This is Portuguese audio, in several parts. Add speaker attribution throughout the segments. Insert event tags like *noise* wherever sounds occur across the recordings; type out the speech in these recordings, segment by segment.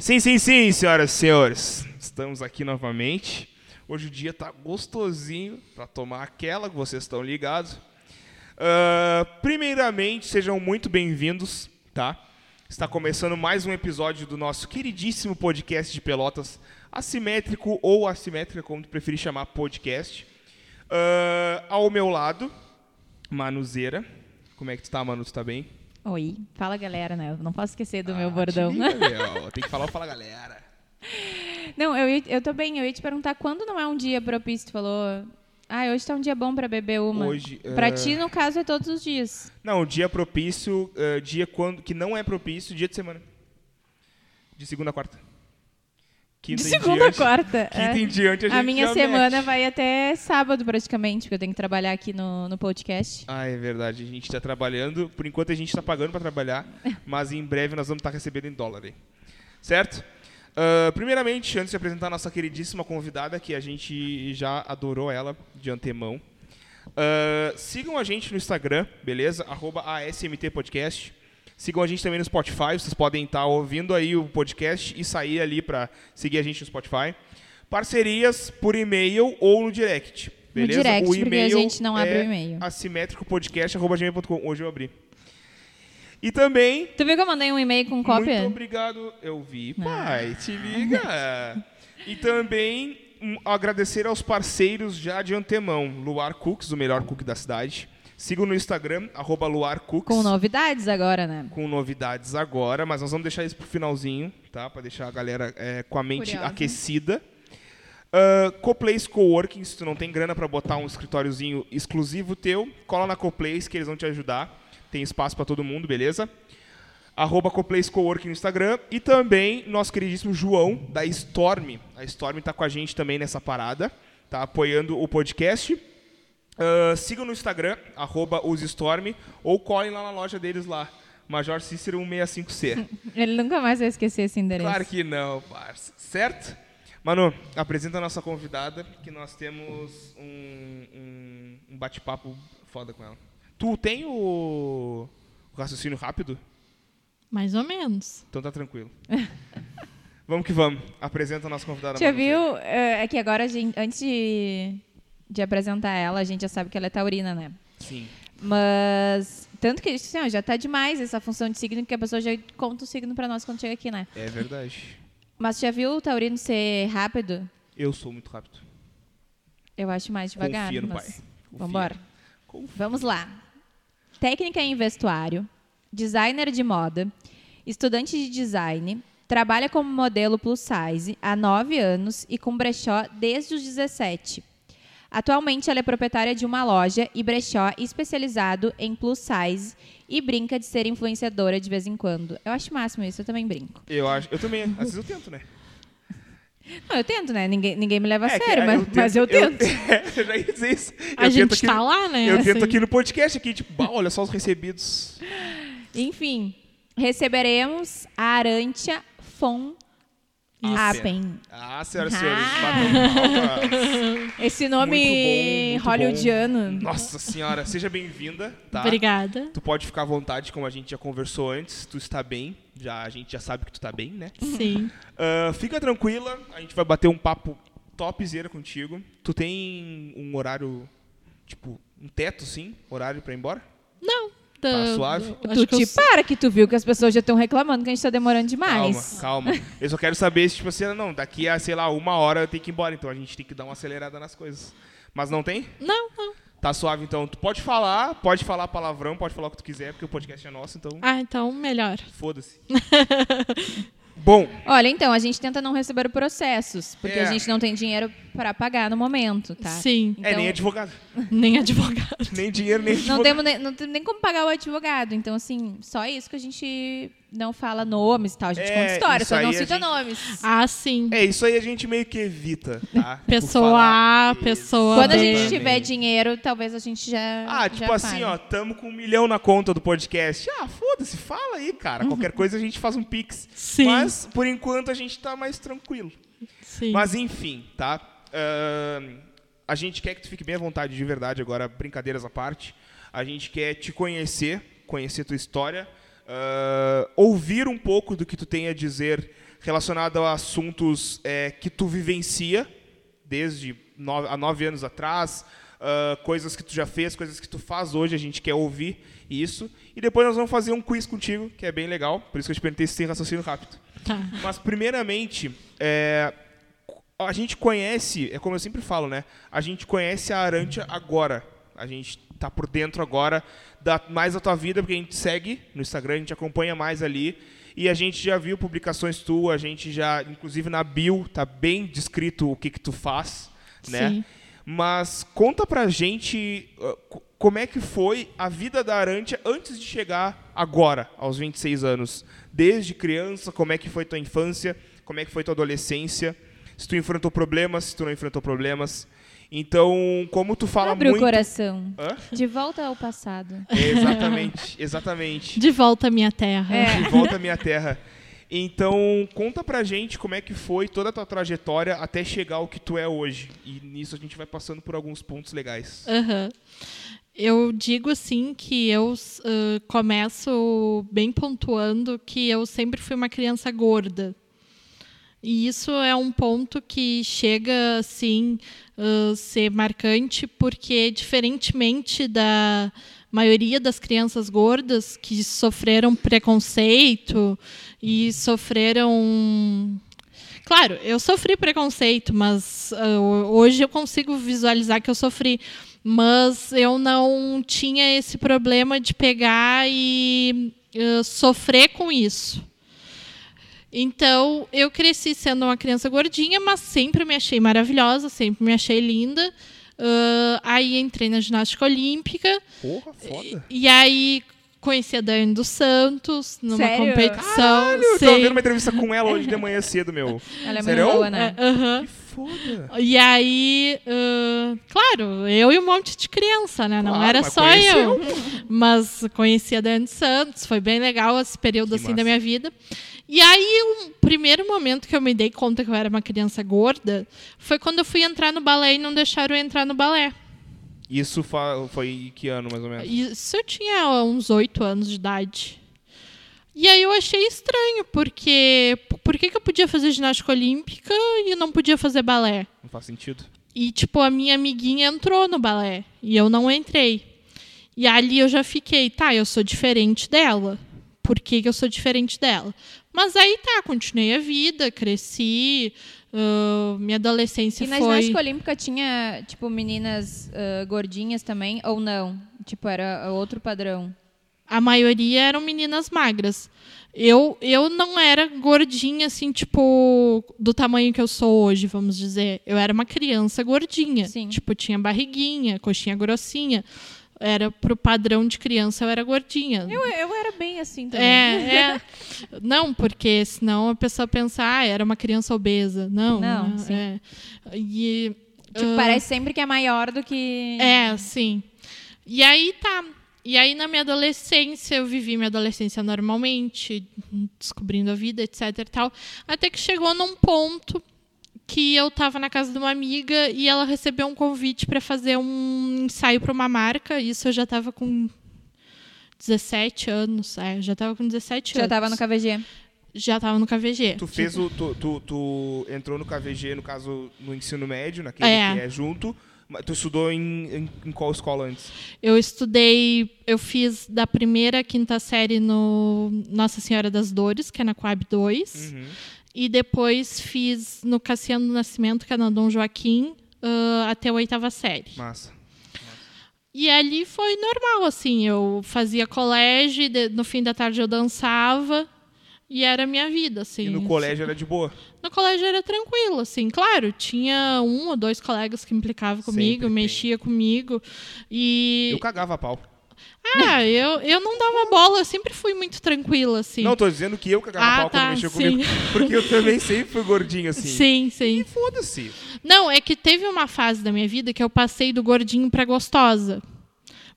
Speaker 1: Sim, sim, sim, senhoras e senhores. Estamos aqui novamente. Hoje o dia tá gostosinho para tomar aquela que vocês estão ligados. Ah, primeiramente, sejam muito bem-vindos, tá? Está começando mais um episódio do nosso queridíssimo podcast de Pelotas, assimétrico ou assimétrica, como tu preferir chamar, podcast. Ah, ao meu lado, Manuzeira. Como é que tu tá, Manu? Tu tá bem?
Speaker 2: Oi, fala galera, né? Eu não posso esquecer do meu
Speaker 1: Ah, te
Speaker 2: bordão.
Speaker 1: liga, meu. Tem que falar o Fala Galera.
Speaker 2: *laughs* Não, eu, ia- eu tô bem, eu ia te perguntar quando não é um dia propício, tu falou. Ah, hoje tá um dia bom pra beber uma.
Speaker 1: Hoje,
Speaker 2: Pra
Speaker 1: é-
Speaker 2: ti, no caso, é todos os dias.
Speaker 1: Não, dia propício, eh, dia quando que não é propício, dia de semana. De segunda a quarta. Quinta
Speaker 2: De
Speaker 1: em
Speaker 2: segunda a
Speaker 1: diante-
Speaker 2: quarta.
Speaker 1: Quinta em
Speaker 2: é.
Speaker 1: diante a gente
Speaker 2: A minha
Speaker 1: já
Speaker 2: semana
Speaker 1: mete.
Speaker 2: vai até sábado, praticamente, porque eu tenho que trabalhar aqui no, no podcast.
Speaker 1: Ah, é verdade. A gente tá trabalhando. Por enquanto a gente tá pagando pra trabalhar, mas em breve nós vamos estar recebendo em dólar aí. Certo? Ah, primeiramente, antes de apresentar a nossa queridíssima convidada, que a gente já adorou ela de antemão. Ah, sigam a gente no Instagram, beleza? Arroba ASMT Podcast. Sigam a gente também no Spotify, vocês podem estar ouvindo aí o podcast e sair ali pra seguir a gente no Spotify. Parcerias por e-mail ou no direct, beleza?
Speaker 2: direct,
Speaker 1: o
Speaker 2: porque a
Speaker 1: e-mail
Speaker 2: gente não abre
Speaker 1: é
Speaker 2: o e-mail.
Speaker 1: assimétricopodcast.com. Hoje eu abri. E também.
Speaker 2: Tu viu que eu mandei um e-mail com cópia? Ah, é
Speaker 1: Muito obrigado. Eu vi, pai. Te liga. e também um, agradecer aos parceiros já de antemão. Luar Cooks, o melhor cook da cidade. Sigam no Instagram, arroba Luar Cooks.
Speaker 2: Com novidades agora, né?
Speaker 1: com novidades agora, mas nós vamos deixar isso pro finalzinho, tá? Pra deixar a galera é, com a mente
Speaker 2: Curiosa.
Speaker 1: aquecida. Ah, Coplays Coworking, se tu não tem grana pra botar um escritóriozinho exclusivo teu, cola na Coplays que eles vão te ajudar. Tem espaço pra todo mundo, beleza? Arroba Coplays Coworking no Instagram. E também nosso queridíssimo João, da Storm. A Storm tá com a gente também nessa parada, tá apoiando o podcast. Ah, sigam no Instagram, arroba usestorm, ou colhem lá na loja deles lá, Major Cícero 165C.
Speaker 2: Ele nunca mais vai esquecer esse endereço.
Speaker 1: Claro que não, parça. Certo? Manu, apresenta a nossa convidada, que nós temos um, um, um bate-papo foda com ela. Tu tem o, o raciocínio rápido?
Speaker 3: Mais ou menos.
Speaker 1: Então tá
Speaker 2: *laughs*
Speaker 1: tranquilo. vamos que vamos. Apresenta a nossa convidada.
Speaker 2: Já
Speaker 1: Manu.
Speaker 2: viu? É é que agora, a gente, antes de, de apresentar ela, a gente já sabe que ela é taurina, né?
Speaker 1: Sim.
Speaker 2: Mas, tanto que assim, ó, já tá demais essa função de signo, porque a pessoa já conta o signo pra nós quando chega aqui, né?
Speaker 1: É verdade.
Speaker 2: Mas já viu o taurino ser rápido?
Speaker 1: Eu sou muito rápido.
Speaker 2: Eu acho mais devagar.
Speaker 1: Confia no
Speaker 2: mas...
Speaker 1: pai. Confia.
Speaker 2: Vambora.
Speaker 1: Confia.
Speaker 2: Vamos lá. Técnica em vestuário, designer de moda, estudante de design, trabalha como modelo plus size há 9 anos e com brechó desde os 17. Atualmente ela é proprietária de uma loja e brechó especializado em plus size e brinca de ser influenciadora de vez em quando. Eu acho o máximo isso, eu também brinco.
Speaker 1: Eu acho. Eu também. Às vezes eu tento, né?
Speaker 2: Não, eu tento, né? Ninguém, ninguém me leva a
Speaker 1: É que
Speaker 2: sério, mas, *laughs* mas
Speaker 1: *laughs*
Speaker 2: eu tento.
Speaker 1: É, Eu, já ia dizer isso.
Speaker 3: A
Speaker 1: Eu tento
Speaker 3: gente
Speaker 1: aqui-
Speaker 3: tá lá, né?
Speaker 2: É,
Speaker 1: Eu tento
Speaker 3: Assim,
Speaker 1: aqui no podcast, aqui, tipo, "Bah, olha só os recebidos.
Speaker 2: Enfim, receberemos a Arantia Von Appen.
Speaker 1: Ah, senhoras e
Speaker 2: Ah.
Speaker 1: senhores, batam palmas.
Speaker 2: Esse
Speaker 1: tá Muito bom,
Speaker 2: *laughs* nome
Speaker 1: muito
Speaker 2: hollywoodiano.
Speaker 1: Nossa senhora, seja bem-vinda, tá?
Speaker 3: Obrigada.
Speaker 1: Tu pode ficar à vontade, como a gente já conversou antes, tu está bem, já, a gente já sabe que tu tá bem, né?
Speaker 3: Sim.
Speaker 1: Ah, fica tranquila, a gente vai bater um papo topzera contigo. Tu tem um horário, tipo, um teto, sim? Horário pra ir embora?
Speaker 3: Não.
Speaker 1: Tá suave?
Speaker 2: Tu
Speaker 3: tipo,
Speaker 2: te para que tu viu que as pessoas já estão reclamando que a gente tá demorando demais.
Speaker 1: Calma, calma. Eu só quero saber se, tipo assim, não, daqui a, sei lá, uma hora eu tenho que ir embora, então a gente tem que dar uma acelerada nas coisas. Mas não tem?
Speaker 3: Não, não.
Speaker 1: Tá suave, então. Tu pode falar, pode falar palavrão, pode falar o que tu quiser, porque o podcast é nosso, então
Speaker 3: Ah, então melhor.
Speaker 1: foda-se. Bom,
Speaker 2: Olha, então, a gente tenta não receber processos, porque
Speaker 1: É.
Speaker 2: a gente não tem dinheiro pra pagar no momento, tá?
Speaker 3: Sim.
Speaker 1: é nem
Speaker 2: Então,
Speaker 1: advogado.
Speaker 3: Nem advogado.
Speaker 1: Nem dinheiro, nem advogado.
Speaker 2: não temos nem, não temos nem como pagar o advogado. Então, assim, só isso que a gente não fala nomes e tal. A gente
Speaker 1: É,
Speaker 2: conta história,
Speaker 1: isso
Speaker 2: só não
Speaker 1: aí a
Speaker 2: cita
Speaker 1: gente-
Speaker 2: nomes.
Speaker 3: Ah, sim.
Speaker 1: É, isso aí a gente meio que evita, tá? Por
Speaker 3: Pessoa A,
Speaker 1: falar-
Speaker 3: pessoa
Speaker 2: Quando a
Speaker 3: B.
Speaker 2: gente tiver dinheiro, talvez a gente já.
Speaker 1: Ah,
Speaker 2: já
Speaker 1: tipo assim,
Speaker 2: fale.
Speaker 1: ó, tamo com um milhão na conta do podcast. Ah, foda-se, fala aí, cara. Qualquer coisa a gente faz um pix.
Speaker 3: Sim.
Speaker 1: Mas, por enquanto, a gente tá mais tranquilo.
Speaker 3: Sim.
Speaker 1: Mas enfim, tá? Ahn, a gente quer que tu fique bem à vontade de verdade agora, brincadeiras à parte. A gente quer te conhecer, conhecer tua história, ah, ouvir um pouco do que tu tem a dizer relacionado a assuntos é, que tu vivencia desde nove, há nove anos atrás, ah, coisas que tu já fez, coisas que tu faz hoje, a gente quer ouvir isso. E depois nós vamos fazer um quiz contigo, que é bem legal, por isso que eu te perguntei se tem raciocínio rápido.
Speaker 3: Tá.
Speaker 1: Mas, primeiramente, é, a gente conhece, é como eu sempre falo, né? A gente conhece a Arantia agora. A gente tá por dentro agora da mais da tua vida, porque a gente segue no Instagram, a gente acompanha mais ali. E a gente já viu publicações tuas, a gente já, inclusive na bio, tá bem descrito o que que tu faz, né?
Speaker 3: Sim.
Speaker 1: Mas conta pra gente uh, co- como é que foi a vida da Arantia antes de chegar agora, aos 26 anos. Desde criança, como é que foi tua infância, como é que foi tua adolescência, se tu enfrentou problemas, se tu não enfrentou problemas. Então, como tu fala
Speaker 2: Abre
Speaker 1: muito...
Speaker 2: o coração.
Speaker 1: Hã?
Speaker 2: De volta ao passado.
Speaker 1: *laughs* Exatamente, exatamente.
Speaker 3: De volta à minha terra.
Speaker 2: É.
Speaker 1: De volta à minha terra. Então, conta pra gente como é que foi toda a tua trajetória até chegar ao que tu é hoje. E nisso a gente vai passando por alguns pontos legais.
Speaker 3: Aham. Eu digo assim que eu ah, começo bem pontuando que eu sempre fui uma criança gorda. E isso é um ponto que chega assim a ser marcante porque diferentemente da maioria das crianças gordas que sofreram preconceito e sofreram Claro, eu sofri preconceito, mas ah, hoje eu consigo visualizar que eu sofri. Mas eu não tinha esse problema de pegar e ah, sofrer com isso. Então, eu cresci sendo uma criança gordinha, mas sempre me achei maravilhosa, sempre me achei linda. Ah, aí entrei na ginástica olímpica.
Speaker 1: Porra, foda.
Speaker 3: E aí conheci a Daiane dos Santos numa
Speaker 2: Sério?
Speaker 3: competição.
Speaker 1: Eu tava
Speaker 3: sim.
Speaker 1: vendo uma entrevista com ela hoje de manhã cedo,
Speaker 3: *laughs*
Speaker 1: meu.
Speaker 2: Ela é
Speaker 1: Sério?
Speaker 2: muito boa,
Speaker 3: É,
Speaker 2: né?
Speaker 3: aham.
Speaker 1: Que foda.
Speaker 3: E aí, ãh, claro, eu e um monte de criança, né? Não
Speaker 1: Claro,
Speaker 3: era
Speaker 1: Ah, mas um
Speaker 3: só
Speaker 1: conheceu.
Speaker 3: eu. Mas conheci a Dani Santos, foi bem legal esse período
Speaker 1: Que
Speaker 3: assim
Speaker 1: massa.
Speaker 3: da minha vida. E aí, o primeiro momento que eu me dei conta que eu era uma criança gorda foi quando eu fui entrar no balé e não deixaram eu entrar no balé.
Speaker 1: Isso fa- foi em que ano, mais ou menos?
Speaker 3: Isso eu tinha uns oito anos de idade. E aí eu achei estranho, porque por que, que eu podia fazer ginástica olímpica e não podia fazer balé?
Speaker 1: Não faz sentido.
Speaker 3: E, tipo, a minha amiguinha entrou no balé e eu não entrei. E ali eu já fiquei, tá, eu sou diferente dela. Por que, que eu sou diferente dela? Mas aí tá, continuei a vida, cresci, ah, minha adolescência
Speaker 2: E na
Speaker 3: foi.
Speaker 2: ginástica olímpica tinha, tipo, meninas ah, gordinhas também, ou não? Tipo, era outro padrão.
Speaker 3: A maioria eram meninas magras. Eu, eu não era gordinha, assim, tipo, do tamanho que eu sou hoje, vamos dizer. Eu era uma criança gordinha.
Speaker 2: Sim.
Speaker 3: Tipo, tinha barriguinha, coxinha grossinha. Era pro padrão de criança, eu era gordinha.
Speaker 2: Eu era bem assim
Speaker 3: É, é. Não, porque senão a pessoa pensa, ah, era uma criança obesa. Não.
Speaker 2: Não,
Speaker 3: né?
Speaker 2: sim.
Speaker 3: É. E, ah,
Speaker 2: Tipo, parece sempre que é maior do que...
Speaker 3: é, sim. E aí tá. E aí na minha adolescência, eu vivi minha adolescência normalmente, descobrindo a vida, etc e tal. Até que chegou num ponto que eu tava na casa de uma amiga e ela recebeu um convite para fazer um ensaio para uma marca. Isso eu já tava com 17 anos, é, já tava com 17
Speaker 2: Já
Speaker 3: anos.
Speaker 2: tava no KVG.
Speaker 3: Já tava no KVG.
Speaker 1: Tu fez o. Tu, tu, tu entrou no KVG, no caso, no ensino médio, naquele
Speaker 3: É.
Speaker 1: que é junto. Mas Tu estudou em, em, em qual escola antes?
Speaker 3: Eu estudei, eu fiz da primeira à quinta série no Nossa Senhora das Dores, que é na Coab 2.
Speaker 1: Uhum.
Speaker 3: E depois fiz no Cassiano do Nascimento, que é na Dom Joaquim, ah, até a oitava série.
Speaker 1: Massa.
Speaker 3: E ali foi normal, assim. Eu fazia colégio, e de- no fim da tarde eu dançava. E era a minha vida, assim.
Speaker 1: E no colégio era de boa.
Speaker 3: No colégio era tranquilo, assim. Claro, tinha um ou dois colegas que implicavam
Speaker 1: Sempre
Speaker 3: comigo,
Speaker 1: tem.
Speaker 3: mexia comigo. E...
Speaker 1: Eu cagava a pau.
Speaker 3: Ah, eu, eu não dava bola, eu sempre fui muito tranquila, assim.
Speaker 1: Não, tô dizendo que eu cagava
Speaker 3: Ah,
Speaker 1: pau quando
Speaker 3: tá,
Speaker 1: mexia
Speaker 3: sim.
Speaker 1: comigo. *laughs* Porque eu também sempre fui gordinho assim.
Speaker 3: sim, sim.
Speaker 1: E foda-se.
Speaker 3: Não, é que teve uma fase da minha vida que eu passei do gordinho pra gostosa.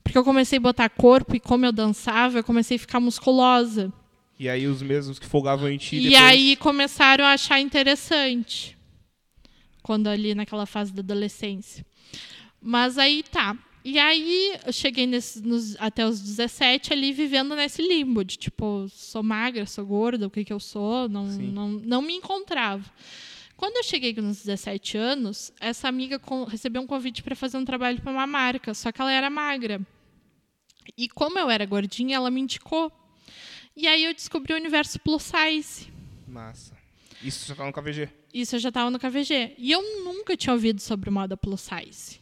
Speaker 3: Porque eu comecei a botar corpo e como eu dançava, eu comecei a ficar musculosa.
Speaker 1: E aí os mesmos que folgavam em ti
Speaker 3: E,
Speaker 1: depois.
Speaker 3: aí começaram a achar interessante. Quando ali naquela fase da adolescência. Mas aí tá. E aí eu cheguei nesses, nos- até os 17 ali vivendo nesse limbo de tipo, sou magra, sou gorda, o que, que eu sou, não,
Speaker 1: Sim.
Speaker 3: não, não me encontrava. Quando eu cheguei nos 17 anos, essa amiga con- recebeu um convite para fazer um trabalho para uma marca, só que ela era magra. E como eu era gordinha, ela me indicou. E aí eu descobri o universo plus size.
Speaker 1: Massa. Isso já tá no KVG.
Speaker 3: Isso eu já estava no KVG. E eu nunca tinha ouvido sobre moda plus size.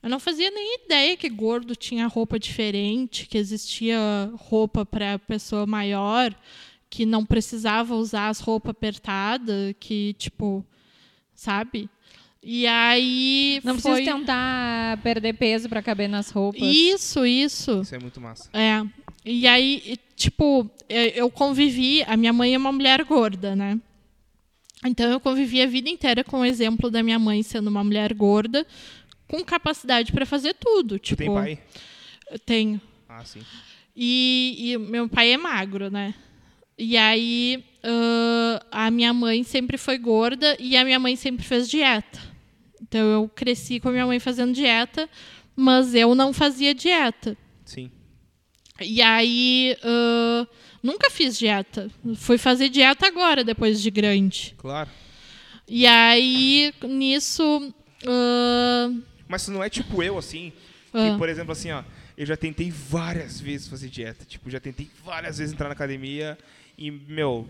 Speaker 3: Eu não fazia nem ideia que gordo tinha roupa diferente, que existia roupa para pessoa maior, que não precisava usar as roupas apertadas, que, tipo, sabe? E aí.
Speaker 2: Não
Speaker 3: foi...
Speaker 2: precisa um tentar perder peso pra caber nas roupas.
Speaker 3: Isso, isso.
Speaker 1: Isso é muito massa.
Speaker 3: É. E aí, e, tipo, eu- eu convivi. A minha mãe é uma mulher gorda, né? Então eu convivi a vida inteira com o exemplo da minha mãe sendo uma mulher gorda, com capacidade para fazer tudo.
Speaker 1: Tu
Speaker 3: Tipo,
Speaker 1: tem pai?
Speaker 3: Eu tenho.
Speaker 1: Ah, sim.
Speaker 3: E, e meu pai é magro, né? E aí ãh, a minha mãe sempre foi gorda e a minha mãe sempre fez dieta. Então eu cresci com a minha mãe fazendo dieta, mas eu não fazia dieta.
Speaker 1: Sim.
Speaker 3: E aí, ãh, nunca fiz dieta. Fui fazer dieta agora, depois de grande.
Speaker 1: Claro.
Speaker 3: E aí, nisso. ãh,
Speaker 1: Mas tu não é tipo eu, assim,
Speaker 3: Ah.
Speaker 1: que, por exemplo, assim, ó, eu já tentei várias vezes fazer dieta. Tipo, já tentei várias vezes entrar na academia e, meu,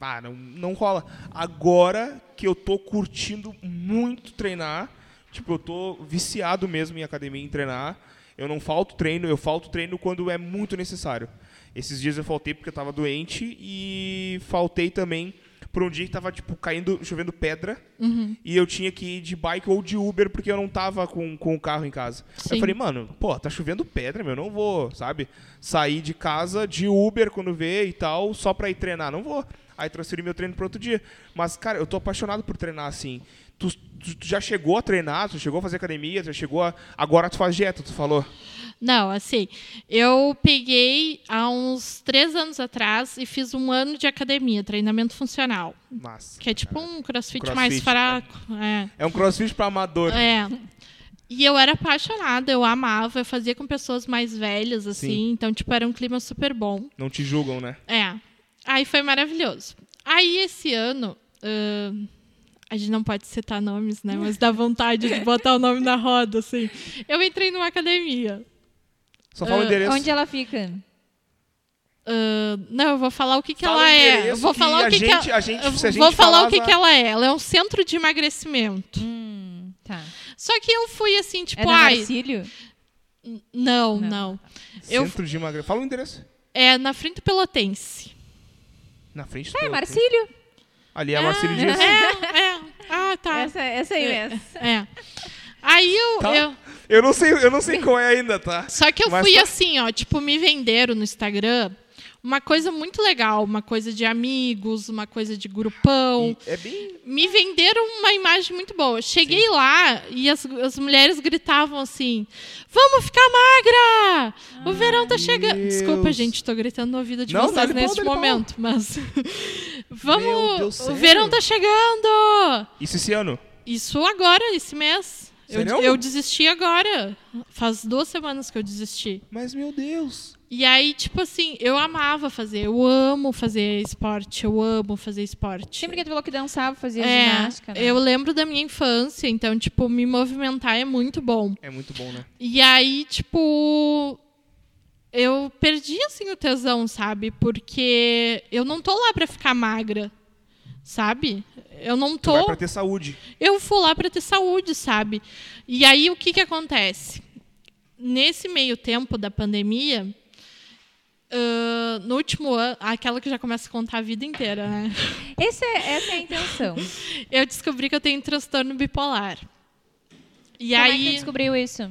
Speaker 1: ah, não, não rola. Agora que eu tô curtindo muito treinar, tipo, eu tô viciado mesmo em academia, em treinar. Eu não falto treino, eu falto treino quando é muito necessário. Esses dias eu faltei porque eu tava doente e faltei também por um dia que tava, tipo, caindo, chovendo pedra. E eu tinha que ir de bike ou de Uber porque eu não tava com, com o carro em casa. Aí
Speaker 3: Sim.
Speaker 1: Eu falei, mano, pô, tá chovendo pedra, meu, não vou, sabe? Sair de casa de Uber quando vê e tal, só pra ir treinar, não vou. Aí transferi meu treino pra outro dia. Mas, cara, eu tô apaixonado por treinar assim. Tu, tu- tu já chegou a treinar, tu chegou a fazer academia, tu já chegou a. Agora tu faz dieta, tu falou.
Speaker 3: não, assim, eu peguei há uns três anos atrás e fiz um ano de academia, treinamento funcional.
Speaker 1: Mas.
Speaker 3: Que é tipo um crossfit,
Speaker 1: Crossfit,
Speaker 3: mais fraco. É.
Speaker 1: É um crossfit pra amador.
Speaker 3: É. E eu era apaixonada, eu amava, eu fazia com pessoas mais velhas, assim,
Speaker 1: Sim.
Speaker 3: então, tipo, era um clima super bom.
Speaker 1: Não te julgam, né?
Speaker 3: É. Aí foi maravilhoso. Aí esse ano. ahn, a gente não pode citar nomes, né? Mas dá vontade de botar o nome na roda, assim. Eu entrei numa academia.
Speaker 1: Só fala o
Speaker 3: Ah,
Speaker 1: endereço.
Speaker 2: Onde ela fica?
Speaker 3: Ahn, Hum, não, eu vou falar o que, que
Speaker 1: Fala
Speaker 3: ela
Speaker 1: o
Speaker 3: é.
Speaker 1: endereço
Speaker 3: Eu vou
Speaker 1: que
Speaker 3: falar
Speaker 1: a
Speaker 3: o que,
Speaker 1: gente-
Speaker 3: que
Speaker 1: a gente-
Speaker 3: eu
Speaker 1: se a gente
Speaker 3: vou falar o que,
Speaker 1: falava-
Speaker 3: que ela é. Ela é um centro de emagrecimento.
Speaker 2: Hum, tá.
Speaker 3: Só que eu fui assim, tipo,
Speaker 2: é na
Speaker 3: ai.
Speaker 2: Marcílio?
Speaker 3: Não,
Speaker 2: Não.
Speaker 3: não. eu-
Speaker 1: Centro de emagrecimento. Fala o endereço.
Speaker 3: É na frente
Speaker 2: *laughs*
Speaker 3: do Pelotense.
Speaker 1: Na frente
Speaker 2: É,
Speaker 1: do-
Speaker 2: Marcílio.
Speaker 1: Ali é a Marcílio Dias.
Speaker 3: É, é. Ah, tá.
Speaker 2: Essa, essa aí
Speaker 3: É.
Speaker 2: mesmo.
Speaker 3: É. Aí eu-
Speaker 1: Tá.
Speaker 3: eu
Speaker 1: Eu não sei, eu não sei qual é ainda, tá?
Speaker 3: Só que eu
Speaker 1: Mas
Speaker 3: fui
Speaker 1: tá-
Speaker 3: assim, ó, tipo, me venderam no Instagram uma coisa muito legal, uma coisa de amigos, uma coisa de grupão.
Speaker 1: É bem.
Speaker 3: Me venderam uma imagem muito boa. Cheguei lá e as, as mulheres gritavam assim: Vamos ficar magra! O verão tá chegando.
Speaker 1: Deus.
Speaker 3: Desculpa, gente, tô gritando no ouvido de
Speaker 1: Não,
Speaker 3: vocês
Speaker 1: dá-lhe pau,
Speaker 3: nesse
Speaker 1: dá-lhe pau.
Speaker 3: momento, mas. *laughs*
Speaker 1: Meu Deus,
Speaker 3: Vamos! O
Speaker 1: sério?
Speaker 3: verão tá chegando!
Speaker 1: Isso esse ano.
Speaker 3: Isso agora, esse mês. Eu,
Speaker 1: Sério?
Speaker 3: eu desisti agora. Faz duas semanas que eu desisti.
Speaker 1: Mas meu Deus.
Speaker 3: E aí, tipo assim, eu amava fazer, eu amo fazer esporte, eu amo fazer esporte.
Speaker 2: Sempre que tu falou que dançava, fazia
Speaker 3: É,
Speaker 2: ginástica. né?
Speaker 3: eu lembro da minha infância, então, tipo, me movimentar é muito bom.
Speaker 1: É muito bom, né?
Speaker 3: E aí, tipo, eu perdi, assim, o tesão, sabe? Porque eu não tô lá pra ficar magra, sabe? Eu não
Speaker 1: Tu
Speaker 3: tô...
Speaker 1: vai pra ter saúde.
Speaker 3: Eu vou lá para ter saúde, sabe? E aí o que, que acontece? Nesse meio tempo da pandemia, ãh, no último ano, aquela que já começa a contar a vida inteira, né?
Speaker 2: Esse é- essa é a intenção.
Speaker 3: Eu descobri que eu tenho transtorno bipolar. E
Speaker 2: Como é que tu
Speaker 3: aí
Speaker 2: descobriu isso?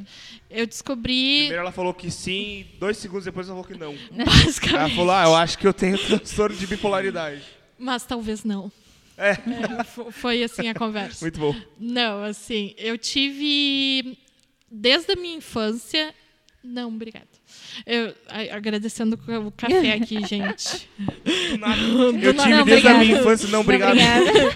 Speaker 3: eu descobri
Speaker 1: Primeiro ela falou que sim, dois segundos depois ela falou que não. Ela
Speaker 3: *laughs* basicamente,
Speaker 1: falou, ah, eu acho que eu tenho *laughs* transtorno de bipolaridade.
Speaker 3: mas talvez não.
Speaker 1: É.
Speaker 3: Fo- Foi assim a conversa.
Speaker 1: Muito bom.
Speaker 3: Não, assim, eu tive desde a minha infância. Não, obrigada. Eu a- agradecendo o o
Speaker 1: *laughs*
Speaker 3: café aqui, gente.
Speaker 1: Do nada. Eu
Speaker 3: nada.
Speaker 1: tive
Speaker 2: Não,
Speaker 1: desde a minha
Speaker 2: obrigada.
Speaker 1: infância, não, obrigado.
Speaker 2: Obrigada.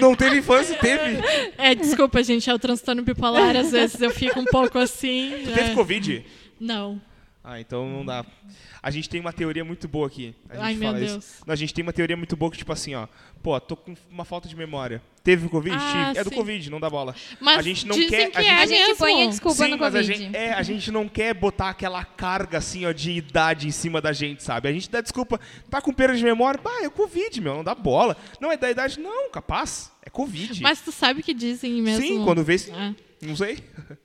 Speaker 1: Não teve infância? Teve.
Speaker 3: É, desculpa, gente, é o transtorno bipolar, às vezes eu fico um pouco assim.
Speaker 1: Tu
Speaker 3: é.
Speaker 1: teve Covid?
Speaker 3: Não.
Speaker 1: Ah, então não dá. A gente tem uma teoria muito boa aqui. A gente
Speaker 3: Ai, meu
Speaker 1: fala isso.
Speaker 3: Deus.
Speaker 1: Não, a gente tem uma teoria muito boa que, tipo assim, ó. Pô, tô com uma falta de memória. Teve Covid?
Speaker 3: Ah,
Speaker 1: Tive. É do
Speaker 3: sim.
Speaker 1: Covid, não dá bola.
Speaker 3: Mas
Speaker 1: A gente não
Speaker 3: dizem
Speaker 1: quer-
Speaker 3: que
Speaker 1: a
Speaker 3: é,
Speaker 2: A gente
Speaker 3: mesmo.
Speaker 2: põe a desculpa no
Speaker 1: mas a
Speaker 2: Covid.
Speaker 1: gente, é, a gente não quer botar aquela carga assim, ó, de idade em cima da gente, sabe? A gente dá desculpa, tá com perda de memória, bah, é Covid, meu, não dá bola. Não é da idade, não, capaz. É Covid.
Speaker 3: Mas tu sabe que dizem mesmo.
Speaker 1: Sim, quando vê, sim.
Speaker 3: Ah,
Speaker 1: não sei.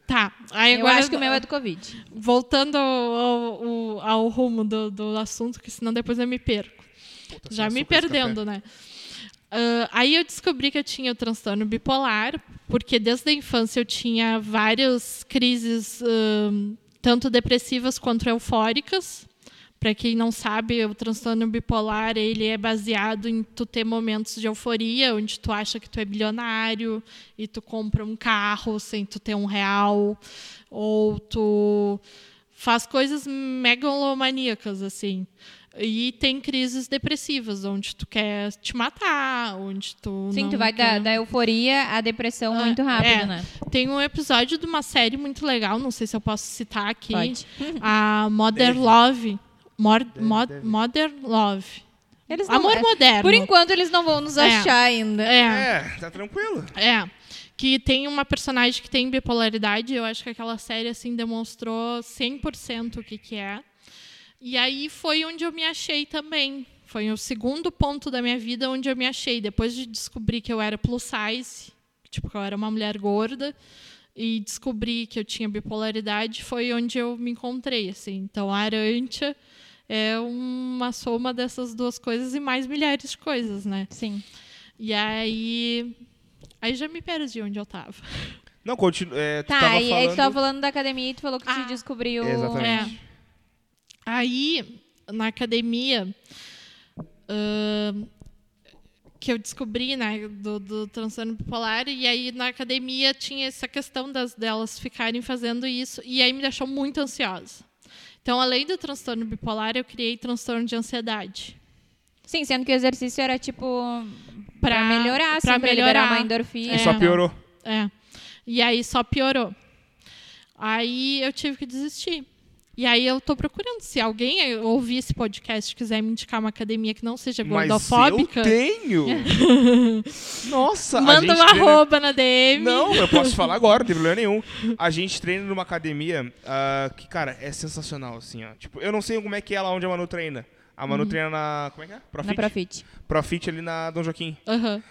Speaker 3: Tá. Aí
Speaker 2: Eu
Speaker 3: agora-
Speaker 2: acho que o meu é do Covid.
Speaker 3: Voltando ao, ao- ao rumo do, do assunto, que senão depois eu me perco.
Speaker 1: açúcar
Speaker 3: Já me
Speaker 1: Tá esse café.
Speaker 3: perdendo, né? Ah, aí eu descobri que eu tinha o transtorno bipolar, porque desde a infância eu tinha várias crises, hum, tanto depressivas quanto eufóricas. Para quem não sabe, o transtorno bipolar ele é baseado em tu ter momentos de euforia, onde tu acha que tu é bilionário e tu compra um carro sem tu ter um real, ou tu faz coisas megalomaníacas assim. E tem crises depressivas, onde tu quer te matar, onde tu
Speaker 2: Sim,
Speaker 3: não
Speaker 2: tu vai da,
Speaker 3: quer...
Speaker 2: da euforia à depressão
Speaker 3: Ah,
Speaker 2: muito rápido,
Speaker 3: é.
Speaker 2: né?
Speaker 3: Tem um episódio de uma série muito legal, não sei se eu posso citar aqui.
Speaker 2: Pode.
Speaker 3: A Mother
Speaker 1: Deve.
Speaker 3: Love. Mor Mo-
Speaker 1: deve.
Speaker 3: Mother Love.
Speaker 2: Eles não-
Speaker 3: Amor
Speaker 2: é-
Speaker 3: moderno.
Speaker 2: Por enquanto, eles não vão nos
Speaker 3: É.
Speaker 2: achar ainda.
Speaker 3: É,
Speaker 1: É, tá tranquilo.
Speaker 3: é. Que tem uma personagem que tem bipolaridade. Eu acho que aquela série assim demonstrou 100% o que, que é. E aí foi onde eu me achei também. Foi o segundo ponto da minha vida onde eu me achei. Depois de descobrir que eu era plus size, tipo, que eu era uma mulher gorda, e descobri que eu tinha bipolaridade, foi onde eu me encontrei, assim. Então, a Arantia é uma soma dessas duas coisas e mais milhares de coisas, né?
Speaker 2: Sim.
Speaker 3: E aí... Aí já me perdi onde eu tava.
Speaker 1: Não, continua. É, tu
Speaker 2: Tá,
Speaker 1: tava
Speaker 2: e aí
Speaker 1: falando...
Speaker 2: tu tava falando da academia e tu falou que
Speaker 3: Ah. É.
Speaker 2: te descobriu.
Speaker 1: Exatamente.
Speaker 3: Aí, na academia, ahn, que eu descobri, né, do, do transtorno bipolar, e aí na academia tinha essa questão das delas ficarem fazendo isso, e aí me deixou muito ansiosa. Então, além do transtorno bipolar, eu criei transtorno de ansiedade.
Speaker 2: Sim, sendo que o exercício era tipo pra,
Speaker 3: Pra-
Speaker 2: melhorar, assim,
Speaker 3: pra
Speaker 2: pra, liberar
Speaker 3: melhorar.
Speaker 2: uma endorfina.
Speaker 1: E só
Speaker 3: É.
Speaker 1: piorou.
Speaker 3: É. E aí só piorou. Aí eu tive que desistir. E aí eu tô procurando se alguém ouvir esse podcast e quiser me indicar uma academia que não seja
Speaker 1: Mas
Speaker 3: é gordofóbica.
Speaker 1: eu
Speaker 3: *laughs*
Speaker 1: tenho. Nossa, a
Speaker 3: Manda
Speaker 1: gente
Speaker 3: um
Speaker 1: treina-
Speaker 3: arroba na DM.
Speaker 1: Não, eu posso falar agora, não tem problema nenhum. A gente treina numa academia ah, que, cara, é sensacional, assim, ó. Tipo, eu não sei como é que é lá onde a Manu treina. A
Speaker 3: Uhum.
Speaker 1: Manu treina na. Como é que é?
Speaker 2: Na
Speaker 1: Profit?
Speaker 2: Profit.
Speaker 1: Profit ali na Dom Joaquim.
Speaker 3: Aham.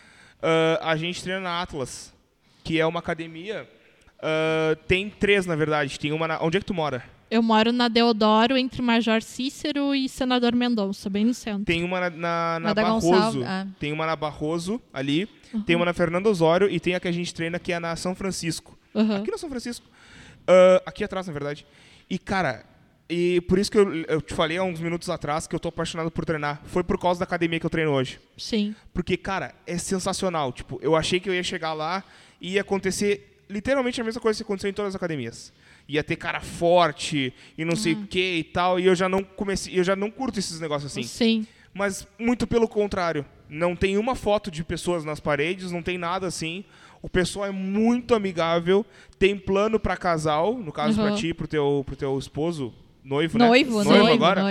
Speaker 1: Ah, a gente treina na Atlas, que é uma academia. ah, tem três, na verdade. Tem uma na... Onde é que tu mora?
Speaker 3: Eu moro na Deodoro, entre Major Cícero e Senador Mendonça, bem no centro.
Speaker 1: Tem uma na, na, na
Speaker 2: Na da
Speaker 1: Barroso.
Speaker 2: Gonçalves, Uhum. ah.
Speaker 1: Tem uma na Barroso ali. Tem uma na Fernando Osório e tem a que a gente treina que é na São Francisco.
Speaker 3: Aham.
Speaker 1: Aqui na São Francisco. Ah, aqui atrás, na verdade. E, cara, e por isso que eu, eu te falei há uns minutos atrás que eu tô apaixonado por treinar. Foi por causa da academia que eu treino hoje.
Speaker 3: Sim.
Speaker 1: Porque, cara, é sensacional. Tipo, eu achei que eu ia chegar lá e ia acontecer literalmente a mesma coisa que aconteceu em todas as academias. Ia ter cara forte e não
Speaker 2: Uhum.
Speaker 1: sei o que e tal. E eu já não comecei, eu já não curto esses negócios assim.
Speaker 3: Sim. Sim.
Speaker 1: Mas muito pelo contrário. Não tem uma foto de pessoas nas paredes, não tem nada assim. O pessoal é muito amigável, tem plano pra casal, no caso pra
Speaker 3: Uhum.
Speaker 1: ti, e pro teu, pro teu esposo, noivo,
Speaker 2: Noivo,
Speaker 1: né?
Speaker 2: noivo, noivo.
Speaker 1: agora.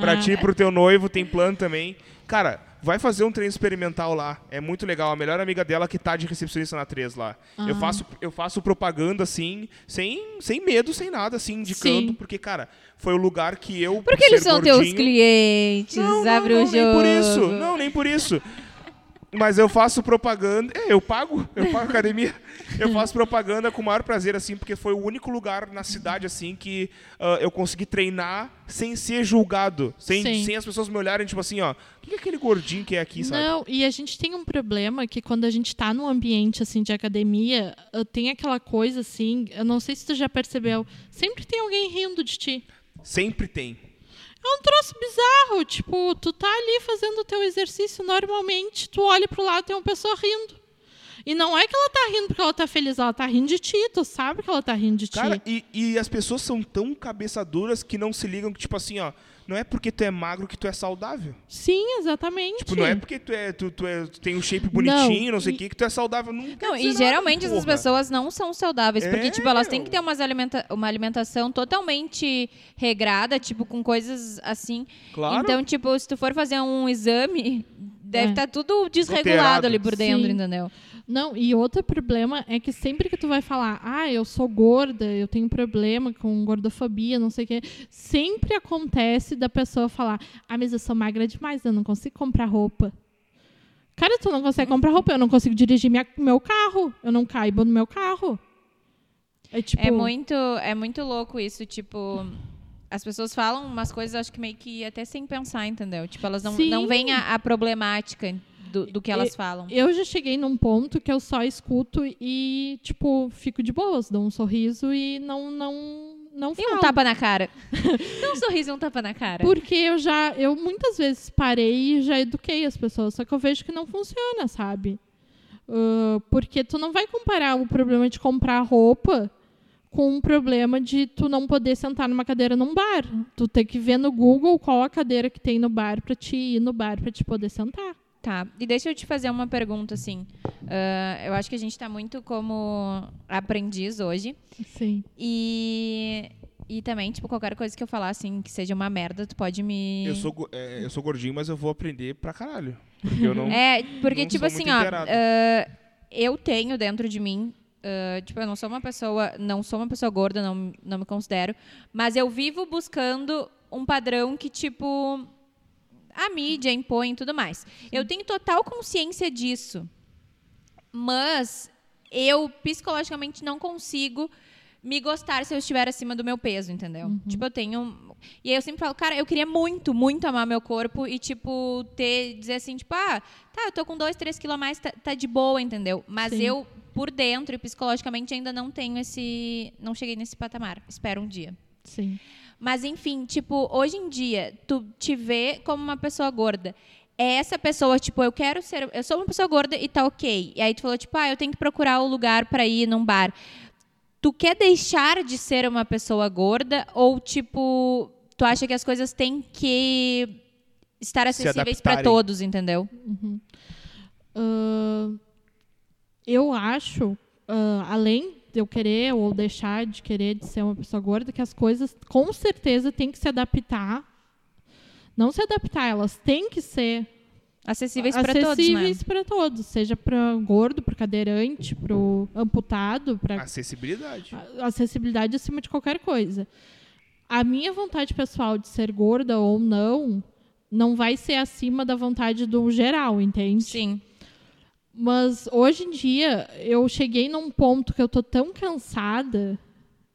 Speaker 1: Pra
Speaker 3: Ah.
Speaker 1: ti e
Speaker 2: *laughs*
Speaker 1: pro teu noivo tem plano também. Cara, vai fazer um treino experimental lá. É muito legal. A melhor amiga dela que tá de recepcionista na 3 lá. Eu, faço, eu faço propaganda assim, sem, sem medo, sem nada, assim, indicando,
Speaker 3: Sim.
Speaker 1: porque, cara, foi o lugar que eu.
Speaker 2: Porque
Speaker 1: ser
Speaker 2: eles são teus
Speaker 1: gordinho-
Speaker 2: clientes, abre o
Speaker 1: nem
Speaker 2: jogo.
Speaker 1: por isso. Não, nem por isso. Mas eu faço propaganda. É, eu pago. Eu pago academia. Eu faço propaganda com o maior prazer, assim, porque foi o único lugar na cidade, assim, que ah, eu consegui treinar sem ser julgado. Sem,
Speaker 3: Sim.
Speaker 1: sem as pessoas me olharem, tipo assim, ó. O que é aquele gordinho que é aqui, sabe?
Speaker 3: Não, e a gente tem um problema que quando a gente tá num ambiente assim de academia, eh, tem aquela coisa assim, eu não sei se tu já percebeu, sempre tem alguém rindo de ti.
Speaker 1: Sempre tem.
Speaker 3: É um troço bizarro, tipo, tu tá ali fazendo o teu exercício normalmente, tu olha pro lado tem uma pessoa rindo. E não é que ela tá rindo porque ela tá feliz, ela tá rindo de ti, tu sabe que ela tá rindo de ti.
Speaker 1: Cara, e, e as pessoas são tão cabeça duras que não se ligam que, tipo assim, ó. não é porque tu é magro que tu é saudável.
Speaker 3: Sim, exatamente.
Speaker 1: Tipo, não é porque tu, é, tu, tu, é, tu tem um shape bonitinho, não, sei o
Speaker 3: e-
Speaker 1: que, que tu é saudável. Não, quer
Speaker 2: Não,
Speaker 1: dizer
Speaker 2: e
Speaker 1: nada,
Speaker 2: geralmente essas
Speaker 1: porra.
Speaker 2: pessoas não são saudáveis,
Speaker 1: É,
Speaker 2: porque, tipo, elas têm que
Speaker 1: meu.
Speaker 2: ter umas alimenta- uma alimentação totalmente regrada, tipo, com coisas assim.
Speaker 1: Claro.
Speaker 2: Então, tipo, se tu for fazer um exame, deve
Speaker 3: É.
Speaker 2: estar tudo desregulado
Speaker 1: Alterado.
Speaker 2: ali por dentro,
Speaker 3: Sim.
Speaker 2: entendeu?
Speaker 3: Não, e outro problema é que sempre que tu vai falar, ah, eu sou gorda, eu tenho problema com gordofobia, não sei o quê, sempre acontece da pessoa falar, ah, mas eu sou magra demais, eu não consigo comprar roupa. Cara, tu não consegue comprar roupa, eu não consigo dirigir minha, meu carro, eu não caibo no meu carro. É tipo,
Speaker 2: É muito, é muito louco isso, tipo. As pessoas falam umas coisas, acho que meio que até sem pensar, entendeu? Tipo, elas não,
Speaker 3: Sim.
Speaker 2: não veem a, a problemática do, do que elas falam.
Speaker 3: Eu já cheguei num ponto que eu só escuto e, tipo, fico de boas, dou um sorriso e não, não, não
Speaker 2: E
Speaker 3: falo.
Speaker 2: um tapa na cara. *laughs* Dá um sorriso e um tapa na cara.
Speaker 3: Porque eu já, eu muitas vezes parei e já eduquei as pessoas, só que eu vejo que não funciona, sabe? Ah, porque tu não vai comparar o problema de comprar roupa com o problema de tu não poder sentar numa cadeira num bar. Tu tem que ver no Google qual a cadeira que tem no bar pra te ir no bar pra te poder sentar.
Speaker 2: Tá. E deixa eu te fazer uma pergunta, assim. Ah, eu acho que a gente tá muito como aprendiz hoje.
Speaker 3: Sim.
Speaker 2: E. E também, tipo, qualquer coisa que eu falar, assim, que seja uma merda, tu pode me.
Speaker 1: Eu sou, go- é, eu sou gordinho, mas eu vou aprender pra caralho. Porque eu não.
Speaker 2: *laughs* É, porque,
Speaker 1: não
Speaker 2: tipo
Speaker 1: sou
Speaker 2: assim,
Speaker 1: muito
Speaker 2: ó,
Speaker 1: inteirado.
Speaker 2: ah, eu tenho dentro de mim. ah, tipo, eu não sou uma pessoa. Não sou uma pessoa gorda, não, não me considero. Mas eu vivo buscando um padrão que, tipo. A mídia impõe e tudo mais. Eu tenho total consciência disso. Mas eu psicologicamente não consigo me gostar se eu estiver acima do meu peso, entendeu? Tipo, eu tenho. E aí eu sempre falo, cara, eu queria muito, muito amar meu corpo e, tipo, ter, dizer assim, tipo, ah, tá, eu tô com dois, três quilos a mais, tá, tá de boa, entendeu? Mas
Speaker 3: Sim.
Speaker 2: eu, por dentro e psicologicamente, ainda não tenho esse. Não cheguei nesse patamar. Espero um dia.
Speaker 3: Sim.
Speaker 2: Mas enfim, tipo, hoje em dia, tu te vê como uma pessoa gorda. É essa pessoa, tipo, eu quero ser. Eu sou uma pessoa gorda e tá ok. E aí tu falou, tipo, ah, eu tenho que procurar o lugar pra ir num bar. Tu quer deixar de ser uma pessoa gorda ou, tipo, tu acha que as coisas têm que estar
Speaker 1: Se
Speaker 2: acessíveis pra
Speaker 1: adaptarem.
Speaker 2: todos, entendeu?
Speaker 3: Ah, eu acho, ah, além de eu querer ou deixar de querer de ser uma pessoa gorda, que as coisas com certeza têm que se adaptar. Não se adaptar, elas têm que ser
Speaker 2: Acessíveis, pra todos, né?
Speaker 3: acessíveis para todos, seja para gordo, para cadeirante, para amputado, para
Speaker 1: Acessibilidade.
Speaker 3: a- acessibilidade acima de qualquer coisa. A minha vontade pessoal de ser gorda ou não não vai ser acima da vontade do geral, entende?
Speaker 2: Sim.
Speaker 3: Mas hoje em dia, eu cheguei num ponto que eu tô tão cansada.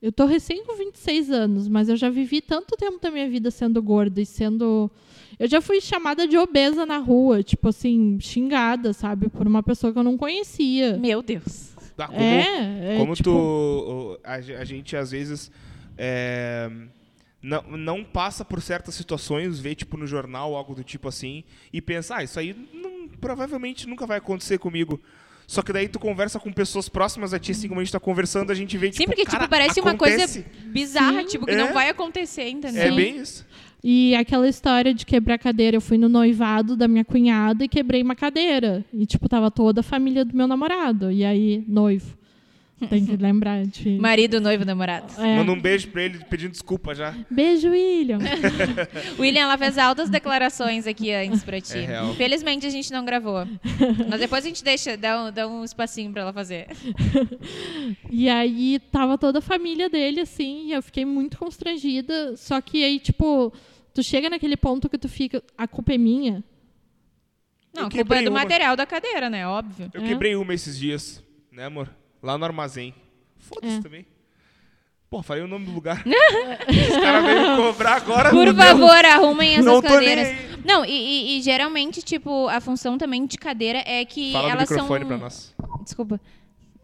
Speaker 3: Eu tô recém com 26 anos, mas eu já vivi tanto tempo da minha vida sendo gorda e sendo. Eu já fui chamada de obesa na rua, tipo assim, xingada, sabe? Por uma pessoa que eu não conhecia.
Speaker 2: Meu Deus.
Speaker 1: Tá, como
Speaker 3: é, é,
Speaker 1: como
Speaker 3: tipo,
Speaker 1: tu. o- A, ge- a gente às vezes. é, não, não passa por certas situações, vê tipo no jornal algo do tipo assim, e pensa, ah, isso aí não- provavelmente nunca vai acontecer comigo. Só que daí tu conversa com pessoas próximas a ti, assim como a gente tá conversando, a gente vê tipo.
Speaker 2: Sim, porque, tipo,
Speaker 1: "Cara,
Speaker 2: parece uma coisa
Speaker 1: acontece."
Speaker 2: bizarra,
Speaker 3: Sim.
Speaker 2: tipo, que
Speaker 1: É.
Speaker 2: não vai acontecer, entendeu?
Speaker 1: É bem isso.
Speaker 3: E aquela história de quebrar cadeira. Eu fui no noivado da minha cunhada e quebrei uma cadeira. E, tipo, tava toda a família do meu namorado. E aí, noivo. Tem
Speaker 1: Uhum.
Speaker 3: que lembrar de.
Speaker 2: Marido, noivo, namorado.
Speaker 3: É.
Speaker 1: Manda um beijo pra ele pedindo desculpa já.
Speaker 3: Beijo, William.
Speaker 2: William,
Speaker 3: *laughs*
Speaker 2: ela fez altas declarações aqui antes pra ti.
Speaker 1: É real.
Speaker 2: Infelizmente a gente não gravou. Mas depois a gente deixa, dá um, dá um espacinho pra ela fazer.
Speaker 3: E aí tava toda a família dele, assim, e eu fiquei muito constrangida. Só que aí, tipo, tu chega naquele ponto que tu fica, a culpa é minha.
Speaker 2: Não,
Speaker 1: Eu
Speaker 2: a culpa é
Speaker 1: quebrei
Speaker 2: do
Speaker 1: uma.
Speaker 2: material da cadeira, né? Óbvio.
Speaker 1: Eu
Speaker 3: É.
Speaker 1: quebrei uma esses dias, né, amor? Lá no armazém. Foda-se
Speaker 2: Hum.
Speaker 3: É.
Speaker 1: também. Pô, falei o nome do lugar.
Speaker 2: *laughs*
Speaker 1: Os caras vêm me cobrar agora.
Speaker 2: Por
Speaker 1: fudeu.
Speaker 2: favor, arrumem essas
Speaker 1: Não tô nem
Speaker 2: cadeiras.
Speaker 1: aí.
Speaker 2: Não, e, e- e geralmente, tipo, a função também de cadeira é que
Speaker 1: Fala no
Speaker 2: elas
Speaker 1: microfone
Speaker 2: são.
Speaker 1: pra nós.
Speaker 2: Desculpa.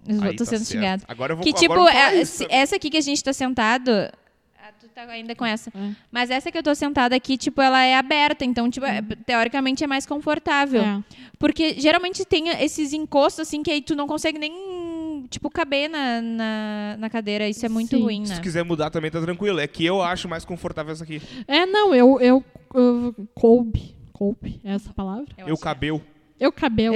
Speaker 2: Eu
Speaker 1: Aí
Speaker 2: tô
Speaker 1: tá
Speaker 2: sendo
Speaker 1: certo.
Speaker 2: xingada.
Speaker 1: Agora eu vou
Speaker 2: Que
Speaker 1: agora eu
Speaker 2: tipo,
Speaker 1: vou falar
Speaker 2: é-
Speaker 1: isso
Speaker 2: se-
Speaker 1: também.
Speaker 2: essa aqui que a gente tá sentado. Ah, tu tá ainda com essa.
Speaker 3: É.
Speaker 2: Mas essa que eu tô sentada aqui, tipo, ela é aberta. Então, tipo, é- teoricamente é mais confortável.
Speaker 3: É.
Speaker 2: Porque geralmente tem esses encostos, assim, que aí tu não consegue nem tipo, caber na, na, na cadeira. Isso é muito
Speaker 3: Sim.
Speaker 2: ruim, né?
Speaker 1: Se quiser mudar também tá tranquilo. É que eu acho mais confortável essa aqui.
Speaker 3: É, não, eu, eu, eu coube. Coube, é essa a palavra?
Speaker 1: Eu cabeu.
Speaker 3: Eu cabelo.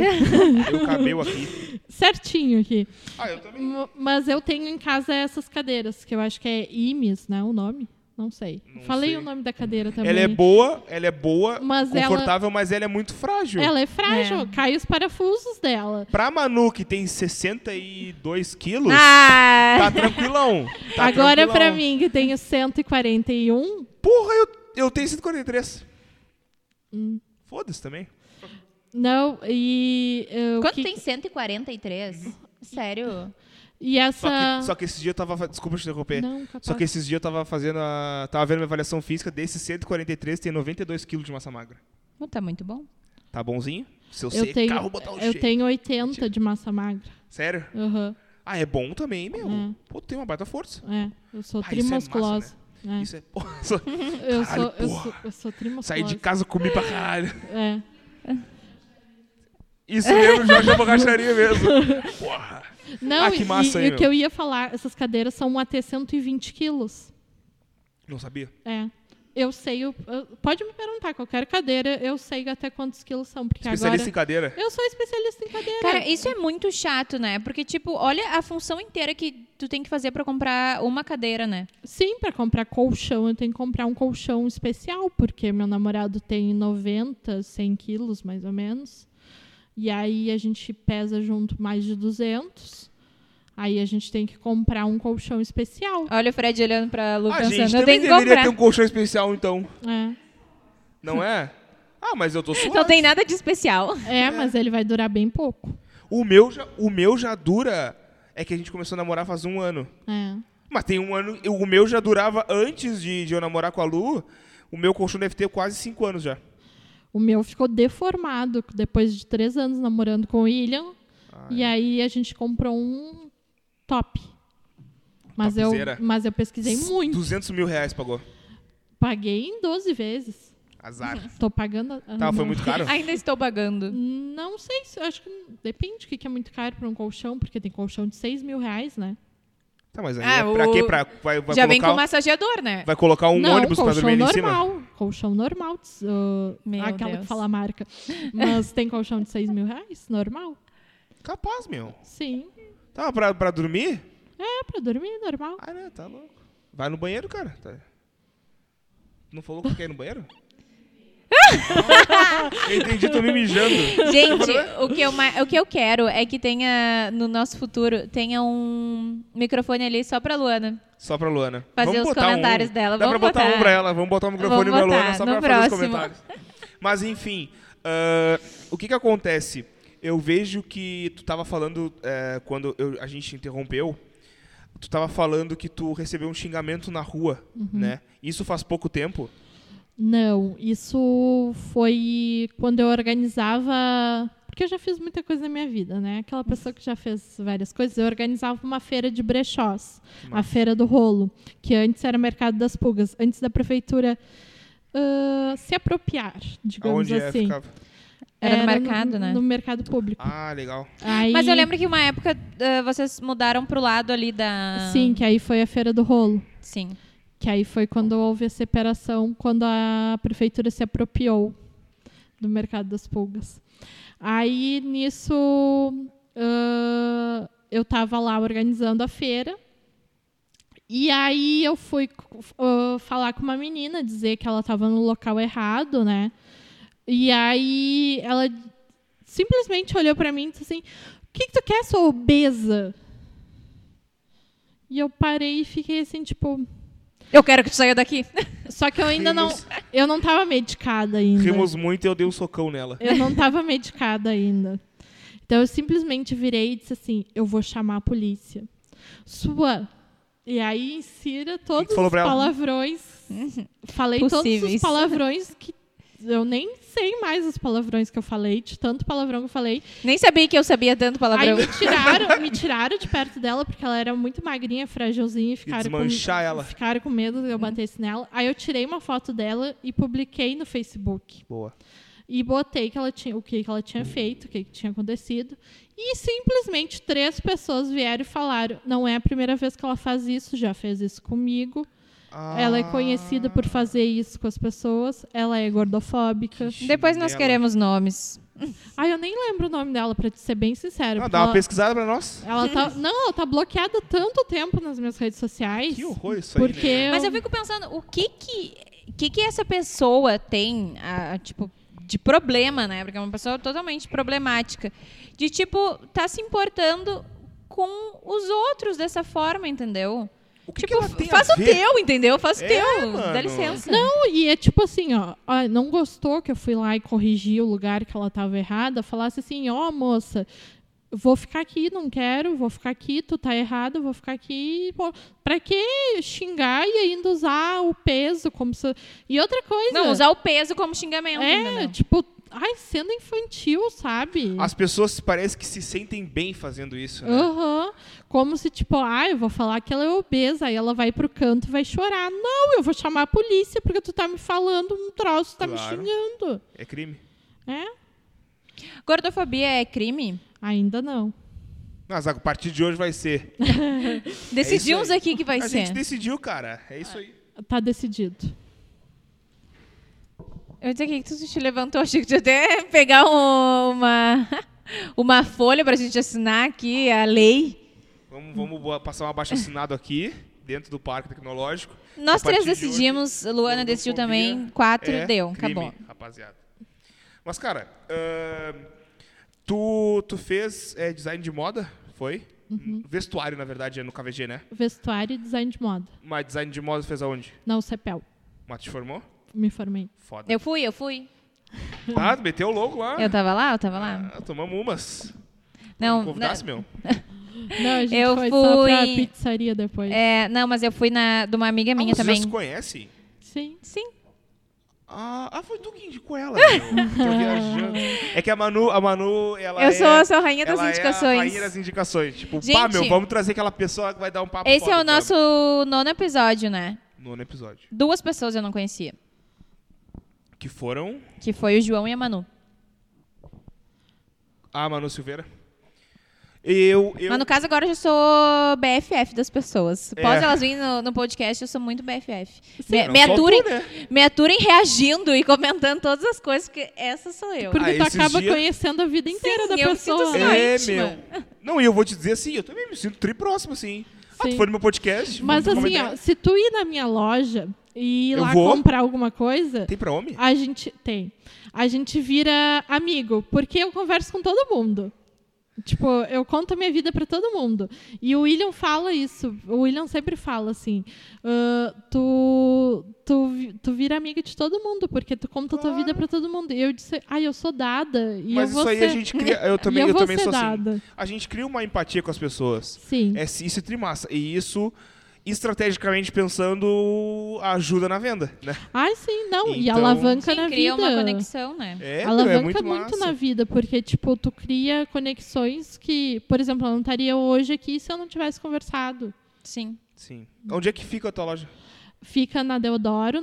Speaker 1: Eu cabeu
Speaker 2: *laughs*
Speaker 1: aqui.
Speaker 3: *laughs* Certinho aqui.
Speaker 1: Ah, eu também.
Speaker 3: M- Mas eu tenho em casa essas cadeiras, que eu acho que é IMES, né? O nome? Não sei.
Speaker 1: Não
Speaker 3: Falei
Speaker 1: sei.
Speaker 3: o nome da cadeira também.
Speaker 1: Ela é boa, ela é boa,
Speaker 3: Mas ela-
Speaker 1: confortável, mas ela é muito frágil.
Speaker 3: Ela é frágil, cai os parafusos dela.
Speaker 1: Pra Manu, que tem 62 quilos,
Speaker 2: Ah!
Speaker 1: tá tranquilão. Tá
Speaker 3: Agora,
Speaker 1: tranquilão.
Speaker 3: pra mim, que tenho 141,
Speaker 1: Porra, eu, eu tenho 143.
Speaker 3: Hum.
Speaker 1: Foda-se também.
Speaker 3: não, e. eh, o
Speaker 2: Quanto
Speaker 3: que-
Speaker 2: tem 143? Sério?
Speaker 3: E
Speaker 1: Só
Speaker 3: essa.
Speaker 1: que, só que esses dias eu tava. fa- Desculpa te interromper.
Speaker 3: Ah. Não, capaz.
Speaker 1: Só que esses dias eu tava fazendo a. Tava vendo minha avaliação física. Desses 143, tem 92 quilos de massa magra.
Speaker 2: Não tá muito bom.
Speaker 1: Tá bonzinho? Se eu,
Speaker 3: eu
Speaker 1: secar,
Speaker 3: tenho,
Speaker 1: eu vou botar um o
Speaker 3: eu
Speaker 1: cheio.
Speaker 3: tenho 80 de massa magra.
Speaker 1: Sério?
Speaker 3: Aham.
Speaker 1: Ah, é bom também, meu.
Speaker 3: É.
Speaker 1: Pô, tem uma baita força.
Speaker 3: É, eu sou
Speaker 1: Ah, isso é massa,
Speaker 3: trimusculosa. É.
Speaker 1: Isso é. Porra,
Speaker 3: *laughs*
Speaker 1: só- Caralho,
Speaker 3: Eu, sou, eu,
Speaker 1: porra.
Speaker 3: sou, eu sou trimusculosa.
Speaker 1: Saí de casa, comi pra caralho.
Speaker 3: É.
Speaker 1: Isso lembra o Jorge da Borracharia
Speaker 3: *laughs*
Speaker 1: mesmo. Porra.
Speaker 3: Não,
Speaker 1: Ah, que
Speaker 3: e-
Speaker 1: massa,
Speaker 3: e,
Speaker 1: hein,
Speaker 3: o
Speaker 1: meu?
Speaker 3: que eu ia falar, essas cadeiras são um até 120 quilos.
Speaker 1: Não sabia?
Speaker 3: É. Eu sei, o- eu- pode me perguntar, qualquer cadeira, eu sei até quantos quilos são, porque
Speaker 1: Especialista
Speaker 3: agora...
Speaker 1: em cadeira.
Speaker 3: Eu sou especialista em cadeira.
Speaker 2: Cara, isso é muito chato, né? Porque, tipo, olha a função inteira que tu tem que fazer pra comprar uma cadeira, né?
Speaker 3: Sim, para comprar colchão, eu tenho que comprar um colchão especial, porque meu namorado tem 90, 100 quilos, mais ou menos. E aí a gente pesa junto mais de 200. Aí a gente tem que comprar um colchão especial.
Speaker 2: Olha o Fred olhando pra Lu
Speaker 1: A Ah, gente
Speaker 2: pensando, eu
Speaker 1: também
Speaker 2: tenho que
Speaker 1: deveria
Speaker 2: comprar.
Speaker 1: ter um colchão especial, então.
Speaker 3: É.
Speaker 1: Não é? Ah, mas eu tô suave.
Speaker 2: Não Então tem nada de especial.
Speaker 3: É, mas ele vai durar bem pouco.
Speaker 1: O meu, já, o meu já dura. É que a gente começou a namorar faz um ano.
Speaker 3: É.
Speaker 1: Mas tem um ano. eu- O meu já durava antes de, de eu namorar com a Lu. O meu colchão deve ter quase cinco anos já.
Speaker 3: O meu ficou deformado depois de três anos namorando com o William. e aí a gente comprou um top. Mas eu,
Speaker 1: Topzera.
Speaker 3: mas eu pesquisei muito.
Speaker 1: 200 mil reais pagou.
Speaker 3: Paguei em 12 vezes.
Speaker 1: Azar.
Speaker 2: Uhum.
Speaker 3: Tô pagando. ah,
Speaker 1: Tá, foi
Speaker 3: não.
Speaker 1: muito caro?
Speaker 2: Ainda estou pagando.
Speaker 3: Não sei se. eu Acho que depende o que que é muito caro pra um colchão, porque tem colchão de 6 mil reais, né?
Speaker 1: Tá, mas aí
Speaker 2: Ah,
Speaker 1: é pra
Speaker 2: o-
Speaker 1: quê? Pra, vai, vai colocar,
Speaker 2: Já vem com
Speaker 1: um-
Speaker 2: massageador, né?
Speaker 1: vai colocar um
Speaker 3: não,
Speaker 1: ônibus pra
Speaker 3: colchão
Speaker 1: dormir ali em cima?
Speaker 3: normal. Colchão normal. tz- ah,
Speaker 2: Meu
Speaker 3: aquela
Speaker 2: Deus.
Speaker 3: que fala a marca. Mas tem colchão de 6 mil reais? Normal?
Speaker 1: Capaz, meu.
Speaker 3: Sim.
Speaker 1: Tá, pra, pra dormir?
Speaker 3: É pra dormir, normal.
Speaker 1: Ah, né? Tá louco. Vai no banheiro, cara. Tá. Não falou que quer ir no
Speaker 2: *laughs*
Speaker 1: banheiro? eu entendi, tô me mijando.
Speaker 2: Gente, o que, eu, ma- o que eu quero é que tenha, no nosso futuro, tenha um microfone ali só pra Luana.
Speaker 1: Só pra Luana.
Speaker 2: Fazer
Speaker 1: Vamos
Speaker 2: os
Speaker 1: botar
Speaker 2: comentários
Speaker 1: um.
Speaker 2: dela,
Speaker 1: Dá
Speaker 2: vamos
Speaker 1: pra botar,
Speaker 2: botar.
Speaker 1: um pra ela. Vamos botar um microfone
Speaker 2: Vamos
Speaker 1: pra
Speaker 2: botar,
Speaker 1: Luana só
Speaker 2: no
Speaker 1: pra fazer os
Speaker 2: próximo.
Speaker 1: comentários. Mas enfim, ah, o que que acontece? Eu vejo que tu tava falando, eh, quando eu- a gente interrompeu, tu tava falando que tu recebeu um xingamento na rua, né? Isso faz pouco tempo.
Speaker 3: Não, isso foi quando eu organizava. Porque eu já fiz muita coisa na minha vida, né? Aquela pessoa que já fez várias coisas. Eu organizava uma feira de brechós, a Feira do Rolo, que antes era Mercado das Pulgas, antes da prefeitura ah, se apropriar, digamos
Speaker 1: Aonde é?
Speaker 3: assim.
Speaker 1: Ficava?
Speaker 2: Era no mercado, né?
Speaker 3: No mercado público.
Speaker 1: Ah, legal.
Speaker 3: Aí-
Speaker 2: Mas eu lembro que uma época eh, vocês mudaram pro lado ali da...
Speaker 3: Sim, que aí foi a Feira do Rolo.
Speaker 2: Sim.
Speaker 3: Que aí foi quando houve a separação, quando a prefeitura se apropriou do mercado das pulgas. Aí nisso ãh, eu estava lá organizando a feira. E aí eu fui ãh, falar com uma menina, dizer que ela estava no local errado, né? E aí ela simplesmente olhou para mim e disse assim: O que, que tu quer, sua obesa? E eu parei e fiquei assim, tipo.
Speaker 2: Eu quero que tu saia daqui. *laughs*
Speaker 3: Só que eu ainda não.
Speaker 1: Rimos.
Speaker 3: Eu não tava medicada ainda.
Speaker 1: Rimos muito e eu dei um socão nela.
Speaker 3: Eu não tava medicada ainda. Então eu simplesmente virei e disse assim: eu vou chamar a polícia. Sua. E aí insira todos
Speaker 1: falou
Speaker 3: os
Speaker 1: pra ela?
Speaker 3: palavrões. Falei todos os
Speaker 2: Possíveis.
Speaker 3: palavrões que. Eu nem sei mais os palavrões que eu falei, de tanto palavrão que eu falei.
Speaker 2: Nem sabia que eu sabia tanto palavrão.
Speaker 3: Aí me tiraram, me tiraram de perto dela, porque ela era muito magrinha, fragilzinha, e ficaram com,
Speaker 1: desmanchar ela.
Speaker 3: ficaram com medo que eu batesse nela. Aí eu tirei uma foto dela e publiquei no Facebook.
Speaker 1: Boa.
Speaker 3: e botei que ela tinha, o que, que ela tinha feito, o que, que tinha acontecido. E simplesmente três pessoas vieram e falaram: não é a primeira vez que ela faz isso, já fez isso comigo. Ela é conhecida
Speaker 1: Ah.
Speaker 3: por fazer isso com as pessoas, ela é gordofóbica.
Speaker 2: Depois nós queremos nomes.
Speaker 3: Ah, eu nem lembro o nome dela, pra te ser bem
Speaker 1: Não,
Speaker 3: sincero. porque
Speaker 1: dá uma
Speaker 3: ela-
Speaker 1: pesquisada pra nós.
Speaker 3: Ela tá, não, ela tá bloqueada tanto tempo nas minhas redes sociais.
Speaker 1: Que horror isso aí.
Speaker 3: É Porque.
Speaker 1: né?
Speaker 3: eu-
Speaker 2: Mas eu fico pensando, o que que, que, que essa pessoa tem, ah, tipo, de problema, né? Porque é uma pessoa totalmente problemática. De, tipo, tá se importando com os outros dessa forma, entendeu?
Speaker 1: O que
Speaker 2: tipo,
Speaker 1: que ela tem a
Speaker 2: faz o
Speaker 1: ver?
Speaker 2: teu, entendeu? Faz o
Speaker 1: É,
Speaker 2: teu.
Speaker 1: mano.
Speaker 2: Dá licença.
Speaker 3: Não, e é tipo assim, ó, ah, não gostou que eu fui lá e corrigi o lugar que ela tava errada, falasse assim, ó, moça, vou ficar aqui, não quero, vou ficar aqui, tu tá errada, vou ficar aqui. Pô, pra que xingar e ainda usar o peso como se. E outra coisa.
Speaker 2: Não, usar né? o peso como xingamento.
Speaker 3: É,
Speaker 2: entendeu?
Speaker 3: tipo, ai, sendo infantil, sabe?
Speaker 1: As pessoas parece que se sentem bem fazendo isso,
Speaker 2: Uh.
Speaker 1: né?
Speaker 3: Aham. Como se, tipo, ah, eu vou falar que ela é obesa, aí ela vai pro canto e vai chorar. Não, eu vou chamar a polícia porque tu tá me falando um troço, tá
Speaker 1: Claro.
Speaker 3: me xingando.
Speaker 1: É crime.
Speaker 3: É?
Speaker 2: Gordofobia é crime?
Speaker 3: Ainda não.
Speaker 1: Mas a partir de hoje vai ser.
Speaker 2: Decidimos
Speaker 1: aí.
Speaker 2: aqui que vai
Speaker 1: a
Speaker 2: ser.
Speaker 1: gente decidiu, cara. É isso aí.
Speaker 3: Tá decidido.
Speaker 2: Eu ia dizer que tu te levantou, achei que tu ia até *laughs* pegar um- uma, *laughs* uma folha pra gente assinar aqui a lei.
Speaker 1: Vamos, vamos boa- passar um abaixo assinado aqui, dentro do Parque Tecnológico.
Speaker 2: Nós
Speaker 1: A partir
Speaker 2: três
Speaker 1: de hoje,
Speaker 2: decidimos, Luana decidiu
Speaker 1: gordofobia
Speaker 2: também, quatro
Speaker 1: é
Speaker 2: deu,
Speaker 1: crime,
Speaker 2: acabou.
Speaker 1: rapaziada. Mas, cara, ahn, tu, tu fez é, design de moda, foi?
Speaker 2: Uhum.
Speaker 1: Vestuário, na verdade, é no KVG, né?
Speaker 3: Vestuário e design de moda.
Speaker 1: Mas design de moda fez aonde?
Speaker 3: Não, CEPEL.
Speaker 1: Mas te formou?
Speaker 3: Me formei.
Speaker 1: Foda.
Speaker 2: Eu fui, eu fui.
Speaker 1: Ah, tu meteu o logo lá.
Speaker 2: Eu tava lá, eu tava lá.
Speaker 1: Ah, tomamos umas.
Speaker 2: Não,
Speaker 1: Me convidasse, meu.
Speaker 3: Não, a gente
Speaker 2: Eu
Speaker 3: foi só pra
Speaker 2: fui-
Speaker 3: pizzaria depois.
Speaker 2: é, não, mas eu fui na de uma amiga minha
Speaker 1: ah, vocês
Speaker 2: também.
Speaker 1: já se conhecem?
Speaker 3: Sim.
Speaker 2: Sim.
Speaker 1: Ah, ah, foi tu que indicou
Speaker 2: *laughs*
Speaker 1: ela. meu. Tô viajando. É que a Manu, a Manu, ela
Speaker 2: eu
Speaker 1: é...
Speaker 2: sou, eu sou a rainha das
Speaker 1: ela É a
Speaker 2: indicações.
Speaker 1: rainha das indicações. Tipo, pá,
Speaker 2: Gente,
Speaker 1: meu, vamos trazer aquela pessoa que vai dar um papo
Speaker 2: Esse
Speaker 1: foda
Speaker 2: é o
Speaker 1: pra-
Speaker 2: nosso nono episódio, né?
Speaker 1: Nono episódio.
Speaker 2: Duas pessoas eu não conhecia,
Speaker 1: Que foram
Speaker 2: que foi o João e a Manu.
Speaker 1: a Manu Silveira. Eu, eu...
Speaker 2: Mas no caso agora eu já sou BFF das pessoas.
Speaker 1: É.
Speaker 2: Após elas virem no, no podcast, eu sou muito BFF. me,
Speaker 1: não
Speaker 2: me,
Speaker 1: só
Speaker 2: aturem,
Speaker 1: tu, né?
Speaker 2: me aturem reagindo e comentando todas as coisas, porque essa sou eu.
Speaker 3: Porque
Speaker 1: Ah,
Speaker 3: tu
Speaker 1: esses
Speaker 3: acaba
Speaker 1: dias-
Speaker 3: conhecendo a vida inteira da
Speaker 2: eu me sinto
Speaker 3: pessoa.
Speaker 2: assim, ó.
Speaker 1: É,
Speaker 2: íntima.
Speaker 1: meu. Não, e eu vou te dizer assim, eu também me sinto tri próximo, assim. Ah, tu
Speaker 3: Sim.
Speaker 1: foi no meu podcast.
Speaker 3: Mas
Speaker 1: vamos trocar
Speaker 3: assim,
Speaker 1: uma
Speaker 3: ó,
Speaker 1: ideia.
Speaker 3: se tu ir na minha loja e ir
Speaker 1: Eu
Speaker 3: lá
Speaker 1: vou.
Speaker 3: comprar alguma coisa,
Speaker 1: Tem pra homem?
Speaker 3: a gente. Tem. A gente vira amigo, porque eu converso com todo mundo. Tipo, eu conto a minha vida pra todo mundo. E o William fala isso. O William sempre fala assim: "Ah, tu, tu, vi- tu vira amiga de todo mundo, porque tu conta a tua vida pra todo mundo. E eu disse: ai, eu sou dada. E
Speaker 1: Mas
Speaker 3: eu vou
Speaker 1: isso aí
Speaker 3: ser-
Speaker 1: a gente cria...
Speaker 2: *laughs*
Speaker 1: Eu
Speaker 3: e
Speaker 1: também,
Speaker 3: eu
Speaker 1: eu
Speaker 3: vou
Speaker 1: também
Speaker 3: ser
Speaker 1: sou assim.
Speaker 3: dada.
Speaker 1: A gente cria uma empatia com as pessoas.
Speaker 3: Sim.
Speaker 1: É, isso é trimassa. E isso, estrategicamente pensando, ajuda na venda, né?
Speaker 3: Ai, sim, não. e
Speaker 1: Então-
Speaker 3: alavanca
Speaker 2: Sim,
Speaker 3: na
Speaker 2: cria
Speaker 3: vida.
Speaker 2: uma conexão, né?
Speaker 1: É, meu,
Speaker 3: alavanca tá
Speaker 1: é muito, massa.
Speaker 3: na vida, porque, tipo, tu cria conexões que, por exemplo, eu não estaria hoje aqui se eu não tivesse conversado.
Speaker 2: Sim.
Speaker 1: Sim. Onde é que fica a tua loja?
Speaker 3: Fica na Deodoro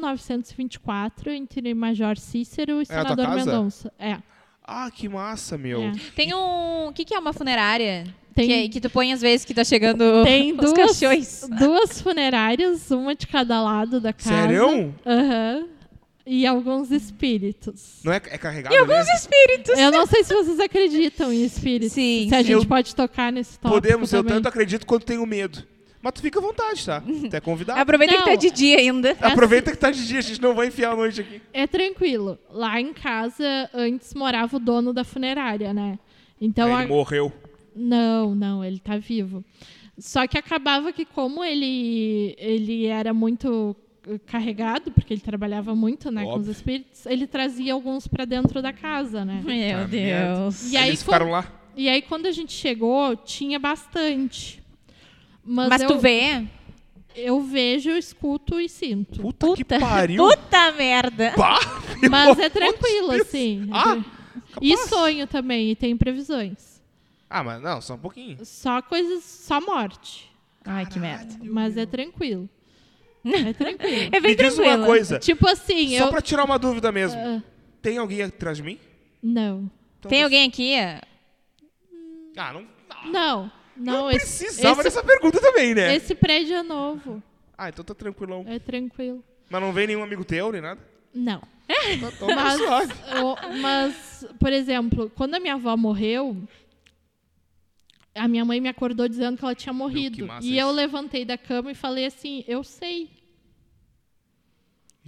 Speaker 3: 924, entre Major Cícero e
Speaker 1: É a tua
Speaker 3: Senador
Speaker 1: casa?
Speaker 3: Mendonça. É.
Speaker 1: Ah, que massa, meu.
Speaker 3: É.
Speaker 2: Tem um... O que, que é uma funerária?
Speaker 3: Tem-
Speaker 2: Que, que tu põe às vezes que tá chegando
Speaker 3: Tem
Speaker 2: os
Speaker 3: duas-
Speaker 2: caixões.
Speaker 3: Duas funerárias, uma de cada lado da casa.
Speaker 1: Sério?
Speaker 3: Aham. E alguns espíritos.
Speaker 1: Não é, é carregado, né?
Speaker 2: Espíritos.
Speaker 3: Eu não sei se vocês acreditam em espíritos.
Speaker 2: Sim,
Speaker 3: se a
Speaker 2: sim.
Speaker 3: gente
Speaker 1: Eu-
Speaker 3: pode tocar nesse tópico
Speaker 1: Podemos, eu
Speaker 3: também.
Speaker 1: tanto acredito quanto tenho medo. Mas tu fica à vontade,
Speaker 3: *laughs*
Speaker 1: tá? Tu é convidado.
Speaker 2: Aproveita que
Speaker 3: Não.
Speaker 2: tá de dia ainda.
Speaker 3: assim.
Speaker 1: Aproveita que tá de dia, a gente não vai enfiar a noite aqui.
Speaker 3: É tranquilo. Lá em casa, antes morava o dono da funerária, né? Então,
Speaker 1: Aí
Speaker 3: a-
Speaker 1: ele morreu.
Speaker 3: não, não, ele tá vivo. Só que acabava que como ele ele era muito eh, carregado, porque ele trabalhava muito, né, com os
Speaker 1: Óbvio.
Speaker 3: espíritos, ele trazia alguns pra dentro da casa, né?
Speaker 2: Meu
Speaker 1: Tá
Speaker 2: Deus.
Speaker 3: E aí,
Speaker 1: Eles
Speaker 3: quan-
Speaker 1: ficaram lá.
Speaker 3: e aí quando a gente chegou, tinha bastante. Mas,
Speaker 2: Mas
Speaker 3: eu,
Speaker 2: tu vê?
Speaker 3: eu vejo, escuto
Speaker 1: *laughs*
Speaker 3: e sinto.
Speaker 1: Puta, que pariu.
Speaker 2: Puta merda.
Speaker 1: Pá!
Speaker 3: Mas é tranquilo, assim. é
Speaker 1: Ah,
Speaker 3: tran- e sonho também, e tem previsões.
Speaker 1: Ah, mas não, só um pouquinho.
Speaker 3: Só coisas, só morte.
Speaker 2: Ai, que merda.
Speaker 3: Mas é tranquilo. É tranquilo.
Speaker 2: É
Speaker 1: Me
Speaker 2: bem
Speaker 1: diz
Speaker 2: *laughs* tranquilo.
Speaker 1: uma coisa.
Speaker 3: tipo assim,
Speaker 1: Só
Speaker 3: eu.
Speaker 1: pra tirar uma dúvida mesmo.
Speaker 3: Ah.
Speaker 1: Tem alguém atrás de mim?
Speaker 3: Não.
Speaker 1: Então
Speaker 2: Tem
Speaker 1: eu-
Speaker 2: alguém aqui? é?
Speaker 1: Ah, não.
Speaker 3: Não. Não,
Speaker 1: Não
Speaker 3: esse,
Speaker 1: precisava
Speaker 3: esse-
Speaker 1: dessa pergunta também, né?
Speaker 3: esse prédio é novo.
Speaker 1: Ah, então tá tranquilão.
Speaker 3: É tranquilo.
Speaker 1: Mas não vem nenhum amigo teu, nem
Speaker 3: *laughs*
Speaker 1: nada?
Speaker 3: Não.
Speaker 1: Tá tão
Speaker 3: Mas,
Speaker 1: suave.
Speaker 3: o- mas, por exemplo, quando a minha avó morreu, a minha mãe me acordou dizendo que ela tinha morrido.
Speaker 1: massa
Speaker 3: E eu
Speaker 1: isso.
Speaker 3: levantei da cama e falei assim: eu sei.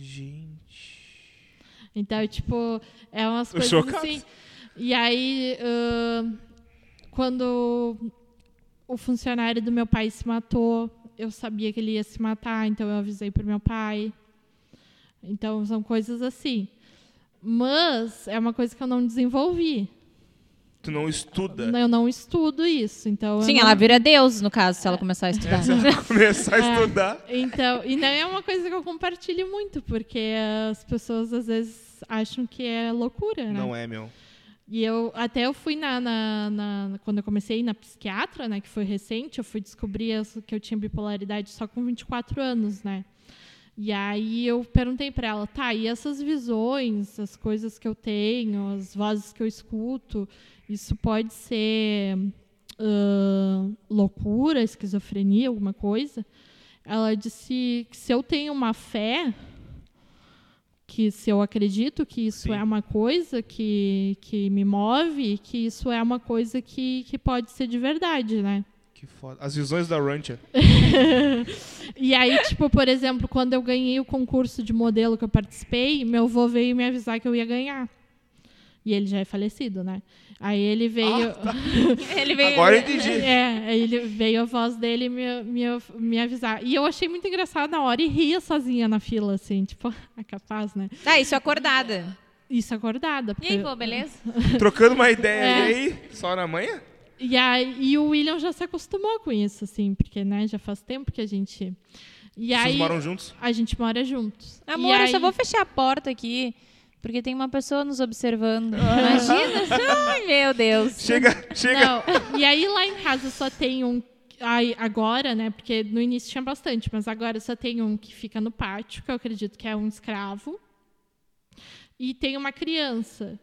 Speaker 1: Gente.
Speaker 3: Então, tipo, é umas
Speaker 1: Tô
Speaker 3: coisas
Speaker 1: chocado.
Speaker 3: assim. E aí, ahn, quando o funcionário do meu pai se matou, eu sabia que ele ia se matar, então eu avisei pro meu pai. Então, são coisas assim. Mas é uma coisa que eu não desenvolvi.
Speaker 1: Tu não estuda.
Speaker 3: Eu não estudo isso. Então eu
Speaker 2: Sim,
Speaker 3: não-
Speaker 2: ela vira Deus, no caso, se ela começar a estudar.
Speaker 1: Se ela *laughs* começar a
Speaker 3: É.
Speaker 1: estudar.
Speaker 3: Então, e não é uma coisa que eu compartilho muito, porque as pessoas às vezes acham que é loucura, né?
Speaker 1: Não é, meu.
Speaker 3: E eu até eu fui na, na- na- quando eu comecei na psiquiatra, né, que foi recente, eu fui descobrir as- que eu tinha bipolaridade só com 24 anos, né? E aí eu perguntei para ela, tá, e essas visões, as coisas que eu tenho, as vozes que eu escuto, isso pode ser ah, loucura, esquizofrenia, alguma coisa? Ela disse que se eu tenho uma fé, que se eu acredito que isso
Speaker 1: Sim.
Speaker 3: é uma coisa que, que me move, que isso é uma coisa que, que pode ser de verdade, né?
Speaker 1: Que foda. As visões da Rancher.
Speaker 3: E aí, tipo, por exemplo, quando eu ganhei o concurso de modelo que eu participei, meu avô veio me avisar que eu ia ganhar. E ele já é falecido, né? Aí ele veio.
Speaker 2: *laughs* Ele
Speaker 1: Agora eu entendi.
Speaker 3: É, aí ele veio a voz dele me, me, me avisar. E eu achei muito engraçado na hora e ria sozinha na fila, assim, tipo, *laughs* é capaz, né?
Speaker 2: Ah, isso acordada.
Speaker 3: Isso acordada.
Speaker 2: E
Speaker 3: porque-
Speaker 2: aí, pô, beleza?
Speaker 1: Trocando uma ideia.
Speaker 3: *laughs* É.
Speaker 1: E aí? Só na manhã?
Speaker 3: E, aí, e o William já se acostumou com isso, assim, porque, né, já faz tempo que a gente. E
Speaker 1: Vocês
Speaker 3: aí,
Speaker 1: moram juntos?
Speaker 3: a gente mora juntos.
Speaker 2: Amor,
Speaker 3: E
Speaker 2: eu só
Speaker 3: aí-
Speaker 2: vou fechar a porta aqui, porque tem uma pessoa nos observando. Imagina, só- ai meu Deus.
Speaker 1: Chega, chega.
Speaker 3: Não, e aí lá em casa só tem um. Ai, agora, né? Porque no início tinha bastante, mas agora só tem um que fica no pátio, que eu acredito que é um escravo. E tem uma criança.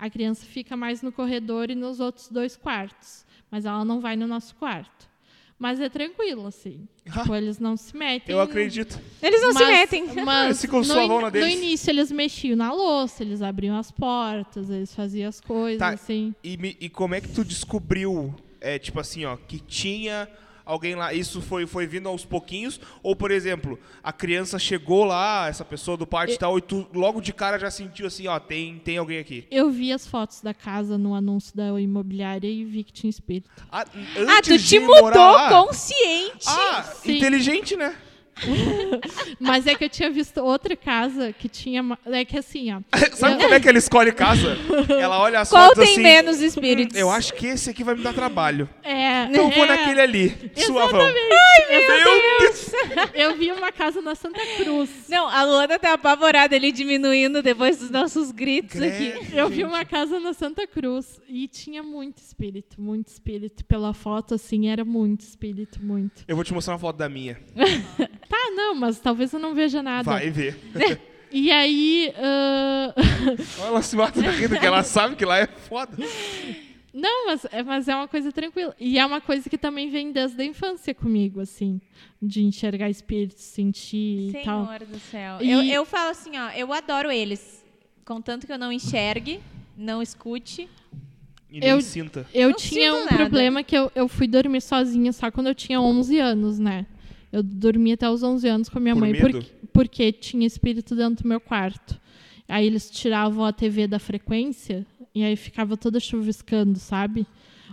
Speaker 3: A criança fica mais no corredor e nos outros dois quartos. Mas ela não vai no nosso quarto. Mas é tranquilo, assim.
Speaker 1: *laughs*
Speaker 3: Tipo, eles não se metem.
Speaker 1: Eu acredito.
Speaker 2: Eles não se
Speaker 3: Mas-
Speaker 2: metem.
Speaker 3: Mas
Speaker 1: Eles ficam
Speaker 3: no
Speaker 1: só a
Speaker 3: in-
Speaker 1: rola
Speaker 3: no
Speaker 1: deles.
Speaker 3: início eles mexiam na louça, eles abriam as portas, eles faziam as coisas,
Speaker 1: Tá.
Speaker 3: assim.
Speaker 1: E, me- e como é que tu descobriu, é, tipo assim, ó, que tinha alguém lá? Isso foi, foi vindo aos pouquinhos? Ou, por exemplo, a criança chegou lá, essa pessoa do pátio e tal, e tu logo de cara já sentiu assim, ó, tem, tem alguém aqui.
Speaker 3: Eu vi as fotos da casa no anúncio da imobiliária e vi que tinha espírito.
Speaker 1: Ah,
Speaker 2: Ah, tu
Speaker 1: antes
Speaker 2: te
Speaker 1: de morar
Speaker 2: mudou
Speaker 1: lá-
Speaker 2: consciente.
Speaker 1: Ah,
Speaker 3: Sim.
Speaker 1: inteligente, né?
Speaker 3: Mas é que eu tinha visto outra casa que tinha. ma- É que assim, ó.
Speaker 1: Sabe como é que ela escolhe casa? Ela olha as
Speaker 2: Qual
Speaker 1: fotos
Speaker 2: tem
Speaker 1: assim...
Speaker 2: menos espíritos?
Speaker 1: Eu acho que esse aqui vai me dar trabalho.
Speaker 3: É,
Speaker 1: Então eu vou
Speaker 3: é,
Speaker 1: naquele ali, suavão.
Speaker 3: Ai,
Speaker 1: Meu
Speaker 3: meu
Speaker 1: Deus!
Speaker 3: Eu vi uma casa na Santa Cruz.
Speaker 2: Não, a Luana tá apavorada ali diminuindo depois dos nossos gritos aqui.
Speaker 1: Credo,
Speaker 3: Eu vi
Speaker 1: gente.
Speaker 3: uma casa na Santa Cruz e tinha muito espírito, muito espírito. Pela foto, assim, era muito espírito, muito.
Speaker 1: Eu vou te mostrar uma foto da minha.
Speaker 3: Tá, não, mas talvez eu não veja nada.
Speaker 1: Vai ver.
Speaker 3: E aí. ah,
Speaker 1: Olha ela se mata da rindo, que
Speaker 3: *laughs*
Speaker 1: ela sabe que lá é foda.
Speaker 3: Não, mas, é- mas é uma coisa tranquila. E é uma coisa que também vem desde a infância comigo, assim. De enxergar espíritos, sentir e tal.
Speaker 2: Senhor do céu.
Speaker 3: E-
Speaker 2: Eu, eu falo assim, ó, eu adoro eles. Contanto que eu não enxergue, não escute.
Speaker 1: E
Speaker 3: Eu-
Speaker 1: nem sinta.
Speaker 3: Eu
Speaker 2: Não
Speaker 3: tinha
Speaker 2: sinto
Speaker 3: um
Speaker 2: nada.
Speaker 3: problema que eu, eu fui dormir sozinha só quando eu tinha 11 anos, né? Eu dormi até os 11 anos com a minha
Speaker 1: Por
Speaker 3: mãe
Speaker 1: medo?
Speaker 3: porque, porque tinha espírito dentro do meu quarto. Aí eles tiravam a TV da frequência e aí ficava toda chuviscando, sabe?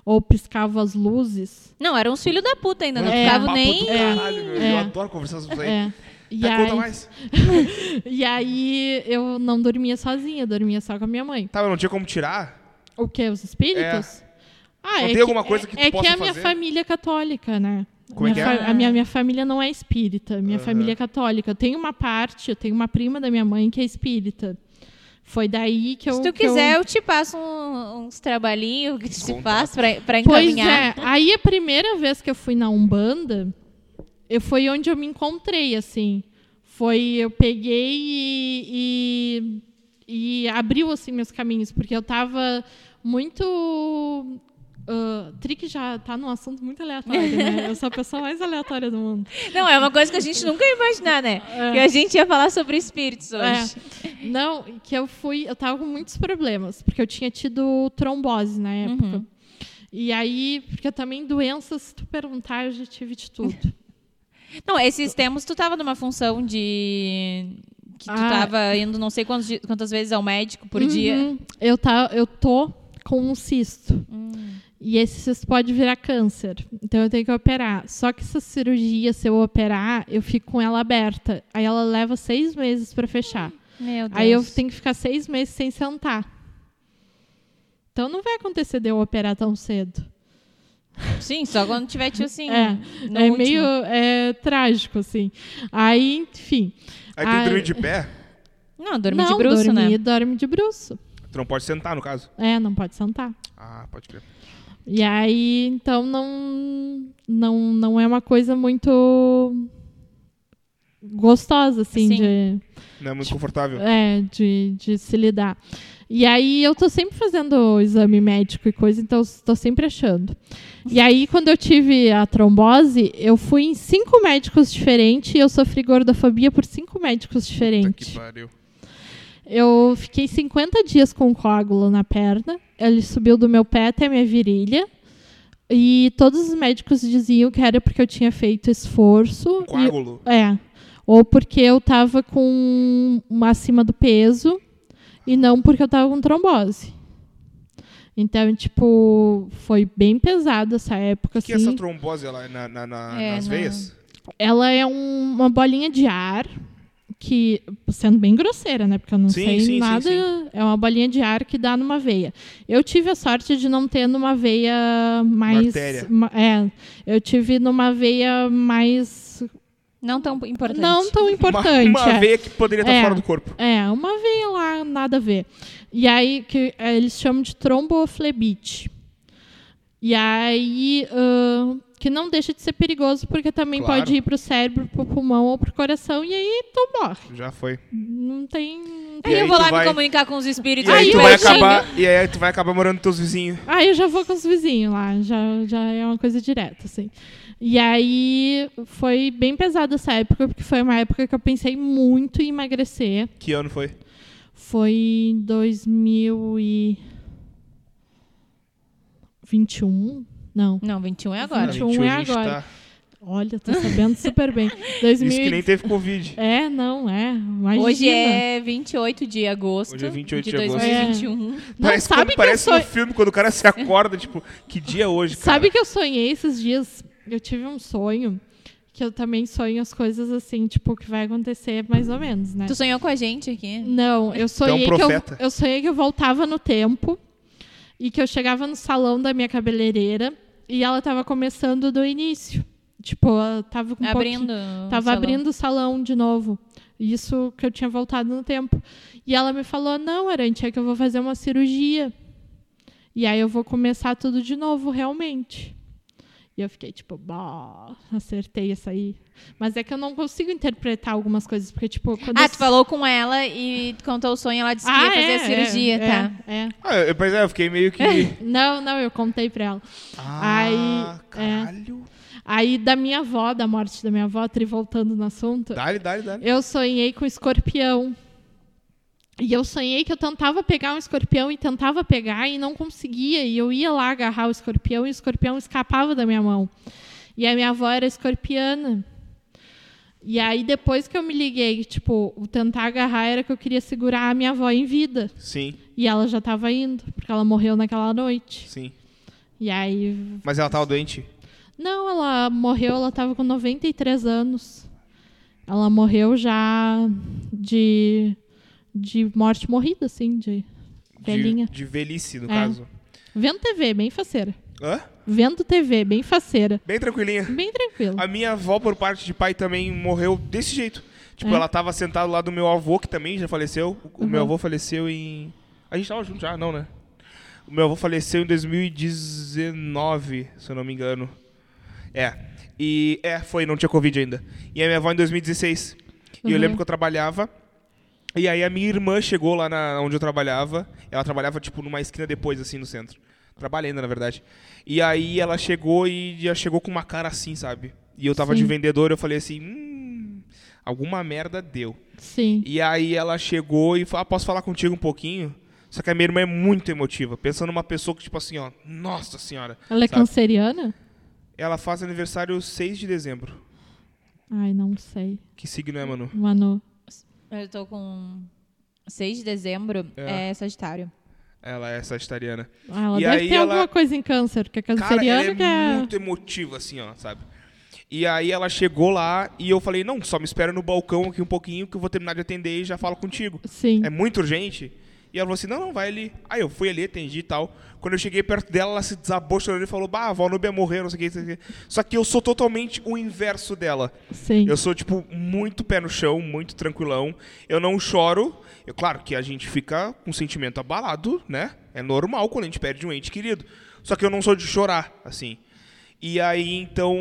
Speaker 3: Ou piscava as luzes.
Speaker 2: Não, era uns filhos da puta ainda, não
Speaker 1: É,
Speaker 2: ficava
Speaker 1: papo
Speaker 2: nem.
Speaker 1: do caralho, meu. Eu
Speaker 3: É.
Speaker 1: adoro conversar sobre isso aí.
Speaker 3: É. E
Speaker 1: Tá,
Speaker 3: aí,
Speaker 1: conta mais.
Speaker 3: E aí eu não dormia sozinha, dormia só com a minha mãe.
Speaker 1: Tá, mas não tinha como tirar?
Speaker 3: O que? Os espíritos? Ah,
Speaker 1: Não É. tem alguma coisa que tu
Speaker 3: é,
Speaker 1: possa
Speaker 3: que a minha
Speaker 1: fazer?
Speaker 3: família é católica, né?
Speaker 1: Como é
Speaker 3: Minha
Speaker 1: que é?
Speaker 3: fa- A minha, minha família não é espírita, minha
Speaker 1: Aham.
Speaker 3: família é católica. Eu tenho uma parte, eu tenho uma prima da minha mãe que é espírita. Foi daí que eu.
Speaker 2: Se tu
Speaker 3: que eu-
Speaker 2: quiser, eu, te passo um- uns trabalhinhos que te
Speaker 1: Contato.
Speaker 2: faz pra, pra
Speaker 3: Pois
Speaker 2: encaminhar.
Speaker 3: é, aí a primeira vez que eu fui na Umbanda, eu foi onde eu me encontrei, assim. Foi, eu peguei e, E abriu assim meus caminhos, porque eu estava muito Uh, Trick já tá num assunto muito aleatório, né? Eu sou a pessoa mais aleatória do mundo.
Speaker 2: Não, é uma coisa que a gente nunca ia imaginar, né? É. Que a gente ia falar sobre espíritos hoje.
Speaker 3: É. Não, que eu fui. Eu tava com muitos problemas, porque eu tinha tido trombose na época. Uhum. E aí, porque também doenças, se tu perguntar, eu já tive de tudo.
Speaker 2: Não, esses tempos tu tava numa função de que tu ah. tava indo não sei quantos, quantas vezes ao médico por uhum. dia.
Speaker 3: Eu tá, eu tô com um cisto. Hum. E esse cisto pode virar câncer. Então eu tenho que operar. Só que essa cirurgia, se eu operar, eu fico com ela aberta. Aí ela leva seis meses para fechar.
Speaker 2: Meu Deus.
Speaker 3: Aí eu tenho que ficar seis meses sem sentar. Então não vai acontecer de eu operar tão cedo.
Speaker 2: Sim, só quando tiver tio assim.
Speaker 3: É, é último. meio é, trágico, assim. Aí, enfim.
Speaker 1: Aí
Speaker 3: Ah,
Speaker 1: tem que dormir de
Speaker 3: é.
Speaker 1: pé?
Speaker 2: Não, dorme não, de bruxo, dormi, né?
Speaker 3: Dorme de bruxo.
Speaker 1: Tu não pode sentar, no caso?
Speaker 3: É, não pode sentar.
Speaker 1: Ah, pode crer.
Speaker 3: E aí, então, não, não, não é uma coisa muito gostosa, assim, Sim. de...
Speaker 1: Não é muito confortável.
Speaker 3: É, de, de se lidar. E aí, eu tô sempre fazendo exame médico e coisa, então tô sempre achando. E aí, quando eu tive a trombose, eu fui em cinco médicos diferentes e eu sofri gordofobia por cinco médicos diferentes.
Speaker 1: Puta que pariu.
Speaker 3: Eu fiquei 50 dias com um coágulo na perna. Ele subiu do meu pé até a minha virilha. E todos os médicos diziam que era porque eu tinha feito esforço.
Speaker 1: Um coágulo?
Speaker 3: E, é. Ou porque eu estava com uma acima do peso e não porque eu estava com trombose. Então, tipo, foi bem pesado essa época.
Speaker 1: O que,
Speaker 3: assim.
Speaker 1: que é essa trombose ela, na, na, na é, nas na... veias?
Speaker 3: Ela é um, uma bolinha de ar que, sendo bem grosseira, né? Porque eu não
Speaker 1: sim,
Speaker 3: sei
Speaker 1: sim,
Speaker 3: nada,
Speaker 1: sim,
Speaker 3: é uma bolinha de ar que dá numa veia. Eu tive a sorte de não ter numa veia mais. Ma, é, eu tive numa veia mais.
Speaker 2: Não tão importante.
Speaker 3: Não tão importante.
Speaker 1: Uma, uma
Speaker 3: é.
Speaker 1: veia que poderia estar é, fora do corpo.
Speaker 3: É, uma veia lá, nada a ver. E aí, que é, eles chamam de tromboflebite. E aí. Uh, que não deixa de ser perigoso, porque também
Speaker 1: Claro.
Speaker 3: pode ir para o cérebro, para o pulmão ou para o coração, e aí tu morre.
Speaker 1: Já foi.
Speaker 3: Não tem.
Speaker 1: E
Speaker 2: Aí eu
Speaker 1: aí
Speaker 2: vou
Speaker 1: tu
Speaker 2: lá
Speaker 1: vai-
Speaker 2: me comunicar com os espíritos.
Speaker 1: E aí,
Speaker 3: Aí
Speaker 1: tu
Speaker 3: eu
Speaker 1: vai
Speaker 3: achei-
Speaker 1: acabar, e aí tu vai acabar morando com teus vizinhos.
Speaker 3: Ah, eu já vou com os vizinhos lá, já, já é uma coisa direta, assim. E aí foi bem pesado essa época, porque foi uma época que eu pensei muito em emagrecer.
Speaker 1: Que ano foi?
Speaker 3: Foi em 2021. um? Não.
Speaker 2: Não, 21 é agora.
Speaker 3: 21
Speaker 1: Gente, hoje
Speaker 3: é
Speaker 1: a gente
Speaker 3: agora.
Speaker 1: tá-
Speaker 3: Olha, tô sabendo super
Speaker 1: *laughs*
Speaker 3: bem.
Speaker 1: Isso que
Speaker 3: 2000
Speaker 1: nem teve Covid.
Speaker 3: É, não, é. Imagina.
Speaker 2: Hoje é 28 de agosto
Speaker 1: Hoje é 28
Speaker 2: de
Speaker 1: de agosto.
Speaker 2: 2021.
Speaker 3: Não,
Speaker 1: parece
Speaker 3: sabe
Speaker 1: quando-
Speaker 3: que
Speaker 1: parece
Speaker 3: eu
Speaker 1: no
Speaker 3: sou...
Speaker 1: filme, quando o cara se acorda, tipo, que dia é hoje, cara?
Speaker 3: Sabe que eu sonhei esses dias? Eu tive um sonho que eu também sonho as coisas assim, tipo, o que vai acontecer mais ou menos, né?
Speaker 2: Tu sonhou com a gente aqui?
Speaker 3: Não, eu sonhei que
Speaker 1: profeta.
Speaker 3: eu, eu sonhei que eu voltava no tempo e que eu chegava no salão da minha cabeleireira e ela tava começando do início. Tipo, ela tava com um
Speaker 2: abrindo. o
Speaker 3: Tava
Speaker 2: salão.
Speaker 3: abrindo o salão de novo. Isso que eu tinha voltado no tempo. E ela me falou: não, Arante, é que eu vou fazer uma cirurgia. E aí eu vou começar tudo de novo, realmente. E eu fiquei tipo, bah, acertei essa aí. Mas é que eu não consigo interpretar algumas coisas, porque, tipo, quando.
Speaker 2: Ah,
Speaker 3: eu-
Speaker 2: tu falou com ela e tu contou o sonho, ela disse que ia fazer
Speaker 3: é,
Speaker 2: a cirurgia,
Speaker 3: é,
Speaker 2: tá?
Speaker 3: É, é.
Speaker 1: Ah, eu, pois é, eu fiquei meio que.
Speaker 3: Não, não, eu contei pra ela.
Speaker 1: Ah,
Speaker 3: Aí, é.
Speaker 1: caralho.
Speaker 3: Aí da minha avó, da morte da minha avó, tri voltando no assunto,
Speaker 1: Dá-lhe, dá-lhe, dá-lhe.
Speaker 3: Eu sonhei com escorpião. E eu sonhei que eu tentava pegar um escorpião e tentava pegar e não conseguia. E eu ia lá agarrar o escorpião e o escorpião escapava da minha mão. E a minha avó era escorpiana. E aí depois que eu me liguei, tipo, o tentar agarrar era que eu queria segurar a minha avó em vida.
Speaker 1: Sim,
Speaker 3: E ela já estava indo, porque ela morreu naquela noite.
Speaker 1: sim.
Speaker 3: E aí,
Speaker 1: Mas ela tava doente?
Speaker 3: não, ela morreu, ela estava com 93 anos. Ela morreu já de, de morte morrida, assim, de velhinha.
Speaker 1: De, de velhice, no
Speaker 3: É.
Speaker 1: caso.
Speaker 3: Vendo TV, bem faceira.
Speaker 1: Hã?
Speaker 3: Vendo TV, bem faceira.
Speaker 1: Bem tranquilinha.
Speaker 3: Bem tranquilo.
Speaker 1: A minha avó, por parte de pai, também morreu desse jeito. Tipo,
Speaker 3: É. Uhum.
Speaker 1: ela tava sentada lá do meu avô, que também já faleceu. O meu avô faleceu em. A gente tava junto já, não, né? O meu avô faleceu em 2019, se eu não me engano. É. E. É, foi, não tinha Covid ainda. E a minha avó em 2016. E eu
Speaker 3: Uhum.
Speaker 1: lembro que eu trabalhava. E aí a minha irmã chegou lá na, onde eu trabalhava. Ela trabalhava, tipo, numa esquina depois, assim, no centro. Trabalha ainda, na verdade. E aí ela chegou e já chegou com uma cara assim, sabe? E eu tava
Speaker 3: Sim.
Speaker 1: de vendedor, eu falei assim, hum, alguma merda deu.
Speaker 3: Sim.
Speaker 1: E aí ela chegou e falou, ah, posso falar contigo um pouquinho? Só que a minha irmã é muito emotiva. Pensa numa pessoa que, tipo assim, ó, nossa senhora.
Speaker 3: Ela é
Speaker 1: sabe?
Speaker 3: canceriana?
Speaker 1: Ela faz aniversário 6 de dezembro.
Speaker 3: Ai, não sei.
Speaker 1: Que signo é, Manu?
Speaker 3: Manu.
Speaker 2: Eu tô com 6 de dezembro,
Speaker 1: É.
Speaker 2: é, Sagitário.
Speaker 1: Ela é sagitariana.
Speaker 3: Ah, ela
Speaker 1: E aí
Speaker 3: deve ter
Speaker 1: ela-
Speaker 3: alguma coisa em câncer, que é
Speaker 1: Cara, ela
Speaker 3: canceriana
Speaker 1: é
Speaker 3: que é.
Speaker 1: muito emotiva, assim, ó, sabe? E aí ela chegou lá e eu falei, não, só me espera no balcão aqui um pouquinho que eu vou terminar de atender e já falo contigo.
Speaker 3: Sim.
Speaker 1: É muito urgente. E ela falou assim, não, não, vai ali. Aí eu fui ali, atendi e tal. Quando eu cheguei perto dela, ela se desabou chorando e falou, bah, a vó Nubia morreu, não sei o que, não sei o que. Só que eu sou totalmente o inverso dela.
Speaker 3: Sim.
Speaker 1: Eu sou, tipo, muito pé no chão, muito tranquilão. Eu não choro. Eu, claro que a gente fica com o sentimento abalado, né? É normal quando a gente perde um ente querido. Só que eu não sou de chorar, assim. E aí, então.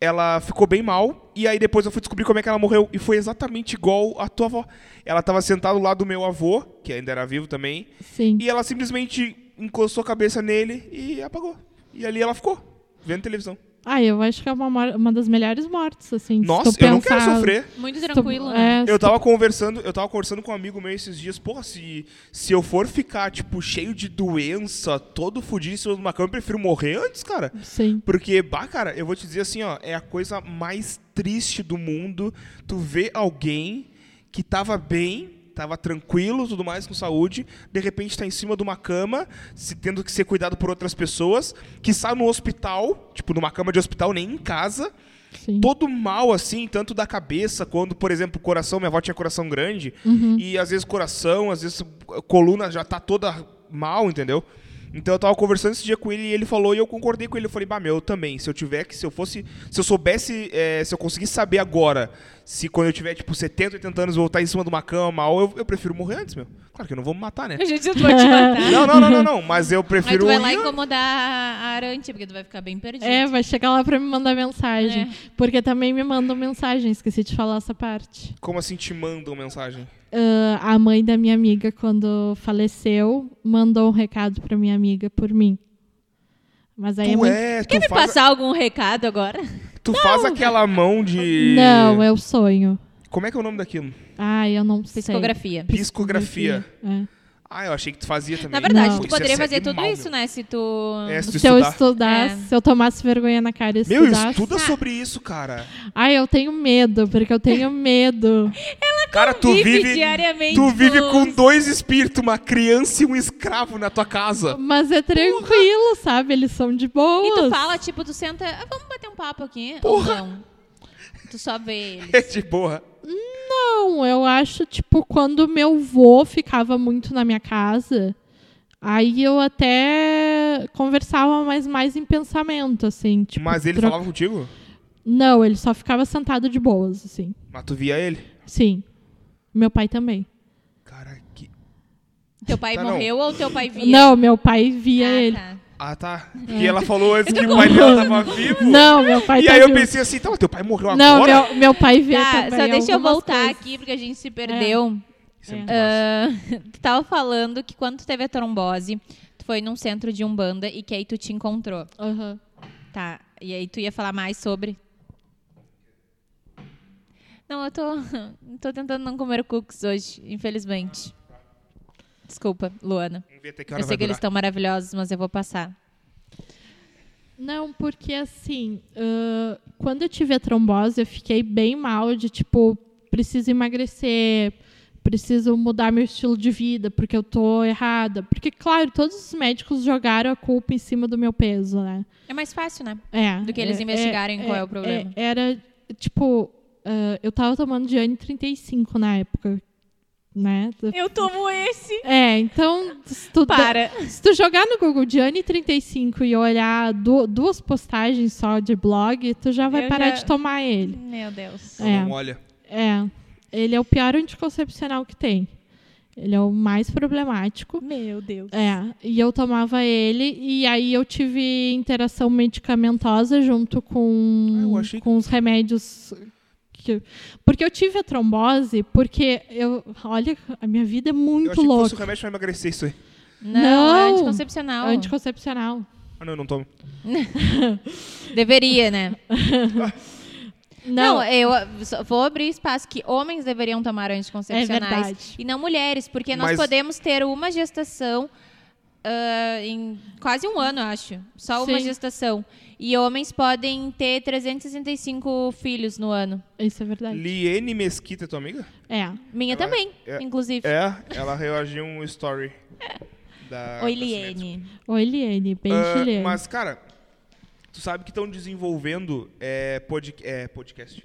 Speaker 1: Ela ficou bem mal. E aí depois eu fui descobrir como é que ela morreu. E foi exatamente igual a tua avó. Ela tava sentada ao lado do meu avô, que ainda era vivo também.
Speaker 3: Sim.
Speaker 1: E ela simplesmente encostou a cabeça nele e apagou. E ali ela ficou, vendo televisão.
Speaker 3: Ah, eu acho que é uma, mor- uma das melhores mortes, assim. se
Speaker 1: Nossa,
Speaker 3: tu
Speaker 1: eu não quero
Speaker 3: pensar-
Speaker 1: sofrer.
Speaker 2: Muito
Speaker 3: se tu-
Speaker 2: tranquilo, né?
Speaker 3: é, se
Speaker 1: Eu
Speaker 3: tu-
Speaker 1: tava conversando, eu tava conversando com um amigo meu esses dias, porra, se, se eu for ficar, tipo, cheio de doença, todo fudido em cima de uma cama, eu prefiro morrer antes, cara.
Speaker 3: Sim.
Speaker 1: Porque, bah, cara, eu vou te dizer assim, ó, é a coisa mais triste do mundo. Tu vê alguém que tava bem, tava tranquilo, tudo mais, com saúde, de repente tá em cima de uma cama, se tendo que ser cuidado por outras pessoas, que está no hospital, tipo, numa cama de hospital, nem em casa,
Speaker 3: Sim.
Speaker 1: todo mal, assim, tanto da cabeça, quando, por exemplo, o coração, minha avó tinha coração grande,
Speaker 2: Uhum.
Speaker 1: e às vezes coração, às vezes a coluna já tá toda mal, entendeu? Então eu tava conversando esse dia com ele e ele falou, e eu concordei com ele, eu falei, bah, meu, eu também, se eu tiver que, se eu fosse, se eu soubesse, eh, se eu conseguisse saber agora, se quando eu tiver, tipo, 70, 80 anos, eu voltar em cima de uma cama mal, eu, eu prefiro morrer antes, meu. Claro que eu não vou me matar, né?
Speaker 2: A gente *laughs* não vai te matar.
Speaker 1: Não, não, não, não, não, mas eu
Speaker 2: Aí
Speaker 1: prefiro...
Speaker 2: tu vai lá
Speaker 1: ir antes.
Speaker 2: incomodar a Arante, porque tu vai ficar bem perdido.
Speaker 3: É, vai chegar lá pra me mandar mensagem.
Speaker 2: É.
Speaker 3: Porque também me mandam mensagem, esqueci de falar essa parte.
Speaker 1: Como assim te mandam mensagem?
Speaker 3: Ah, a mãe da minha amiga, quando faleceu, mandou um recado pra minha amiga por mim. Mas aí é
Speaker 1: tu
Speaker 3: muito...
Speaker 1: é, tu
Speaker 2: Quer me
Speaker 1: faz,
Speaker 2: passar algum recado agora?
Speaker 1: tu faz aquela mão de...
Speaker 3: Não, é o sonho.
Speaker 1: Como é que é o nome daquilo?
Speaker 3: Ai, eu não sei.
Speaker 2: Psicografia.
Speaker 1: Psicografia.
Speaker 3: É.
Speaker 1: Ah, eu achei que tu fazia também.
Speaker 2: Na verdade,
Speaker 3: Não.
Speaker 1: Isso
Speaker 2: tu
Speaker 1: ia
Speaker 2: poderia
Speaker 1: ser
Speaker 2: fazer tudo
Speaker 1: mal,
Speaker 2: isso,
Speaker 1: meu.
Speaker 2: né? Se tu.
Speaker 1: É, se tu
Speaker 3: Se eu
Speaker 1: estudar.
Speaker 3: estudasse,
Speaker 2: É.
Speaker 3: se eu tomasse vergonha na cara e
Speaker 1: Meu,
Speaker 3: estudasse...
Speaker 1: estuda sobre isso, cara.
Speaker 3: Ai, eu tenho medo, porque eu tenho
Speaker 1: *laughs*
Speaker 3: medo.
Speaker 1: Cara, tu
Speaker 2: Vive
Speaker 1: vive,
Speaker 2: diariamente
Speaker 1: tu vive
Speaker 2: com
Speaker 1: com
Speaker 2: os-
Speaker 1: dois espíritos, uma criança e um escravo na tua casa.
Speaker 3: Mas é tranquilo, sabe? Eles são de boas.
Speaker 2: E tu fala, tipo, tu senta. "Ah, vamos bater um papo aqui.
Speaker 1: Porra.
Speaker 2: Ou não. Tu só vê
Speaker 3: *laughs*
Speaker 2: ele.
Speaker 1: É *laughs* de boa.
Speaker 3: Não, Então, eu acho, tipo, quando meu vô ficava muito na minha casa, aí eu até conversava, mas mais em pensamento, assim. Tipo,
Speaker 1: Mas ele
Speaker 3: tro-
Speaker 1: falava contigo?
Speaker 3: Não, ele só ficava sentado de boas, assim.
Speaker 1: Mas tu via ele?
Speaker 3: Sim. Meu pai também.
Speaker 1: Cara, que...
Speaker 2: Teu pai
Speaker 1: Tá, não.
Speaker 2: morreu ou teu pai via?
Speaker 3: Não, meu pai via
Speaker 2: Ah,
Speaker 3: ele.
Speaker 2: tá.
Speaker 1: Ah, tá. Porque ela falou antes que o pai dela tava vivo.
Speaker 3: Não, meu pai
Speaker 1: E
Speaker 3: tá
Speaker 1: aí eu
Speaker 3: vivo.
Speaker 1: pensei assim, tá, mas teu pai morreu
Speaker 3: Não,
Speaker 1: agora?
Speaker 3: meu, meu pai vê
Speaker 2: Tá,
Speaker 3: também.
Speaker 2: só deixa eu
Speaker 3: algumas
Speaker 2: voltar
Speaker 3: coisas.
Speaker 2: aqui, porque a gente se perdeu.
Speaker 1: Isso é muito massa.
Speaker 2: Ah, *laughs* tu tava falando que quando tu teve a trombose, tu foi num centro de Umbanda e que aí tu te encontrou.
Speaker 3: Aham.
Speaker 2: Tá. E aí tu ia falar mais sobre. Não, eu tô, *laughs* tô tentando não comer cookies hoje, infelizmente. Desculpa, Luana.
Speaker 1: Vamos ver até que hora
Speaker 2: Eu sei
Speaker 1: vai
Speaker 2: que
Speaker 1: durar.
Speaker 2: eles estão maravilhosos, mas eu vou passar.
Speaker 3: Não, porque assim, ãh, quando eu tive a trombose, eu fiquei bem mal de tipo, preciso emagrecer, preciso mudar meu estilo de vida, porque eu tô errada. Porque, claro, todos os médicos jogaram a culpa em cima do meu peso, né?
Speaker 2: É mais fácil, né?
Speaker 3: É,
Speaker 2: Do que eles
Speaker 3: é,
Speaker 2: investigarem qual é o problema.
Speaker 3: é, era, tipo, ãh, eu tava tomando Diane 35 na época,
Speaker 2: *laughs*
Speaker 3: né?
Speaker 2: Eu tomo esse.
Speaker 3: É, então, se tu,
Speaker 2: Para.
Speaker 3: se tu jogar no Google Diane35 e olhar du- duas postagens só de blog, tu já vai
Speaker 2: Eu
Speaker 3: parar
Speaker 2: já-
Speaker 3: de tomar ele.
Speaker 2: Meu Deus.
Speaker 1: Então
Speaker 3: É.
Speaker 1: Não olha.
Speaker 3: É. Ele é o pior anticoncepcional que tem. Ele é o mais problemático.
Speaker 2: Meu Deus.
Speaker 3: É, e eu tomava ele e aí eu tive interação medicamentosa junto
Speaker 1: Ah,
Speaker 3: com,
Speaker 1: eu achei
Speaker 3: com os remédios que- Porque eu tive a trombose, porque eu. Olha, a minha vida é
Speaker 1: Eu achei
Speaker 3: muito
Speaker 1: que fosse um
Speaker 3: louca.
Speaker 1: remédio pra emagrecer isso aí.
Speaker 2: Não,
Speaker 3: Não.
Speaker 2: É anticoncepcional.
Speaker 3: Anticoncepcional.
Speaker 1: Ah, não, eu não tomo.
Speaker 2: Deveria, né?
Speaker 3: Não,
Speaker 2: Não, eu ah, só vou abrir espaço que homens deveriam tomar anticoncepcionais.
Speaker 3: É verdade.
Speaker 2: E não mulheres, porque nós
Speaker 1: Mas-
Speaker 2: podemos ter uma gestação ah, em quase um ano, eu acho. Só uma
Speaker 3: Sim.
Speaker 2: gestação. E homens podem ter 365 filhos no ano.
Speaker 3: isso é verdade.
Speaker 1: Liene Mesquita é tua amiga?
Speaker 3: É.
Speaker 2: Minha
Speaker 1: Ela-
Speaker 2: também,
Speaker 1: é-
Speaker 2: inclusive.
Speaker 1: É, ela reagiu um story. Da,
Speaker 2: Oi,
Speaker 1: da Cimento.
Speaker 2: Liene.
Speaker 3: Oi, Liene, bem
Speaker 1: Ah,
Speaker 3: chileno.
Speaker 1: mas, cara, tu sabe que estão desenvolvendo é, pod- é, podcast.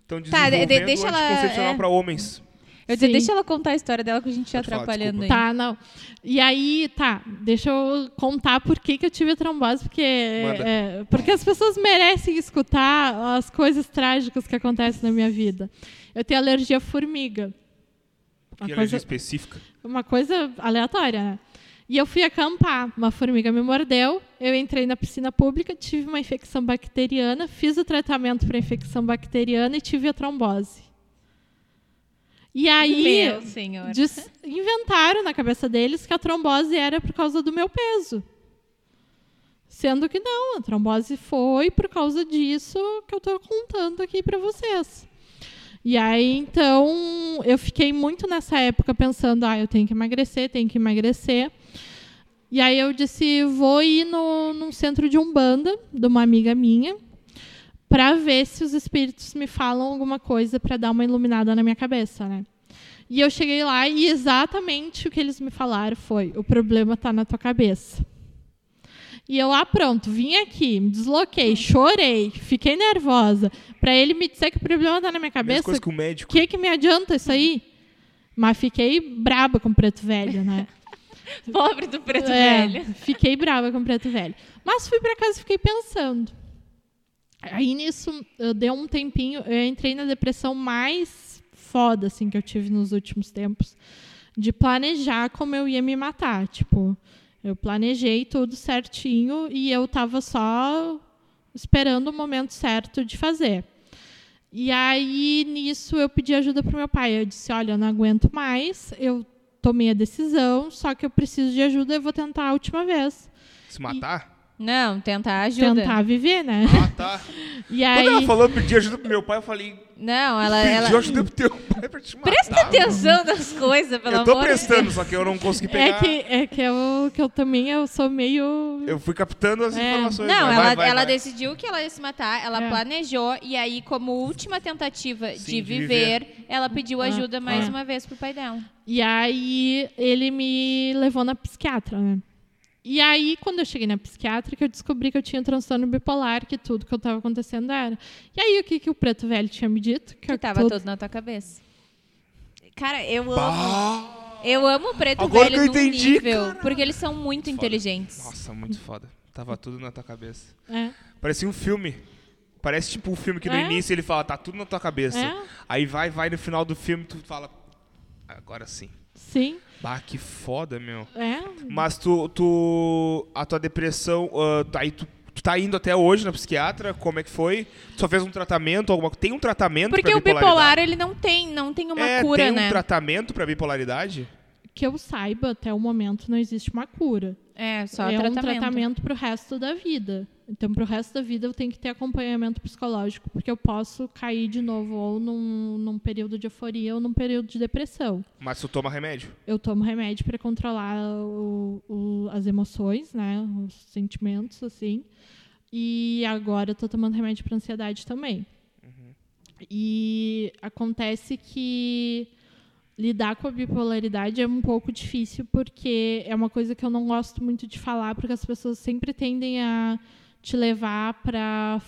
Speaker 1: Estão
Speaker 2: Tá, de- de-
Speaker 1: desenvolvendo
Speaker 2: deixa ela-
Speaker 1: anticoncepcional
Speaker 2: é.
Speaker 1: pra homens.
Speaker 2: Eu disse,
Speaker 3: Sim.
Speaker 2: deixa ela contar a história dela que a gente já
Speaker 1: Pode falar,
Speaker 2: atrapalhando aí.
Speaker 3: Tá, não. E aí, tá, deixa eu contar por que, que eu tive a trombose, porque,
Speaker 1: Manda.
Speaker 3: é, porque as pessoas merecem escutar as coisas trágicas que acontecem na minha vida. Eu tenho alergia à formiga.
Speaker 1: Que
Speaker 3: Uma
Speaker 1: é
Speaker 3: coisa-
Speaker 1: alergia específica.
Speaker 3: uma coisa aleatória, né? E eu fui acampar, uma formiga me mordeu, eu entrei na piscina pública, tive uma infecção bacteriana, fiz o tratamento para infecção bacteriana e tive a trombose. E aí,
Speaker 2: Meu senhor.
Speaker 3: dis- inventaram na cabeça deles que a trombose era por causa do meu peso. Sendo que não, a trombose foi por causa disso que eu estou contando aqui para vocês. E aí, então, eu fiquei muito nessa época pensando, ah, eu tenho que emagrecer, tenho que emagrecer. E aí eu disse, vou ir no, num centro de Umbanda, de uma amiga minha, para ver se os espíritos me falam alguma coisa para dar uma iluminada na minha cabeça, né? E eu cheguei lá e exatamente o que eles me falaram foi: o problema tá na tua cabeça. E eu, ah, pronto, vim aqui, me desloquei, chorei, fiquei nervosa. Para ele me dizer que o problema tá na minha
Speaker 1: Mesma
Speaker 3: cabeça,
Speaker 1: coisa que o
Speaker 3: o
Speaker 1: médico.
Speaker 3: que que me adianta isso aí? Mas fiquei braba com o preto velho, né?
Speaker 2: Pobre do preto
Speaker 3: É,
Speaker 2: velho.
Speaker 3: Fiquei brava com o preto velho. Mas fui pra casa e fiquei pensando. Aí nisso, eu dei um tempinho, eu entrei na depressão mais foda assim que eu tive nos últimos tempos, de planejar como eu ia me matar, tipo, eu planejei tudo certinho e eu tava só esperando o momento certo de fazer. E aí nisso eu pedi ajuda pro meu pai, eu disse: "Olha, eu não aguento mais, eu tomei a decisão, só que eu preciso de ajuda, eu vou tentar a última vez.
Speaker 1: Se
Speaker 2: *laughs*
Speaker 1: matar?
Speaker 2: Não, tentar ajuda.
Speaker 3: Tentar
Speaker 1: *laughs*
Speaker 3: viver, né?
Speaker 1: Ah, tá.
Speaker 3: E
Speaker 1: Quando ela
Speaker 3: aí.
Speaker 1: falou, eu pedi ajuda pro meu pai, eu falei,
Speaker 2: Não, ela... ela...
Speaker 1: pedi ajuda pro teu pai pra te matar.
Speaker 2: Presta atenção nas coisas, pelo
Speaker 1: Eu tô
Speaker 2: amor de
Speaker 1: prestando, só que eu não consegui
Speaker 3: É
Speaker 1: pegar.
Speaker 3: que, é que, eu, que eu também eu sou meio.
Speaker 1: Eu fui captando as
Speaker 3: É.
Speaker 1: informações.
Speaker 2: Não,
Speaker 1: mas
Speaker 2: ela,
Speaker 1: vai, vai,
Speaker 2: ela
Speaker 1: vai.
Speaker 2: decidiu que ela ia se matar, ela
Speaker 3: É.
Speaker 2: planejou, e aí, como última tentativa
Speaker 1: Sim,
Speaker 2: de
Speaker 1: de
Speaker 2: viver,
Speaker 1: viver.
Speaker 2: ela pediu ajuda mais
Speaker 3: é.
Speaker 2: uma vez pro pai dela.
Speaker 3: E aí ele me levou na psiquiatra, né? E aí, quando eu cheguei na psiquiatra, que eu descobri que eu tinha transtorno bipolar, que tudo que eu tava acontecendo era. E aí, o que, que o preto velho tinha me dito?
Speaker 2: Que
Speaker 3: eu
Speaker 2: tava
Speaker 3: tô-
Speaker 2: tudo na tua cabeça. Cara, eu amo.
Speaker 1: Bah!
Speaker 2: Eu amo o preto
Speaker 1: Agora
Speaker 2: velho
Speaker 1: que eu
Speaker 2: num
Speaker 1: entendi,
Speaker 2: nível. Porque eles são muito inteligentes.
Speaker 1: Nossa, muito foda. Tava tudo na tua cabeça.
Speaker 3: É.
Speaker 1: Parecia um filme. Parece tipo um filme que no
Speaker 3: É.
Speaker 1: início ele fala, tá tudo na tua cabeça.
Speaker 3: É.
Speaker 1: Aí vai, vai, no final do filme tu fala, agora sim.
Speaker 3: Sim,
Speaker 1: Bah, que foda, meu.
Speaker 3: é.
Speaker 1: Mas tu, tu a tua depressão, ah, tu- aí tu, tu tá indo até hoje na psiquiatra, como é que foi? Tu só fez um tratamento, alguma Tem um tratamento
Speaker 2: Porque
Speaker 1: pra
Speaker 2: o bipolar,
Speaker 1: bipolaridade?
Speaker 2: ele não tem, não tem uma
Speaker 1: é,
Speaker 2: cura,
Speaker 1: tem um
Speaker 2: né?
Speaker 1: tratamento pra bipolaridade?
Speaker 3: Que eu saiba, até o momento não existe uma cura.
Speaker 2: É, só
Speaker 3: é
Speaker 2: tratamento.
Speaker 3: um tratamento para o resto da vida. Então, para o resto da vida, eu tenho que ter acompanhamento psicológico, porque eu posso cair de novo ou num, num período de euforia ou num período de depressão.
Speaker 1: Mas tu toma remédio.
Speaker 3: Eu tomo remédio para controlar o- o- as emoções, né, os sentimentos, assim. E agora eu tô tomando remédio para ansiedade também. E acontece que lidar com a bipolaridade é um pouco difícil porque é uma coisa que eu não gosto muito de falar porque as pessoas sempre tendem a te levar para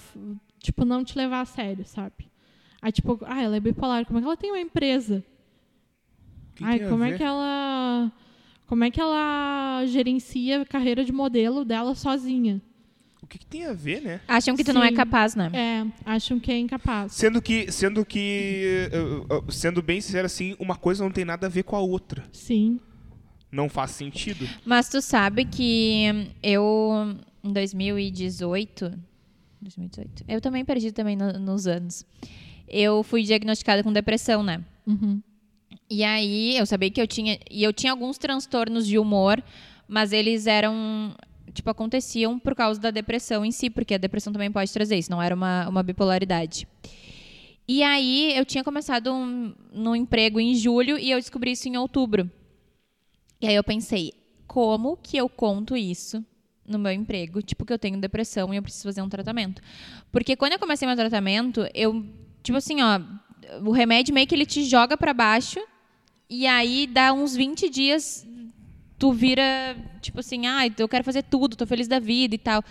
Speaker 3: tipo não te levar a sério, sabe? Aí tipo, ah, ela é bipolar, como é que ela tem uma empresa?
Speaker 1: Que
Speaker 3: Ai,
Speaker 1: tem a
Speaker 3: como
Speaker 1: ver?
Speaker 3: é que ela. Como é que ela gerencia a carreira de modelo dela sozinha?
Speaker 1: O que, que tem a ver, né?
Speaker 2: Acham que tu não é
Speaker 3: Sim.
Speaker 2: capaz, né?
Speaker 3: É, acham que é incapaz.
Speaker 1: Sendo que, sendo que, eh, eh, sendo bem sincero assim, uma coisa não tem nada a ver com a outra.
Speaker 3: Sim.
Speaker 1: Não faz sentido.
Speaker 2: Mas tu sabe que hum, eu, em 2018, 2018 eu também perdi também no- nos anos. eu fui diagnosticada com depressão, né?
Speaker 3: Uhum.
Speaker 2: E aí eu sabia que eu tinha. E eu tinha alguns transtornos de humor, mas eles eram. Tipo, aconteciam por causa da depressão em si, porque a depressão também pode trazer isso, não era uma, uma bipolaridade. E aí eu tinha começado um, no emprego em julho e eu descobri isso em outubro. E aí eu pensei, como que eu conto isso no meu emprego? Tipo, que eu tenho depressão e eu preciso fazer um tratamento. Porque quando eu comecei meu tratamento, eu, tipo assim, ó, o remédio meio que ele te joga para baixo e aí dá uns 20 dias tu vira, tipo assim, ah, eu quero fazer tudo, tô feliz da vida e tal.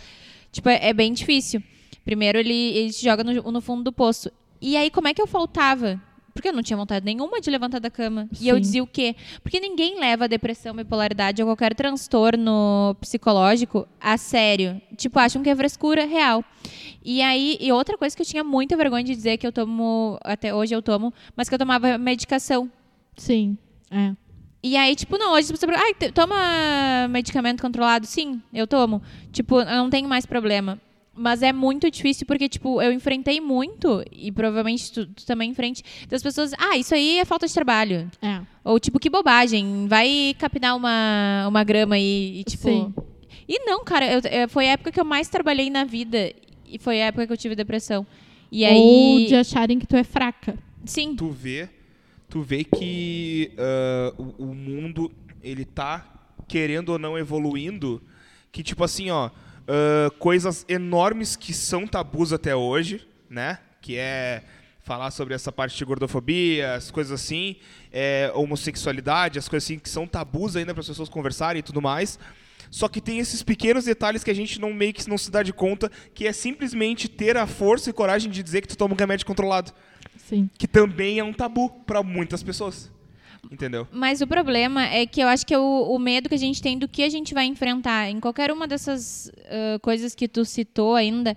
Speaker 2: Tipo, é, é bem difícil. Primeiro ele, ele te joga no, no fundo do poço. E aí, como é que eu faltava? Porque eu não tinha vontade nenhuma de levantar da cama. E eu
Speaker 3: Sim.
Speaker 2: dizia o quê? Porque ninguém leva a depressão, bipolaridade ou qualquer transtorno psicológico a sério. Tipo, acham que é frescura real. E aí, e outra coisa que eu tinha muita vergonha de dizer que eu tomo, até hoje eu tomo, mas que eu tomava medicação.
Speaker 3: Sim. É.
Speaker 2: E aí, tipo, não, hoje você pergunta, "Ai, te- toma medicamento controlado? Sim, eu tomo. Tipo, eu não tenho mais problema. Mas é muito difícil porque, tipo, eu enfrentei muito, e provavelmente tu, tu também enfrente, das pessoas, ah, isso aí é falta de trabalho.
Speaker 3: É.
Speaker 2: Ou, tipo, que bobagem, vai capinar uma, uma grama e, e, tipo...
Speaker 3: Sim.
Speaker 2: E não, cara, eu- eu- foi a época que eu mais trabalhei na vida, e foi a época que eu tive depressão. E
Speaker 3: Ou
Speaker 2: aí...
Speaker 3: de acharem que tu é fraca.
Speaker 2: Sim,
Speaker 1: tu vê tu vê que ah, o, o mundo ele tá querendo ou não evoluindo que tipo assim ó ah, coisas enormes que são tabus até hoje né que é falar sobre essa parte de gordofobia as coisas assim é, homossexualidade as coisas assim que são tabus ainda para as pessoas conversarem e tudo mais só que tem esses pequenos detalhes que a gente não meio que não se dá de conta que é simplesmente ter a força e coragem de dizer que tu toma um remédio controlado
Speaker 3: Sim.
Speaker 1: que também é um tabu pra muitas pessoas. Entendeu?
Speaker 2: Mas o problema é que eu acho que é o, o medo que a gente tem do que a gente vai enfrentar em qualquer uma dessas ah, coisas que tu citou ainda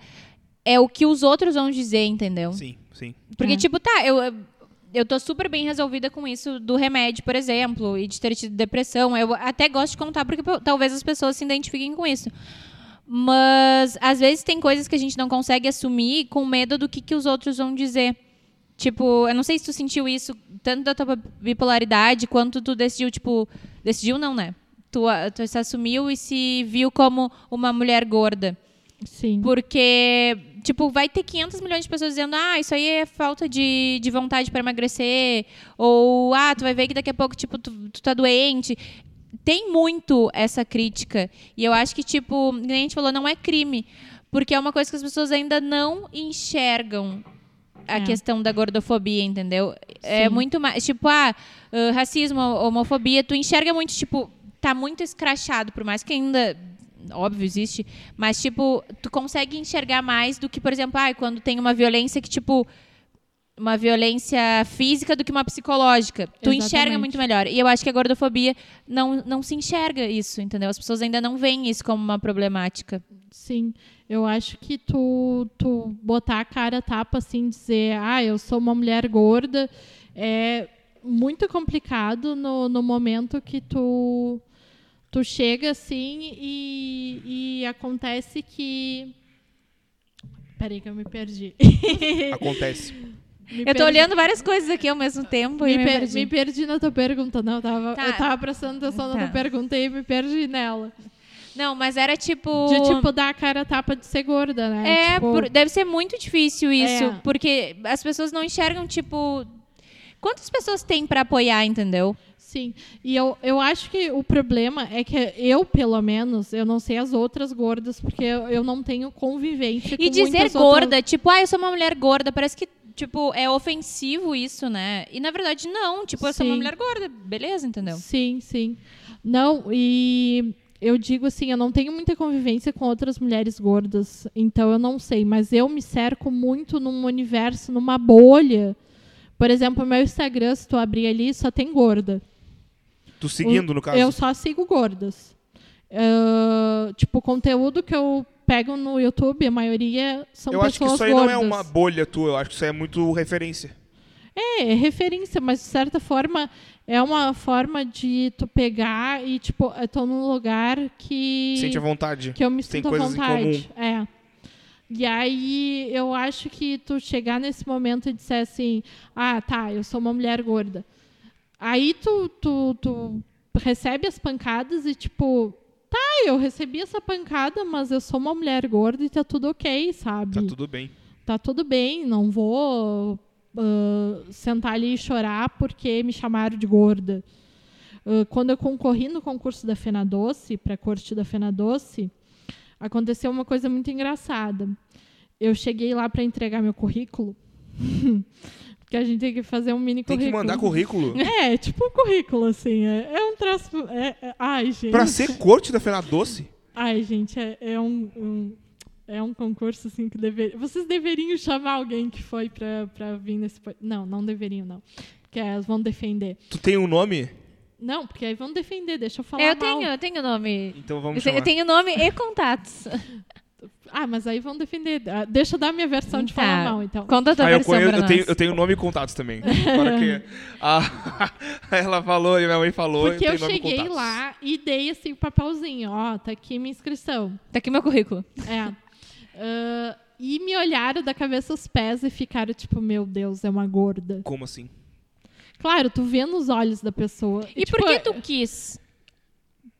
Speaker 2: é o que os outros vão dizer, entendeu?
Speaker 1: Sim, sim.
Speaker 2: Porque,
Speaker 3: É.
Speaker 2: tipo, tá, eu, eu tô super bem resolvida com isso do remédio, por exemplo, e de ter tido depressão. Eu até gosto de contar porque pô, talvez as pessoas se identifiquem com isso. Mas, às vezes, tem coisas que a gente não consegue assumir com medo do que, que os outros vão dizer. Tipo, eu não sei se tu sentiu isso, tanto da tua bipolaridade, quanto tu decidiu, tipo... Decidiu não, né? Tu, a- tu se assumiu e se viu como uma mulher gorda.
Speaker 3: Sim.
Speaker 2: Porque, tipo, vai ter 500 milhões de pessoas dizendo, ah, isso aí é falta de, de vontade para emagrecer. Ou, ah, tu vai ver que daqui a pouco, tipo, tu, tu tá doente. Tem muito essa crítica. E eu acho que, tipo, que nem a gente falou, não é crime. Porque é uma coisa que as pessoas ainda não enxergam a
Speaker 3: É.
Speaker 2: questão da gordofobia, entendeu? É
Speaker 3: Sim.
Speaker 2: muito mais. Tipo, ah, ah, racismo, homofobia, tu enxerga muito, tipo, tá muito escrachado, por mais que ainda. Óbvio, existe. Mas, tipo, tu consegue enxergar mais do que, por exemplo, ah, quando tem uma violência que, tipo. Uma violência física do que uma psicológica. Tu
Speaker 3: Exatamente.
Speaker 2: enxerga muito melhor. E eu acho que a gordofobia não, não se enxerga isso, entendeu? As pessoas ainda não veem isso como uma problemática.
Speaker 3: Sim, eu acho que tu, tu botar a cara a tapa assim, dizer, ah, eu sou uma mulher gorda, é muito complicado no, no momento que tu, tu chega assim e, e acontece que. Peraí, que eu me perdi. *laughs*
Speaker 1: Acontece.
Speaker 3: Me
Speaker 2: eu tô
Speaker 3: perdi.
Speaker 2: olhando várias coisas aqui ao mesmo tempo
Speaker 3: Me,
Speaker 2: e me
Speaker 3: per-
Speaker 2: perdi.
Speaker 3: me perdi na tua pergunta, não. Eu tava,
Speaker 2: Tá.
Speaker 3: eu tava prestando atenção na
Speaker 2: Tá.
Speaker 3: tua pergunta e me perdi nela.
Speaker 2: Não, mas era tipo.
Speaker 3: De tipo, dar a cara a tapa de ser gorda, né?
Speaker 2: É,
Speaker 3: Tipo,
Speaker 2: por- deve ser muito difícil isso,
Speaker 3: É.
Speaker 2: porque as pessoas não enxergam, tipo. Quantas pessoas tem pra apoiar, entendeu?
Speaker 3: Sim, e eu, eu acho que o problema é que eu, pelo menos, eu não sei as outras gordas, porque eu, eu não tenho convivência com
Speaker 2: E dizer
Speaker 3: muitas
Speaker 2: gorda,
Speaker 3: outras-
Speaker 2: tipo, ah, eu sou uma mulher gorda, parece que, tipo, é ofensivo isso, né? E na verdade, não, tipo, eu sou uma
Speaker 3: Sim.
Speaker 2: mulher gorda, beleza, entendeu?
Speaker 3: Sim, sim. Não, e eu digo assim, eu não tenho muita convivência com outras mulheres gordas, então eu não sei, mas eu me cerco muito num universo, numa bolha. Por exemplo, meu Instagram, se tu abrir ali, só tem gorda.
Speaker 1: Tu seguindo, no caso.
Speaker 3: Eu só sigo gordas. Ah, tipo, o conteúdo que eu pego no YouTube, a maioria são
Speaker 1: Eu
Speaker 3: pessoas
Speaker 1: acho que isso aí não
Speaker 3: gordas.
Speaker 1: é uma bolha tua, eu acho que isso aí é muito referência.
Speaker 3: É, é referência, mas de certa forma é uma forma de tu pegar e, tipo, eu tô num lugar que.
Speaker 1: Sente à vontade.
Speaker 3: que eu me
Speaker 1: Tem
Speaker 3: sinto à
Speaker 1: coisas em
Speaker 3: vontade. É. E aí eu acho que tu chegar nesse momento e disser assim, ah, tá, eu sou uma mulher gorda. Aí tu, tu, tu recebe as pancadas e tipo, tá, eu recebi essa pancada, mas eu sou uma mulher gorda e tá tudo ok, sabe?
Speaker 1: Tá tudo bem.
Speaker 3: tá tudo bem, não vou ah, sentar ali e chorar porque me chamaram de gorda. Ah, quando eu concorri no concurso da Fena Doce, para a corte da Fena Doce, aconteceu uma coisa muito engraçada. Eu cheguei lá para entregar meu currículo, *laughs* porque a gente tem que fazer um mini
Speaker 1: Tem que
Speaker 3: currículo.
Speaker 1: mandar
Speaker 3: *laughs*
Speaker 1: currículo.
Speaker 3: É, tipo um currículo, assim. É, é um traço. é- é- ai, gente.
Speaker 1: Pra ser corte da Fena Doce?
Speaker 3: Ai, gente, é, é um, um- é um concurso assim que deveria. Vocês deveriam chamar alguém que foi pra, pra vir nesse. po- Não, não deveriam, não. Porque elas vão defender.
Speaker 1: Tu tem um nome?
Speaker 3: Não, porque aí vão defender, deixa eu falar.
Speaker 2: Eu
Speaker 3: mal.
Speaker 2: tenho, eu tenho nome.
Speaker 1: Então vamos
Speaker 2: Eu te-
Speaker 1: chamar.
Speaker 2: eu tenho nome e contatos.
Speaker 3: Ah, mas aí vão defender. Ah, Deixa eu dar a minha versão de
Speaker 2: Tá.
Speaker 3: falar mal,
Speaker 2: *laughs*
Speaker 3: então.
Speaker 2: Conta a tua
Speaker 1: Ah, eu,
Speaker 2: versão
Speaker 1: conheço-
Speaker 2: pra
Speaker 1: eu
Speaker 2: nós.
Speaker 1: tenho, eu tenho nome e contatos também. Agora
Speaker 3: *laughs*
Speaker 1: que a- *laughs* ela falou e minha mãe falou,
Speaker 3: Porque
Speaker 1: eu
Speaker 3: eu
Speaker 1: tenho nome e
Speaker 3: cheguei
Speaker 1: contatos.
Speaker 3: lá e dei assim o papelzinho, ó, tá aqui minha inscrição.
Speaker 2: Tá aqui meu currículo.
Speaker 3: É. *laughs* Ah, e me olharam da cabeça aos pés e ficaram tipo, meu Deus, é uma gorda.
Speaker 1: Como assim?
Speaker 3: Claro, tu vê nos olhos da pessoa.
Speaker 2: E é.
Speaker 3: tipo,
Speaker 2: por que tu quis?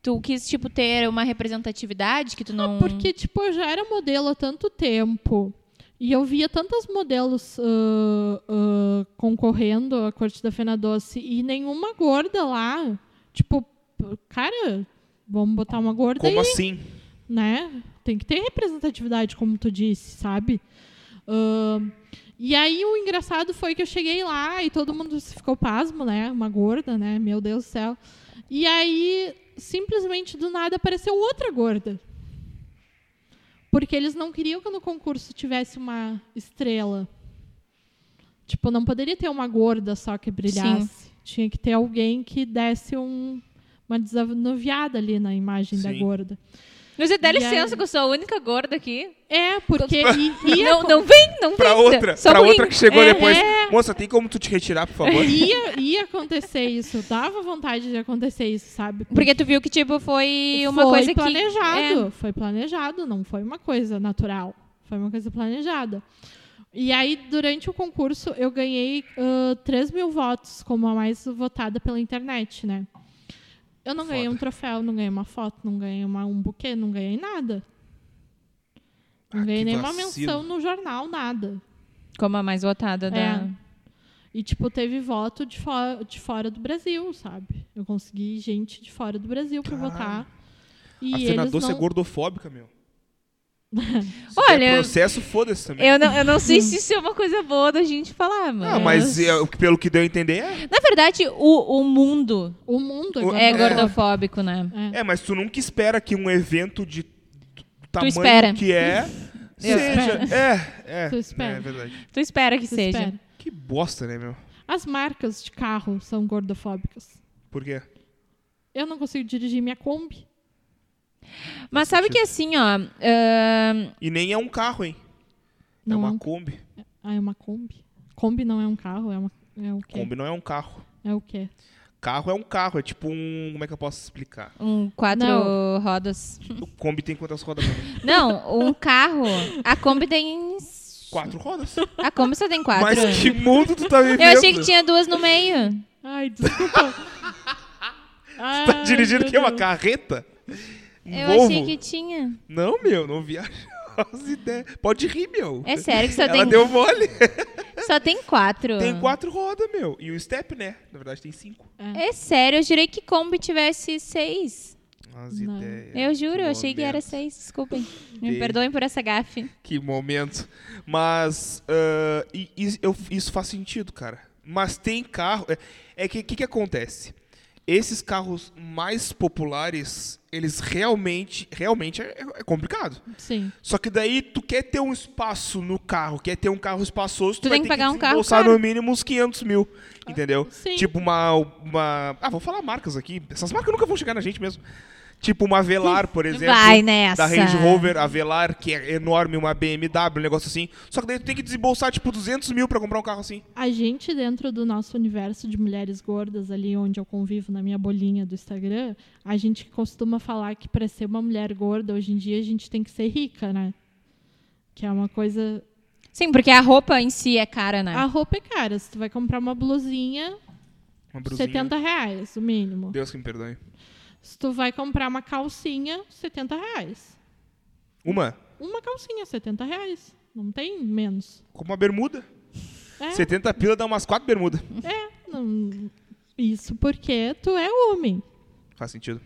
Speaker 2: Tu quis, tipo, ter uma representatividade que tu não...
Speaker 3: Porque, tipo, eu já era modelo há tanto tempo. E eu via tantos modelos ah, ah, concorrendo à corte da Fena Doce e nenhuma gorda lá. Tipo, p- cara, vamos botar uma gorda
Speaker 1: Como
Speaker 3: aí,
Speaker 1: assim?
Speaker 3: né? Tem que ter representatividade, como tu disse, sabe? Ah, e aí o engraçado foi que eu cheguei lá e todo mundo se ficou pasmo, né? Uma gorda, né? Meu Deus do céu. E aí, simplesmente do nada, apareceu outra gorda. Porque eles não queriam que no concurso tivesse uma estrela. Tipo, não poderia ter uma gorda só que brilhasse. Tinha que ter alguém que desse um, uma desanuviada ali na imagem da
Speaker 1: Sim.
Speaker 3: gorda.
Speaker 2: Você é, dá
Speaker 3: E aí-
Speaker 2: licença que eu sou a única gorda aqui.
Speaker 3: É, porque.
Speaker 2: *laughs*
Speaker 3: E, e a
Speaker 2: não, não vem, não vem.
Speaker 1: Pra outra,
Speaker 2: Só
Speaker 1: pra
Speaker 2: um
Speaker 1: outra
Speaker 2: pouquinho.
Speaker 1: que chegou
Speaker 3: É,
Speaker 1: depois.
Speaker 3: é.
Speaker 1: Moça, tem como tu te retirar, por favor?
Speaker 3: ia, ia acontecer isso, dava vontade de acontecer isso, sabe?
Speaker 2: Porque tu viu que, tipo, foi uma
Speaker 3: foi
Speaker 2: coisa é.
Speaker 3: planejado,
Speaker 2: que...
Speaker 3: foi planejado, não foi uma coisa natural, foi uma coisa planejada. E aí, durante o concurso, eu ganhei ah, 3 mil votos como a mais votada pela internet, né? Eu não ganhei
Speaker 1: Foda.
Speaker 3: um troféu, não ganhei uma foto, não ganhei uma- um buquê, não ganhei nada. Não
Speaker 1: Ah,
Speaker 3: ganhei
Speaker 1: que
Speaker 3: nenhuma
Speaker 1: vacilo.
Speaker 3: menção no jornal, nada.
Speaker 2: É, como a mais votada da...
Speaker 3: É. E, tipo, teve voto de, fo- de fora do Brasil, sabe? Eu consegui gente de fora do Brasil pra
Speaker 1: Caralho.
Speaker 3: votar. E
Speaker 1: a Fena
Speaker 3: eles
Speaker 1: Doce
Speaker 3: não...
Speaker 1: é gordofóbica, meu. Se
Speaker 2: Olha,
Speaker 1: der processo, foda-se também.
Speaker 2: Eu não, eu não
Speaker 3: *laughs*
Speaker 2: sei se isso é uma coisa boa da gente falar, mas...
Speaker 1: Ah, mas é, o que- pelo que deu a entender, é.
Speaker 2: Na verdade, o, o mundo
Speaker 3: O mundo
Speaker 1: O-
Speaker 2: é
Speaker 1: É.
Speaker 2: gordofóbico, né?
Speaker 1: É, mas tu nunca espera que um evento de t- tamanho
Speaker 2: espera.
Speaker 1: que é seja. É, é.
Speaker 3: Tu espera.
Speaker 1: É verdade.
Speaker 2: Tu espera que
Speaker 3: Tu
Speaker 2: seja.
Speaker 3: espera.
Speaker 1: Que bosta, né, meu?
Speaker 3: As marcas de carro são gordofóbicas.
Speaker 1: Por quê?
Speaker 3: Eu não consigo dirigir minha Kombi.
Speaker 2: Mas sabe que assim, ó... ahn,
Speaker 1: E nem é um carro, hein?
Speaker 3: Não
Speaker 1: é
Speaker 3: é
Speaker 1: uma
Speaker 3: um-
Speaker 1: Kombi.
Speaker 3: Ah, é uma Kombi? Kombi não é um carro, é, uma... é o quê?
Speaker 1: Kombi não é um carro.
Speaker 3: É o quê?
Speaker 1: Carro é um carro, é tipo um. Como é que eu posso explicar?
Speaker 2: um quatro
Speaker 3: Não.
Speaker 2: rodas.
Speaker 1: O Kombi tem quantas rodas? Bruno?
Speaker 2: Não, um carro. A Kombi tem...
Speaker 1: Quatro rodas.
Speaker 2: A Kombi só tem quatro.
Speaker 1: Mas que mundo tu tá vivendo?
Speaker 2: Eu achei que tinha duas no meio.
Speaker 3: Ai,
Speaker 1: *laughs*
Speaker 3: desculpa. Ai,
Speaker 1: Tá dirigindo o
Speaker 3: meu
Speaker 1: quê? Uma
Speaker 3: Deus.
Speaker 1: carreta? Um
Speaker 2: Eu
Speaker 1: Volvo?
Speaker 2: achei que tinha.
Speaker 1: Não, meu, não viaja as ideias. Pode rir, meu.
Speaker 2: É sério que só,
Speaker 1: Ela
Speaker 2: tem, Ah.
Speaker 1: deu mole.
Speaker 2: só tem quatro.
Speaker 1: Tem quatro rodas, meu. E o step, né? Na verdade, tem cinco.
Speaker 2: É sério, eu jurei que Kombi tivesse seis.
Speaker 1: As
Speaker 3: Não.
Speaker 1: ideias.
Speaker 2: eu juro, eu
Speaker 1: É, momento.
Speaker 2: achei que era seis. Desculpem. Me
Speaker 1: Bem.
Speaker 2: perdoem por essa gafe.
Speaker 1: Que momento. Mas ah, e- e- eu- isso faz sentido, cara. Mas tem carro. É, é que o que, que acontece? Esses carros mais populares, eles realmente. Realmente é- é complicado.
Speaker 3: Sim.
Speaker 1: Só que daí tu quer ter um espaço no carro, quer ter um carro espaçoso, tu,
Speaker 2: Tu
Speaker 1: vai
Speaker 2: tem que
Speaker 1: ter
Speaker 2: pagar um carro
Speaker 1: desembolsar
Speaker 2: caro. Ah,
Speaker 1: no mínimo uns 500 mil, entendeu?
Speaker 3: sim.
Speaker 1: Tipo uma, uma... Ah, vou falar marcas aqui. Essas marcas nunca vão chegar na gente mesmo. Tipo uma Velar, por exemplo.
Speaker 2: Vai nessa.
Speaker 1: Da Range Rover, a Velar, que é enorme, uma BMW, um negócio assim. Só que daí tu tem que desembolsar, tipo, 200 mil pra comprar um carro assim.
Speaker 3: A gente, dentro do nosso universo de mulheres gordas, ali onde eu convivo na minha bolinha do Instagram, a gente costuma falar que para ser uma mulher gorda, hoje em dia, a gente tem que ser rica, né? Que é uma coisa.
Speaker 2: Sim, porque a roupa em si é cara, né?
Speaker 3: A roupa é cara. Se tu vai comprar uma blusinha,
Speaker 1: Uma brusinha.
Speaker 3: 70 reais, o mínimo.
Speaker 1: Deus que me perdoe.
Speaker 3: Se tu vai comprar uma calcinha, 70 reais.
Speaker 1: Uma,
Speaker 3: Uma calcinha, 70 reais. Não tem menos.
Speaker 1: como uma bermuda.
Speaker 3: É.
Speaker 1: 70 pila dá umas quatro bermudas.
Speaker 3: Não- Isso porque tu é homem.
Speaker 1: Faz sentido.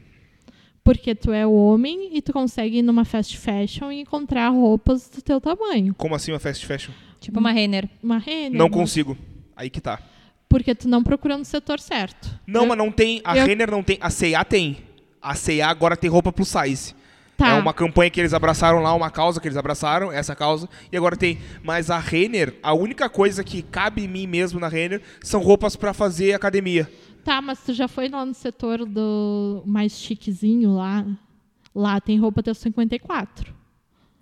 Speaker 3: Porque tu é homem e tu consegue ir numa fast fashion e encontrar roupas do teu tamanho.
Speaker 1: Como assim uma fast fashion?
Speaker 2: Tipo uma Renner.
Speaker 3: Uma Renner.
Speaker 1: não
Speaker 3: uma-
Speaker 1: consigo. Aí que tá.
Speaker 3: Porque tu não procura no setor certo.
Speaker 1: Não, mas não tem. A
Speaker 3: Hum? eu-
Speaker 1: Renner não tem. A C&A tem. A C&A agora tem roupa plus size.
Speaker 3: Tá.
Speaker 1: É uma campanha que eles abraçaram lá, uma causa que eles abraçaram, essa causa, e agora tem. Mas a Renner, a única coisa que cabe em mim mesmo na Renner são roupas pra fazer academia.
Speaker 3: Tá, mas tu já foi lá no setor do mais chiquezinho lá? Lá tem roupa até o 54.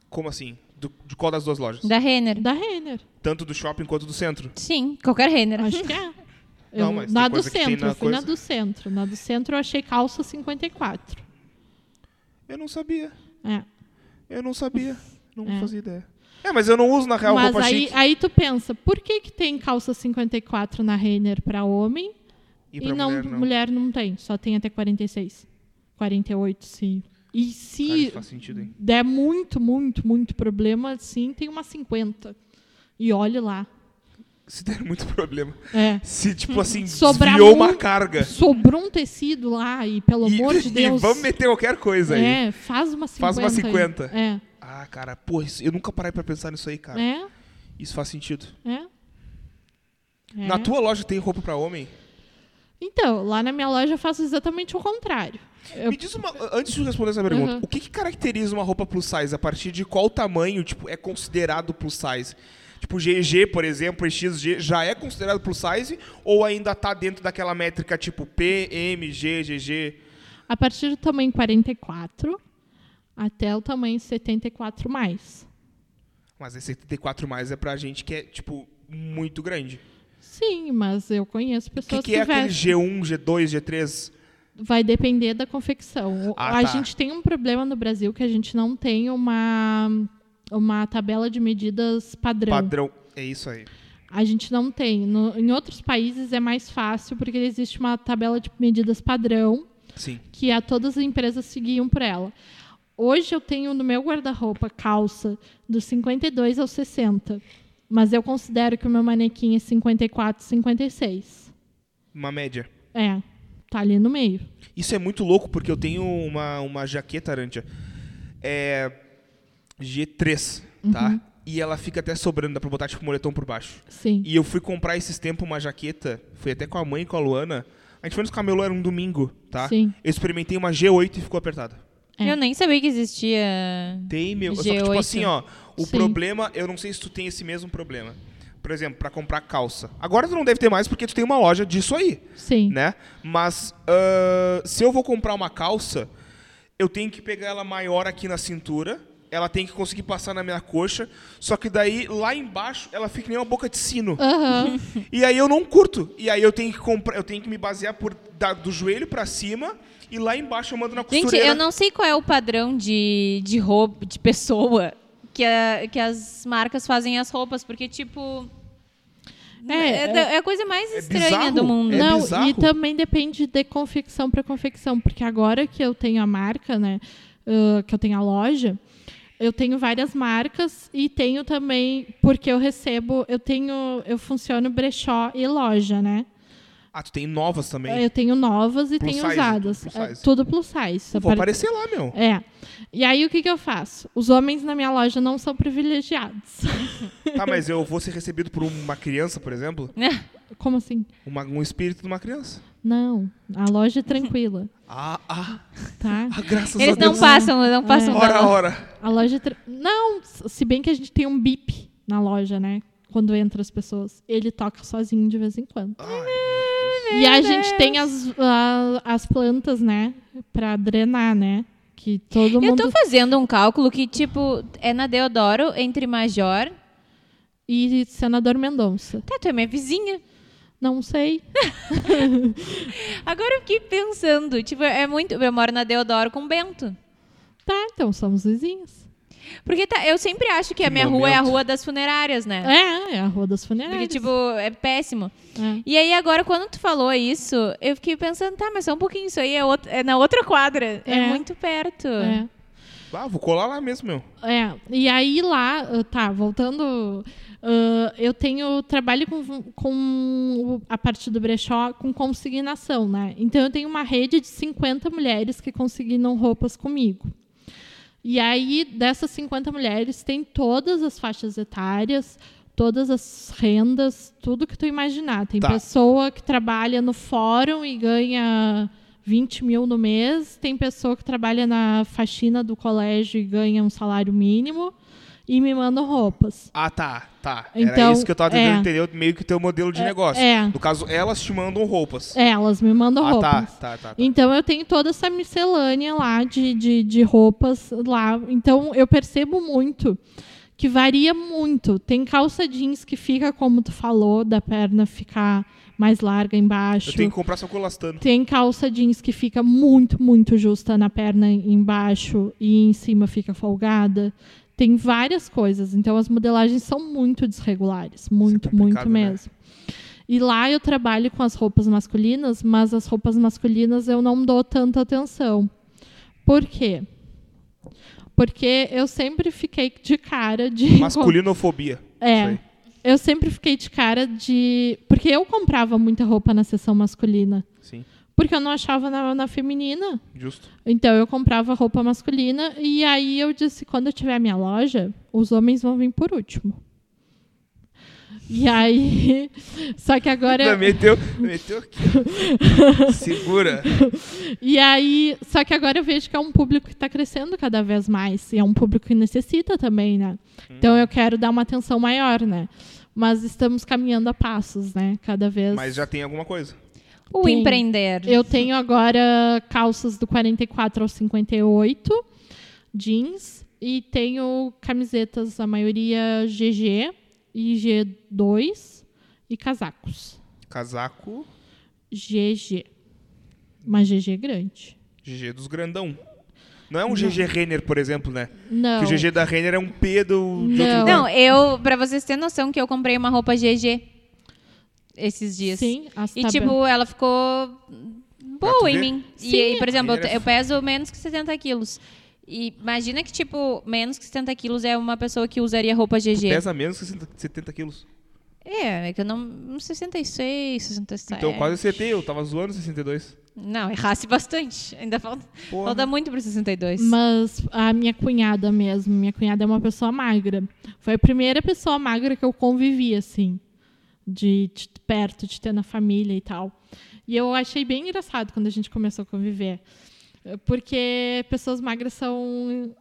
Speaker 1: Como assim? Do- de qual das duas lojas?
Speaker 2: Da Renner.
Speaker 3: Da Renner.
Speaker 1: Tanto do shopping quanto do centro.
Speaker 2: Sim, qualquer Renner. *laughs*
Speaker 3: Acho que é. Eu,
Speaker 1: Não, mas tem
Speaker 3: na do
Speaker 1: coisa que tem
Speaker 3: centro,
Speaker 1: na
Speaker 3: eu fui na
Speaker 1: coisa.
Speaker 3: do centro. Na do centro eu achei calça 54.
Speaker 1: Eu não sabia.
Speaker 3: É.
Speaker 1: Eu não sabia. Não
Speaker 3: É.
Speaker 1: fazia ideia. É, mas eu não uso, na real,
Speaker 3: mas
Speaker 1: roupa
Speaker 3: aí, ah,
Speaker 1: chique.
Speaker 3: aí tu pensa, por que, que tem calça 54 na Renner pra homem
Speaker 1: E
Speaker 3: e,
Speaker 1: pra
Speaker 3: não,
Speaker 1: mulher, não.
Speaker 3: não tem? Só tem até 46. 48, sim. E
Speaker 1: Cara,
Speaker 3: se
Speaker 1: isso faz sentido, hein?
Speaker 3: der muito, muito, muito problema, sim, tem uma 50. E olhe lá.
Speaker 1: Se der muito problema.
Speaker 3: É.
Speaker 1: Se, tipo assim,
Speaker 3: *laughs* Sobrar um
Speaker 1: desviou uma
Speaker 3: muito-
Speaker 1: carga.
Speaker 3: Sobrou um tecido lá e, pelo
Speaker 1: E,
Speaker 3: amor
Speaker 1: *laughs*
Speaker 3: de
Speaker 1: e
Speaker 3: Deus.
Speaker 1: vamos meter qualquer coisa aí.
Speaker 3: É, faz uma 50.
Speaker 1: Faz uma
Speaker 3: aí.
Speaker 1: 50.
Speaker 3: É.
Speaker 1: Ah, cara, pô, isso- eu nunca parei pra pensar nisso aí, cara.
Speaker 3: É,
Speaker 1: Isso faz sentido.
Speaker 3: é. É.
Speaker 1: Na tua loja tem roupa pra homem?
Speaker 3: Então, lá na minha loja eu faço exatamente o contrário. Eu-
Speaker 1: Me diz uma, antes de responder essa pergunta,
Speaker 3: Uhum.
Speaker 1: o que, que caracteriza uma roupa plus size? A partir de qual tamanho tipo, é considerado plus size? Tipo, GG, por exemplo, XG, já é considerado plus size ou ainda tá dentro daquela métrica tipo P, M, G, GG?
Speaker 3: A partir do tamanho 44 até o tamanho 74 mais.
Speaker 1: Mas esse 74 mais é pra gente que é, tipo, muito grande.
Speaker 3: Sim, mas eu conheço
Speaker 1: O que,
Speaker 3: pessoas que,
Speaker 1: que é aquele
Speaker 3: vestem.
Speaker 1: G1, G2, G3?
Speaker 3: Vai depender da confecção. O-
Speaker 1: Ah,
Speaker 3: a
Speaker 1: tá.
Speaker 3: gente tem um problema no Brasil que a gente não tem uma, uma tabela de medidas padrão.
Speaker 1: Padrão. É isso aí.
Speaker 3: A gente não tem. No- em outros países é mais fácil porque existe uma tabela de medidas padrão
Speaker 1: Sim.
Speaker 3: que a todas as empresas seguiam por ela. Hoje eu tenho no meu guarda-roupa calça dos 52 aos 60, mas eu considero que o meu manequim é 54, 56.
Speaker 1: Uma média.
Speaker 3: É, tá ali no meio.
Speaker 1: Isso é muito louco, porque eu tenho uma, uma jaqueta, Arantia. É. G3,
Speaker 3: Uhum.
Speaker 1: tá? E ela fica até sobrando, dá pra botar tipo moletom por baixo.
Speaker 3: Sim.
Speaker 1: E eu fui comprar esses tempos uma jaqueta, fui até com a mãe e com a Luana. A gente foi nos camelô, era um domingo, tá?
Speaker 3: Sim.
Speaker 1: Eu experimentei uma G8 e ficou apertada.
Speaker 3: É.
Speaker 2: Eu nem sabia que existia.
Speaker 1: Tem, meu. Só que, tipo
Speaker 2: G8.
Speaker 1: assim, ó, o
Speaker 3: Sim.
Speaker 1: problema, eu não sei se tu tem esse mesmo problema. Por exemplo, pra comprar calça. Agora tu não deve ter mais porque tu tem uma loja disso aí
Speaker 3: Sim.
Speaker 1: né? Mas ah, se eu vou comprar uma calça, eu tenho que pegar ela maior aqui na cintura, ela tem que conseguir passar na minha coxa, só que daí lá embaixo ela fica que nem uma boca de sino.
Speaker 3: Aham.
Speaker 1: E aí eu não curto. E aí eu tenho que comprar, eu tenho que me basear por da- do joelho pra cima e lá embaixo eu mando na
Speaker 2: Gente,
Speaker 1: costureira.
Speaker 2: eu não sei qual é o padrão de, de roupa, de pessoa que, a- que as marcas fazem as roupas, porque, tipo. É,
Speaker 3: É,
Speaker 2: da- é a coisa mais
Speaker 1: é
Speaker 2: estranha
Speaker 1: bizarro,
Speaker 2: do
Speaker 1: *laughs*
Speaker 2: mundo.
Speaker 1: É
Speaker 3: não,
Speaker 1: bizarro.
Speaker 3: e também depende de confecção para confecção, porque agora que eu tenho a marca, né, ah, que eu tenho a loja, eu tenho várias marcas e tenho também porque eu recebo, eu tenho, eu funciono brechó e loja, né?
Speaker 1: Ah, tu tem novas também.
Speaker 3: Eu tenho novas e
Speaker 1: Plus
Speaker 3: tenho
Speaker 1: size,
Speaker 3: usadas,
Speaker 1: plus
Speaker 3: É,
Speaker 1: size.
Speaker 3: tudo plus size.
Speaker 1: Vou
Speaker 3: Apare-
Speaker 1: aparecer lá,
Speaker 2: *laughs*
Speaker 1: meu.
Speaker 3: É. E aí o que que eu faço? Os homens na minha loja não são privilegiados. *laughs*
Speaker 1: Tá, mas eu vou ser recebido por uma criança, por exemplo?
Speaker 3: Como assim?
Speaker 1: Uma- um espírito de uma criança.
Speaker 3: Não, a loja é tranquila,
Speaker 1: Ah, ah,
Speaker 3: tá?
Speaker 1: ah graças a
Speaker 2: Eles não
Speaker 1: Deus.
Speaker 2: passam, não passam. da
Speaker 1: Ora,
Speaker 2: loja.
Speaker 1: ora.
Speaker 3: A loja. tra- Não, s- se bem que a gente tem um bip na loja, né? Quando entra as pessoas. Ele toca sozinho de vez em quando. e a gente tem as, a- as plantas, né? Pra drenar, né? Que todo
Speaker 2: Eu
Speaker 3: mundo.
Speaker 2: tô fazendo um cálculo que, tipo, é na Deodoro entre Major.
Speaker 3: E senador Mendonça.
Speaker 2: Tá, tu é minha vizinha.
Speaker 3: Não sei.
Speaker 2: Agora eu fiquei pensando, tipo, é muito. Eu moro na Deodoro com o Bento.
Speaker 3: Tá, então somos vizinhos.
Speaker 2: Porque tá- eu sempre acho que a
Speaker 1: Que
Speaker 2: minha rua é a
Speaker 1: momento.
Speaker 2: rua das funerárias, né?
Speaker 3: É, é a Rua das Funerárias.
Speaker 2: Porque, tipo, é péssimo.
Speaker 3: É.
Speaker 2: E aí, agora, quando tu falou isso, eu fiquei pensando, tá, mas só um pouquinho, isso aí é, out- é na outra quadra. É,
Speaker 3: É.
Speaker 2: muito perto.
Speaker 3: É.
Speaker 1: Ah, vou colar lá mesmo, meu.
Speaker 3: É, e aí lá, ah, tá, voltando, ah, eu tenho trabalho com, com o- a parte do brechó com consignação, né? Então eu tenho uma rede de 50 mulheres que consignam roupas comigo. E aí, dessas 50 mulheres, tem todas as faixas etárias, todas as rendas, tudo que tu imaginar. Tem
Speaker 1: Tá.
Speaker 3: pessoa que trabalha no fórum e ganha 20 mil no mês, tem pessoa que trabalha na faxina do colégio e ganha um salário mínimo e me mandam roupas.
Speaker 1: Ah, tá, tá. Era
Speaker 3: Então,
Speaker 1: isso que eu tava tentando
Speaker 3: é.
Speaker 1: entender, meio que o teu modelo de negócio.
Speaker 3: é.
Speaker 1: No caso, elas te mandam roupas.
Speaker 3: É, elas me mandam
Speaker 1: ah,
Speaker 3: roupas.
Speaker 1: tá, tá, tá. tá.
Speaker 3: Então eu tenho toda essa miscelânea lá de, de, de roupas lá. Então eu percebo muito que varia muito. Tem calça jeans que fica como tu falou, da perna ficar mais larga embaixo.
Speaker 1: Eu tenho que comprar seu colastano.
Speaker 3: *laughs* Tem calça jeans que fica muito, muito justa na perna embaixo e em cima fica folgada. Tem várias coisas. Então as modelagens são muito desregulares. Muito,
Speaker 1: é complicado,
Speaker 3: muito
Speaker 1: né?
Speaker 3: mesmo. E lá eu trabalho com as roupas masculinas, mas as roupas masculinas eu não dou tanta atenção. Por quê? Porque eu sempre fiquei de cara de.
Speaker 1: Masculinofobia.
Speaker 3: É.
Speaker 1: Isso aí.
Speaker 3: Eu sempre fiquei de cara de. Porque eu comprava muita roupa na seção masculina.
Speaker 1: Sim,
Speaker 3: Porque eu não achava na, na feminina.
Speaker 1: justo.
Speaker 3: Então eu comprava roupa masculina e aí eu disse, quando eu tiver minha loja, os homens vão vir por último. E aí, *laughs* só que agora
Speaker 1: Ainda
Speaker 3: *laughs*
Speaker 1: Meteu, meteu aqui. Segura.
Speaker 3: e aí, só que agora eu vejo que é um público que está crescendo cada vez mais e é um público que necessita também, né?
Speaker 1: Uhum.
Speaker 3: Então eu quero dar uma atenção maior, né? Mas estamos caminhando a passos, né? Cada vez.
Speaker 1: Mas já tem alguma coisa.
Speaker 2: O
Speaker 3: Tem.
Speaker 2: empreender.
Speaker 3: Eu tenho agora calças do 44 ao 58, jeans, e tenho camisetas, a maioria GG e G2, e casacos.
Speaker 1: Casaco
Speaker 3: GG. Uma GG é grande.
Speaker 1: GG dos grandão. Não é um GG Renner, por exemplo, né?
Speaker 3: Não.
Speaker 1: Que o GG da Renner é um P do... de outro
Speaker 3: Não.
Speaker 1: lugar.
Speaker 2: Não, eu, pra vocês terem noção que eu comprei uma roupa GG esses dias.
Speaker 3: Sim, tá as
Speaker 2: E,
Speaker 3: tabelas.
Speaker 2: tipo, ela ficou
Speaker 1: Pra tu
Speaker 2: boa em
Speaker 1: ver.
Speaker 2: mim. E,
Speaker 3: Sim.
Speaker 2: aí, por exemplo, eu,
Speaker 1: Aí era
Speaker 2: eu peso menos que 70 quilos. E imagina que, tipo, menos que 70 quilos é uma pessoa que usaria roupa
Speaker 3: é
Speaker 2: GG.
Speaker 1: Pesa menos que 60 70 quilos.
Speaker 2: É, é que eu não. uns 66, 67.
Speaker 1: Então
Speaker 3: É.
Speaker 1: quase acertei, eu tava zoando 62.
Speaker 2: Não, errasse bastante. Ainda falta,
Speaker 1: Porra.
Speaker 2: falta muito pra 62.
Speaker 3: Mas a minha cunhada mesmo, minha cunhada é uma pessoa magra. Foi a primeira pessoa magra que eu convivi, assim, de, de perto, de ter na família e tal. E eu achei bem engraçado quando a gente começou a conviver. Eh, Porque pessoas magras são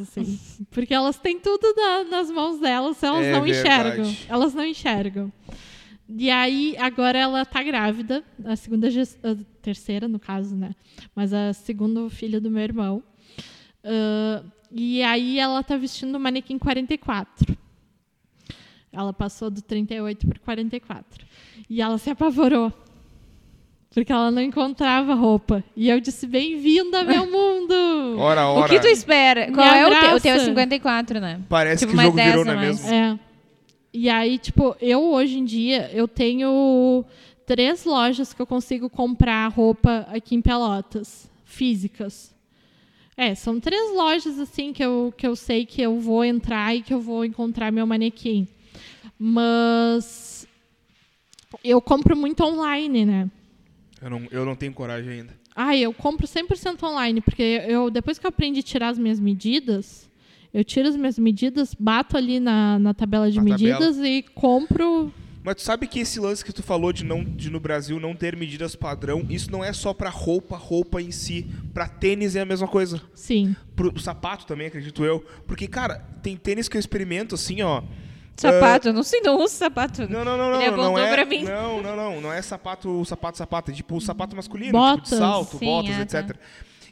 Speaker 1: *laughs*
Speaker 3: assim. Porque elas têm tudo na- nas mãos delas, elas
Speaker 1: É
Speaker 3: não
Speaker 1: verdade.
Speaker 3: enxergam. Elas não enxergam. E aí, agora ela tá grávida, a segunda, ges- a terceira no caso, né? Mas a segunda filha do meu irmão. Ah, e aí ela tá vestindo o manequim 44. Ela passou do 38 para 44. E ela se apavorou. Porque ela não encontrava roupa. E eu disse: Bem-vinda, ao meu mundo!
Speaker 1: Ora,
Speaker 2: o
Speaker 1: ora.
Speaker 2: que tu espera?
Speaker 3: Me
Speaker 2: Qual é o teu? O
Speaker 3: abraça.
Speaker 2: teu é 54, né?
Speaker 1: Parece
Speaker 2: Tipo,
Speaker 1: que o
Speaker 2: mais
Speaker 1: jogo virou,
Speaker 2: dessa,
Speaker 1: não é
Speaker 2: mais.
Speaker 1: mesmo?
Speaker 3: É. E aí, tipo, eu hoje em dia, eu tenho três lojas que eu consigo comprar roupa aqui em Pelotas, físicas. É, são três lojas, assim, que eu, que eu sei que eu vou entrar e que eu vou encontrar meu manequim. Mas eu compro muito online, né?
Speaker 1: Eu, não, eu não tenho coragem ainda.
Speaker 3: Ah, eu compro 100% online, porque eu depois que eu aprendi a tirar as minhas medidas, eu tiro as minhas medidas, bato ali na, na tabela de
Speaker 1: Na
Speaker 3: medidas e compro.
Speaker 1: Mas tu sabe que esse lance que tu falou de, não, de no Brasil não ter medidas padrão, isso não é só pra roupa, roupa em si. Pra tênis é a mesma coisa.
Speaker 3: Sim.
Speaker 1: Pro sapato também, acredito eu. Porque, cara, tem tênis que eu experimento assim, ó. Ah.
Speaker 2: Sapato, eu não sei, não uso sapato.
Speaker 1: Não, não, não, não.
Speaker 2: Ele
Speaker 1: não,
Speaker 2: apontou
Speaker 1: é,
Speaker 2: pra mim.
Speaker 1: Não, não, não. Não é sapato, sapato, sapato. É tipo sapato masculino, tipo
Speaker 3: Botas.
Speaker 1: de salto,
Speaker 2: Sim,
Speaker 1: botas,
Speaker 2: é, tá.
Speaker 1: etc.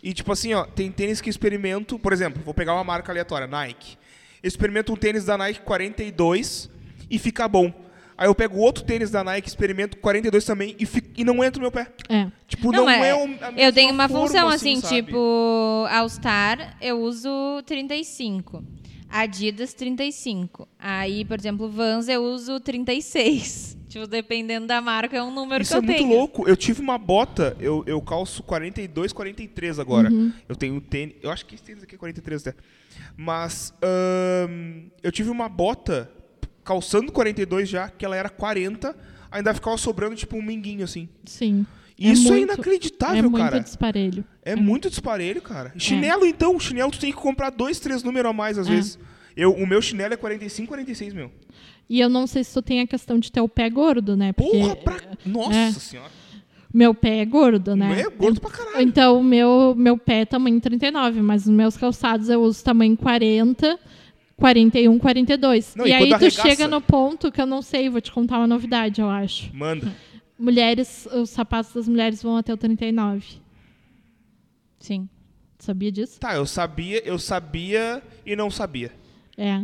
Speaker 1: E tipo assim, ó, tem tênis que eu experimento, por exemplo, vou pegar uma marca aleatória, Nike. Eu experimento um tênis da Nike 42 e fica bom. Aí eu pego outro tênis da Nike, experimento 42 também e, fico- e não entra no meu pé.
Speaker 3: É.
Speaker 1: Tipo, não,
Speaker 2: Não, é-
Speaker 1: é, um- a mesma
Speaker 2: Eu tenho uma
Speaker 1: forma,
Speaker 2: função assim,
Speaker 1: sabe?
Speaker 2: tipo, All Star eu uso 35. Adidas 35. Aí, por exemplo, Vans eu uso 36. *laughs* Tipo, dependendo da marca é um número
Speaker 1: Isso
Speaker 2: que
Speaker 1: é
Speaker 2: eu
Speaker 1: muito
Speaker 2: tenho.
Speaker 1: louco. Eu tive uma bota, eu, eu calço 42, 43 agora.
Speaker 3: Uhum.
Speaker 1: Eu tenho um tênis. Eu acho que esse tênis aqui é 43 até. Mas ahn, eu tive uma bota calçando 42 já, que ela era 40, ainda ficava sobrando tipo um minguinho assim.
Speaker 3: Sim.
Speaker 1: E
Speaker 3: É
Speaker 1: isso é
Speaker 3: muito- é
Speaker 1: inacreditável,
Speaker 3: muito É.
Speaker 1: cara.
Speaker 3: desparelho.
Speaker 1: É muito disparelho, cara. Chinelo, então, chinelo tu tem que comprar dois, três números a mais às
Speaker 3: É.
Speaker 1: vezes. Eu, o meu chinelo é 45, 46, meu.
Speaker 3: E eu não sei se tu tem a questão de ter o pé gordo, né? Porque
Speaker 1: Porra, pra. Nossa
Speaker 3: é.
Speaker 1: senhora.
Speaker 3: meu pé é gordo, né?
Speaker 1: É gordo pra caralho.
Speaker 3: Então, o meu, meu pé é tamanho 39, mas nos meus calçados eu uso tamanho 40, 41, 42.
Speaker 1: Não,
Speaker 3: um, e
Speaker 1: e
Speaker 3: aí tu
Speaker 1: quando arregaça?
Speaker 3: chega no ponto que eu não sei, vou te contar uma novidade, eu acho.
Speaker 1: Manda.
Speaker 3: Mulheres, os sapatos das mulheres vão até o 39.
Speaker 2: Sim.
Speaker 3: Sabia disso?
Speaker 1: Tá, eu sabia, eu sabia e não sabia.
Speaker 3: É.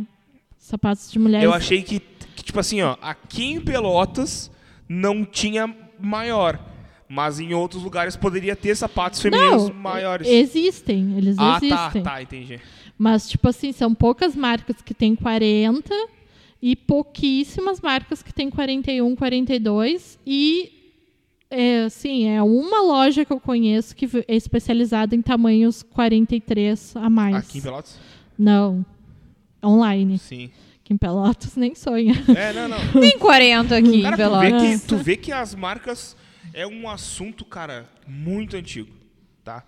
Speaker 3: Sapatos de mulheres.
Speaker 1: Eu achei que, que, tipo assim, ó, aqui em Pelotas não tinha maior. Mas em outros lugares poderia ter sapatos femininos
Speaker 3: não,
Speaker 1: maiores.
Speaker 3: Existem, eles
Speaker 1: ah,
Speaker 3: existem.
Speaker 1: tá, tá, entendi.
Speaker 3: Mas, tipo assim, são poucas marcas que têm 40 e pouquíssimas marcas que têm 41, 42. E, é, assim, é uma loja que eu conheço que é especializada em tamanhos 43 a mais.
Speaker 1: Aqui em Pelotas?
Speaker 3: Não. Online.
Speaker 1: Sim.
Speaker 3: Aqui em Pelotas nem sonha. *laughs*
Speaker 1: É, não, não.
Speaker 2: Tem 40 aqui em
Speaker 1: Cara, tu vê,
Speaker 2: Pelotas.
Speaker 1: que, tu vê que as marcas é um assunto, cara, muito antigo, tá?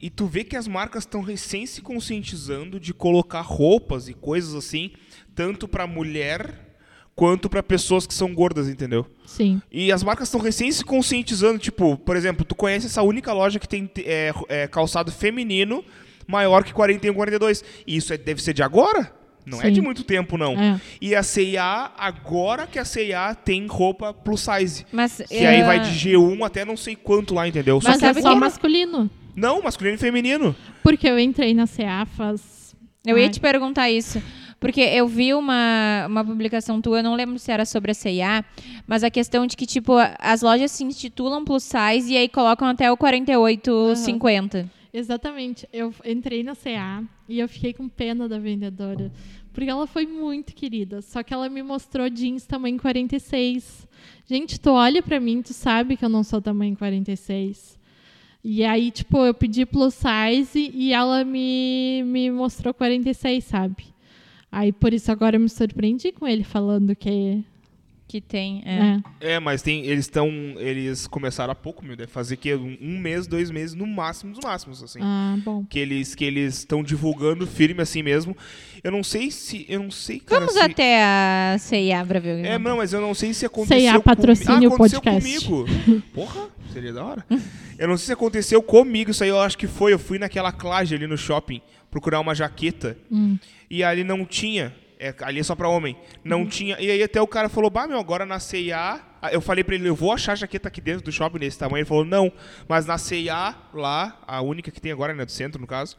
Speaker 1: E tu vê que as marcas estão recém se conscientizando de colocar roupas e coisas assim, tanto pra mulher quanto pra pessoas que são gordas, entendeu?
Speaker 3: Sim.
Speaker 1: E as marcas estão recém se conscientizando, tipo, por exemplo, tu conhece essa única loja que tem é, é, calçado feminino maior que 41, 42. E isso é, deve ser de agora? Não é
Speaker 3: Sim.
Speaker 1: de muito tempo, não.
Speaker 3: É.
Speaker 1: E a C&A, agora que a C&A tem roupa plus size.
Speaker 2: Mas,
Speaker 1: Que aí
Speaker 2: eh,
Speaker 1: vai de G1 até não sei quanto lá, entendeu? Só
Speaker 3: Mas
Speaker 1: que-
Speaker 3: é
Speaker 2: sabe
Speaker 3: só
Speaker 2: que-
Speaker 3: masculino.
Speaker 1: Não, masculino e feminino.
Speaker 3: Porque eu entrei na CA faz...
Speaker 2: Eu ia
Speaker 3: Ai.
Speaker 2: te perguntar isso. Porque eu vi uma, uma publicação tua, eu não lembro se era sobre a CIA, mas a questão de que, tipo, a- as lojas se intitulam plus size e aí colocam até o 48,50.
Speaker 3: Exatamente. Eu entrei na CA e eu fiquei com pena da vendedora. Porque ela foi muito querida. Só que ela me mostrou jeans tamanho 46. Gente, tu olha pra mim, tu sabe que eu não sou tamanho 46. E aí, tipo, eu pedi plus size e ela me, me mostrou 46, sabe? Aí, por isso, agora eu me surpreendi com ele falando que...
Speaker 2: Que tem. É.
Speaker 3: né?
Speaker 1: É, mas tem, eles estão. Eles começaram há pouco, meu. Deve fazer que um, um mês, dois meses, no máximo dos máximos, assim.
Speaker 3: Ah, bom.
Speaker 1: que eles que eles estão divulgando firme assim mesmo. Eu não sei se eu não sei, cara,
Speaker 2: Vamos
Speaker 1: se-
Speaker 2: até a CIA pra ver o que
Speaker 1: É,
Speaker 2: acontece.
Speaker 1: não, mas eu não sei se aconteceu
Speaker 3: Sei, a patrocínio
Speaker 1: comi... ah, aconteceu
Speaker 3: podcast. *laughs*
Speaker 1: comigo. Porra, seria da hora. Eu não sei se aconteceu comigo, isso aí eu acho que foi, eu fui naquela Clage ali no shopping procurar uma jaqueta.
Speaker 3: Hum.
Speaker 1: E ali não tinha. É, ali é só pra homem. Não
Speaker 3: Hum.
Speaker 1: tinha. E aí até o cara falou: "Bah, meu, agora na C&A, Ah, eu falei pra ele: "Eu vou achar jaqueta aqui dentro do shopping desse tamanho". Ele falou: "Não, mas na C&A lá, a única que tem agora, né, do centro, no caso,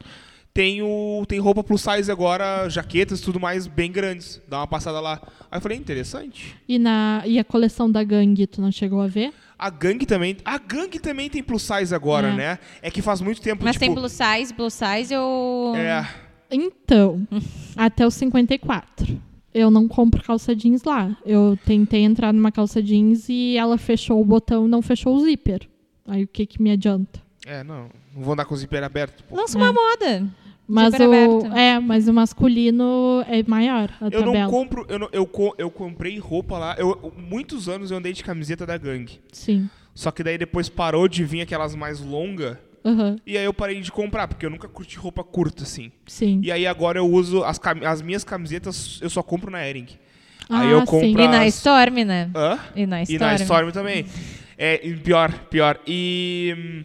Speaker 1: tem o tem roupa plus size agora, jaquetas, tudo mais bem grandes. Dá uma passada lá". Aí eu falei: "Interessante".
Speaker 3: E, na, e a coleção da gangue, tu não chegou a ver?
Speaker 1: A Gang também, a Gang também tem plus size agora,
Speaker 3: É.
Speaker 1: né? É que faz muito tempo
Speaker 2: Mas
Speaker 1: tipo,
Speaker 2: tem plus size, plus size ou.
Speaker 1: é,
Speaker 3: Então,
Speaker 2: *laughs*
Speaker 3: até os 54. Eu não compro calça jeans lá. Eu tentei entrar numa calça jeans e ela fechou o botão, não fechou o zíper. Aí o que que me adianta?
Speaker 1: é, não, não vou andar com o zíper aberto. pô.
Speaker 2: Lança uma moda.
Speaker 3: Mas
Speaker 2: Zíper
Speaker 3: o
Speaker 2: aberto.
Speaker 3: é, mas o masculino é maior a
Speaker 1: Eu não
Speaker 3: tabela.
Speaker 1: compro, eu, não- eu, co- eu comprei roupa lá. Eu, muitos anos eu andei de camiseta da gangue.
Speaker 3: Sim.
Speaker 1: Só que daí depois parou de vir aquelas mais longas.
Speaker 3: Aham.
Speaker 1: E aí eu parei de comprar, porque eu nunca curti roupa curta, assim.
Speaker 3: Sim.
Speaker 1: E aí agora eu uso as, cami- as minhas camisetas, eu só compro na Ering.
Speaker 3: Ah,
Speaker 1: aí eu
Speaker 3: sim.
Speaker 1: compro.
Speaker 2: E
Speaker 1: as-
Speaker 2: na Storm, né?
Speaker 1: Hã?
Speaker 2: E na
Speaker 1: Ah. E
Speaker 2: Storm.
Speaker 1: na Storm também. É, e pior, pior. E hum,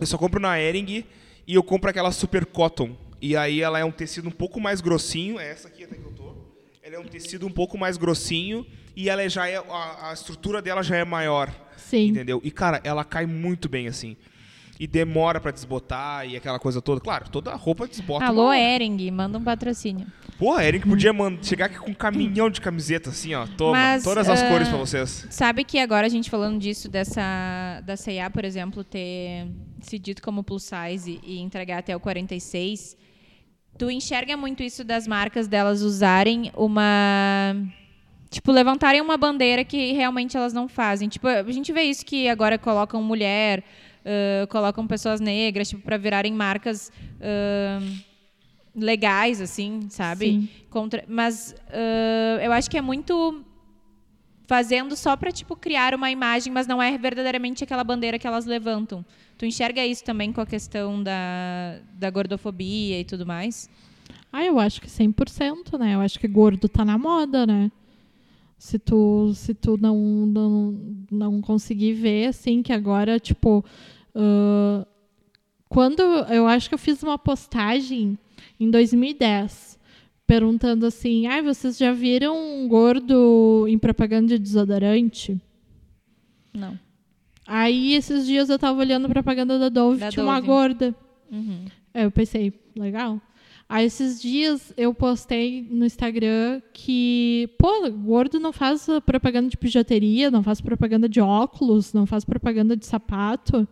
Speaker 1: eu só compro na Ering e eu compro aquela Super Cotton. E aí ela é um tecido um pouco mais grossinho, é essa aqui até que eu tô. Ela é um tecido um pouco mais grossinho e ela é- já é a, a estrutura dela já é maior,
Speaker 3: Sim.
Speaker 1: entendeu? E cara, ela cai muito bem assim. e demora pra desbotar e aquela coisa toda. Claro, toda roupa desbota.
Speaker 2: Alô,
Speaker 1: uma-
Speaker 2: Ering, manda um patrocínio.
Speaker 1: Porra, Eric podia man- chegar aqui com um caminhão de camiseta assim, ó. Toma,
Speaker 2: Mas,
Speaker 1: todas as
Speaker 2: ah,
Speaker 1: cores pra vocês.
Speaker 2: Sabe que agora a gente falando disso, dessa da C&A, por exemplo, ter se dito como plus size e entregar até o 46, tu enxerga muito isso das marcas delas usarem uma... Tipo, levantarem uma bandeira que realmente elas não fazem. Tipo, a gente vê isso que agora colocam mulher, ãh, colocam pessoas negras, tipo, pra virarem marcas... ãh, legais, assim, sabe?
Speaker 3: Sim.
Speaker 2: Contra... Mas ãh, eu acho que é muito fazendo só pra, tipo, criar uma imagem, mas não é verdadeiramente aquela bandeira que elas levantam. Tu enxerga isso também com a questão da, da gordofobia e tudo mais?
Speaker 3: Ah, eu acho que 100%, né? Eu acho que gordo tá na moda, né? Se tu, se tu não, não, não conseguir ver, assim, que agora, tipo... ah, quando... Eu acho que eu fiz uma postagem em 2010, perguntando assim, ah, vocês já viram um gordo em propaganda de desodorante?
Speaker 2: Não.
Speaker 3: Aí, esses dias, eu tava olhando propaganda da Dove,
Speaker 2: Da
Speaker 3: tinha uma
Speaker 2: Dove.
Speaker 3: gorda.
Speaker 2: Uhum.
Speaker 3: Aí eu pensei, legal. Aí esses dias eu postei no Instagram que, pô, gordo não faz propaganda de bijuteria, não faz propaganda de óculos, não faz propaganda de sapato.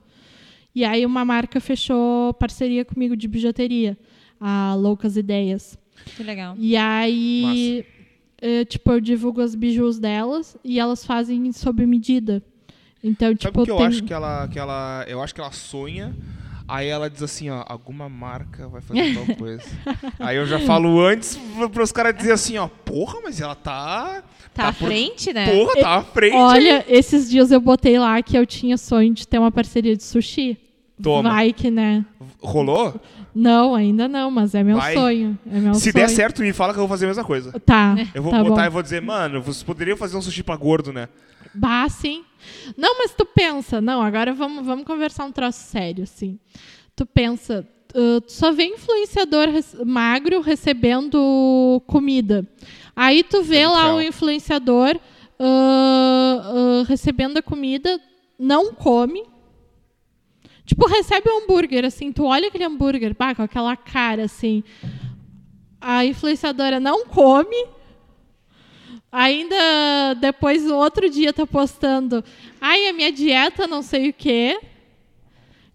Speaker 3: E aí uma marca fechou parceria comigo de bijuteria, a Loucas Ideias.
Speaker 2: Que legal.
Speaker 3: E aí, eh, tipo, eu divulgo as bijus delas e elas fazem sob medida. Então,
Speaker 1: Sabe
Speaker 3: tipo,
Speaker 1: o que eu
Speaker 3: tem...
Speaker 1: acho que ela, que ela. Eu acho que ela sonha. Aí ela diz assim, ó, alguma marca vai fazer
Speaker 3: *laughs*
Speaker 1: tal coisa. Aí eu já falo antes para os caras dizer assim, ó, porra, mas ela tá.
Speaker 2: Tá à
Speaker 1: por-
Speaker 2: frente, né?
Speaker 1: Porra, tá à frente.
Speaker 3: Olha, esses dias eu botei lá que eu tinha sonho de ter uma parceria de sushi.
Speaker 1: Toma.
Speaker 3: Vai que, né?
Speaker 1: Rolou?
Speaker 3: Não, ainda não, mas é meu
Speaker 1: Vai.
Speaker 3: sonho. É meu
Speaker 1: Se
Speaker 3: sonho.
Speaker 1: der certo, me fala que eu vou fazer a mesma coisa.
Speaker 3: Tá.
Speaker 1: Eu vou
Speaker 3: tá
Speaker 1: botar e
Speaker 3: bom.
Speaker 1: vou dizer, mano, vocês poderiam fazer um sushi pra gordo, né?
Speaker 3: Bah, sim. Não, mas tu pensa, não, agora vamos, vamos conversar um troço sério, assim. Tu pensa, ah, tu só vê influenciador rec- magro recebendo comida. Aí tu vê
Speaker 1: É muito
Speaker 3: lá
Speaker 1: real.
Speaker 3: o influenciador ah, ah, recebendo a comida, não come. Tipo, recebe um hambúrguer, assim, tu olha aquele hambúrguer, pá, com aquela cara, assim. A influenciadora não come, Ainda depois, no outro dia, tá postando. Ai, a minha dieta, não sei o quê.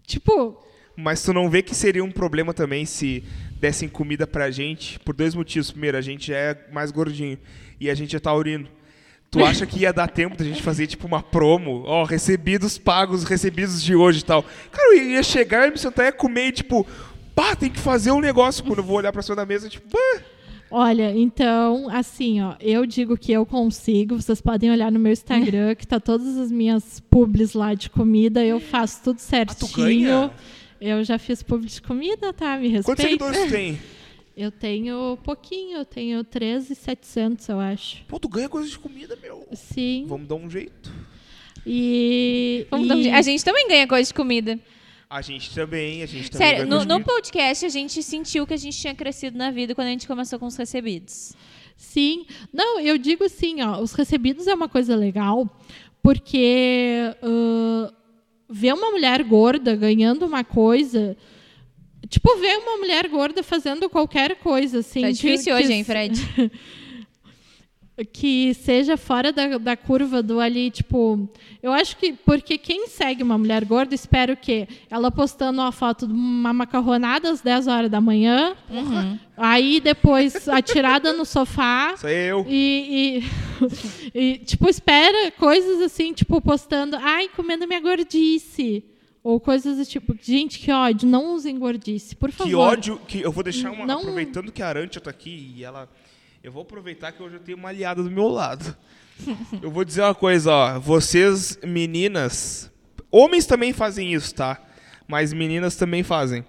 Speaker 3: Tipo,
Speaker 1: Mas tu não vê que seria um problema também se dessem comida pra gente? Por dois motivos. Primeiro, a gente já é mais gordinho e a gente é taurino.
Speaker 2: *laughs*
Speaker 1: Tu acha que ia dar tempo da gente fazer tipo uma promo? Ó, recebidos pagos, recebidos de hoje e tal. Cara, eu ia chegar e me sentar e ia comer e tipo, pá, tem que fazer um negócio. Quando eu vou olhar pra cima da mesa, tipo, "Bah."
Speaker 3: olha, então, assim, ó, eu digo que eu consigo. Vocês podem olhar no meu Instagram, que tá todas as minhas publis lá de comida. Eu faço tudo certinho.
Speaker 1: Ah, ganha?
Speaker 3: Eu já fiz publi de comida, tá? Me
Speaker 1: quantos
Speaker 3: respeita.
Speaker 1: seguidores tu
Speaker 2: *laughs*
Speaker 1: tem?
Speaker 3: Eu tenho pouquinho, eu tenho 13,700, eu acho.
Speaker 1: Pô, tu ganha coisa de comida, meu.
Speaker 3: Sim.
Speaker 1: Vamos dar um jeito.
Speaker 3: E.
Speaker 2: Vamos
Speaker 3: e...
Speaker 2: dar um- A gente também ganha coisa de comida.
Speaker 1: A gente também, a gente também.
Speaker 2: Sério,
Speaker 1: ganha
Speaker 2: no,
Speaker 1: coisa de
Speaker 2: no
Speaker 1: comida.
Speaker 2: podcast a gente sentiu que a gente tinha crescido na vida quando a gente começou com os recebidos.
Speaker 3: Sim. Não, eu digo assim, ó, os recebidos é uma coisa legal, porque ãh, ver uma mulher gorda ganhando uma coisa. Tipo, ver uma mulher gorda fazendo qualquer coisa, assim.
Speaker 2: tá
Speaker 3: que-
Speaker 2: difícil
Speaker 3: que,
Speaker 2: hoje, hein,
Speaker 3: *laughs*
Speaker 2: Fred?
Speaker 3: Que seja fora da, da curva do ali, tipo. Eu acho que. Porque quem segue uma mulher gorda espera o quê? Ela postando uma foto de uma macarronada às 10 horas da manhã. Uhum. Aí depois atirada no sofá.
Speaker 1: Isso aí é eu.
Speaker 3: E, e- *laughs* e, tipo, espera coisas assim, tipo, postando, ai, comendo minha gordice. Ou coisas do tipo, gente, que ódio, não usem gordice, por favor.
Speaker 1: Que ódio que eu vou deixar uma
Speaker 3: Não-
Speaker 1: aproveitando que a Arantia tá aqui e ela eu vou aproveitar que hoje eu tenho uma aliada do meu
Speaker 3: *laughs*
Speaker 1: lado. eu vou dizer uma coisa, ó, vocês meninas, homens também fazem isso, tá? Mas meninas também fazem.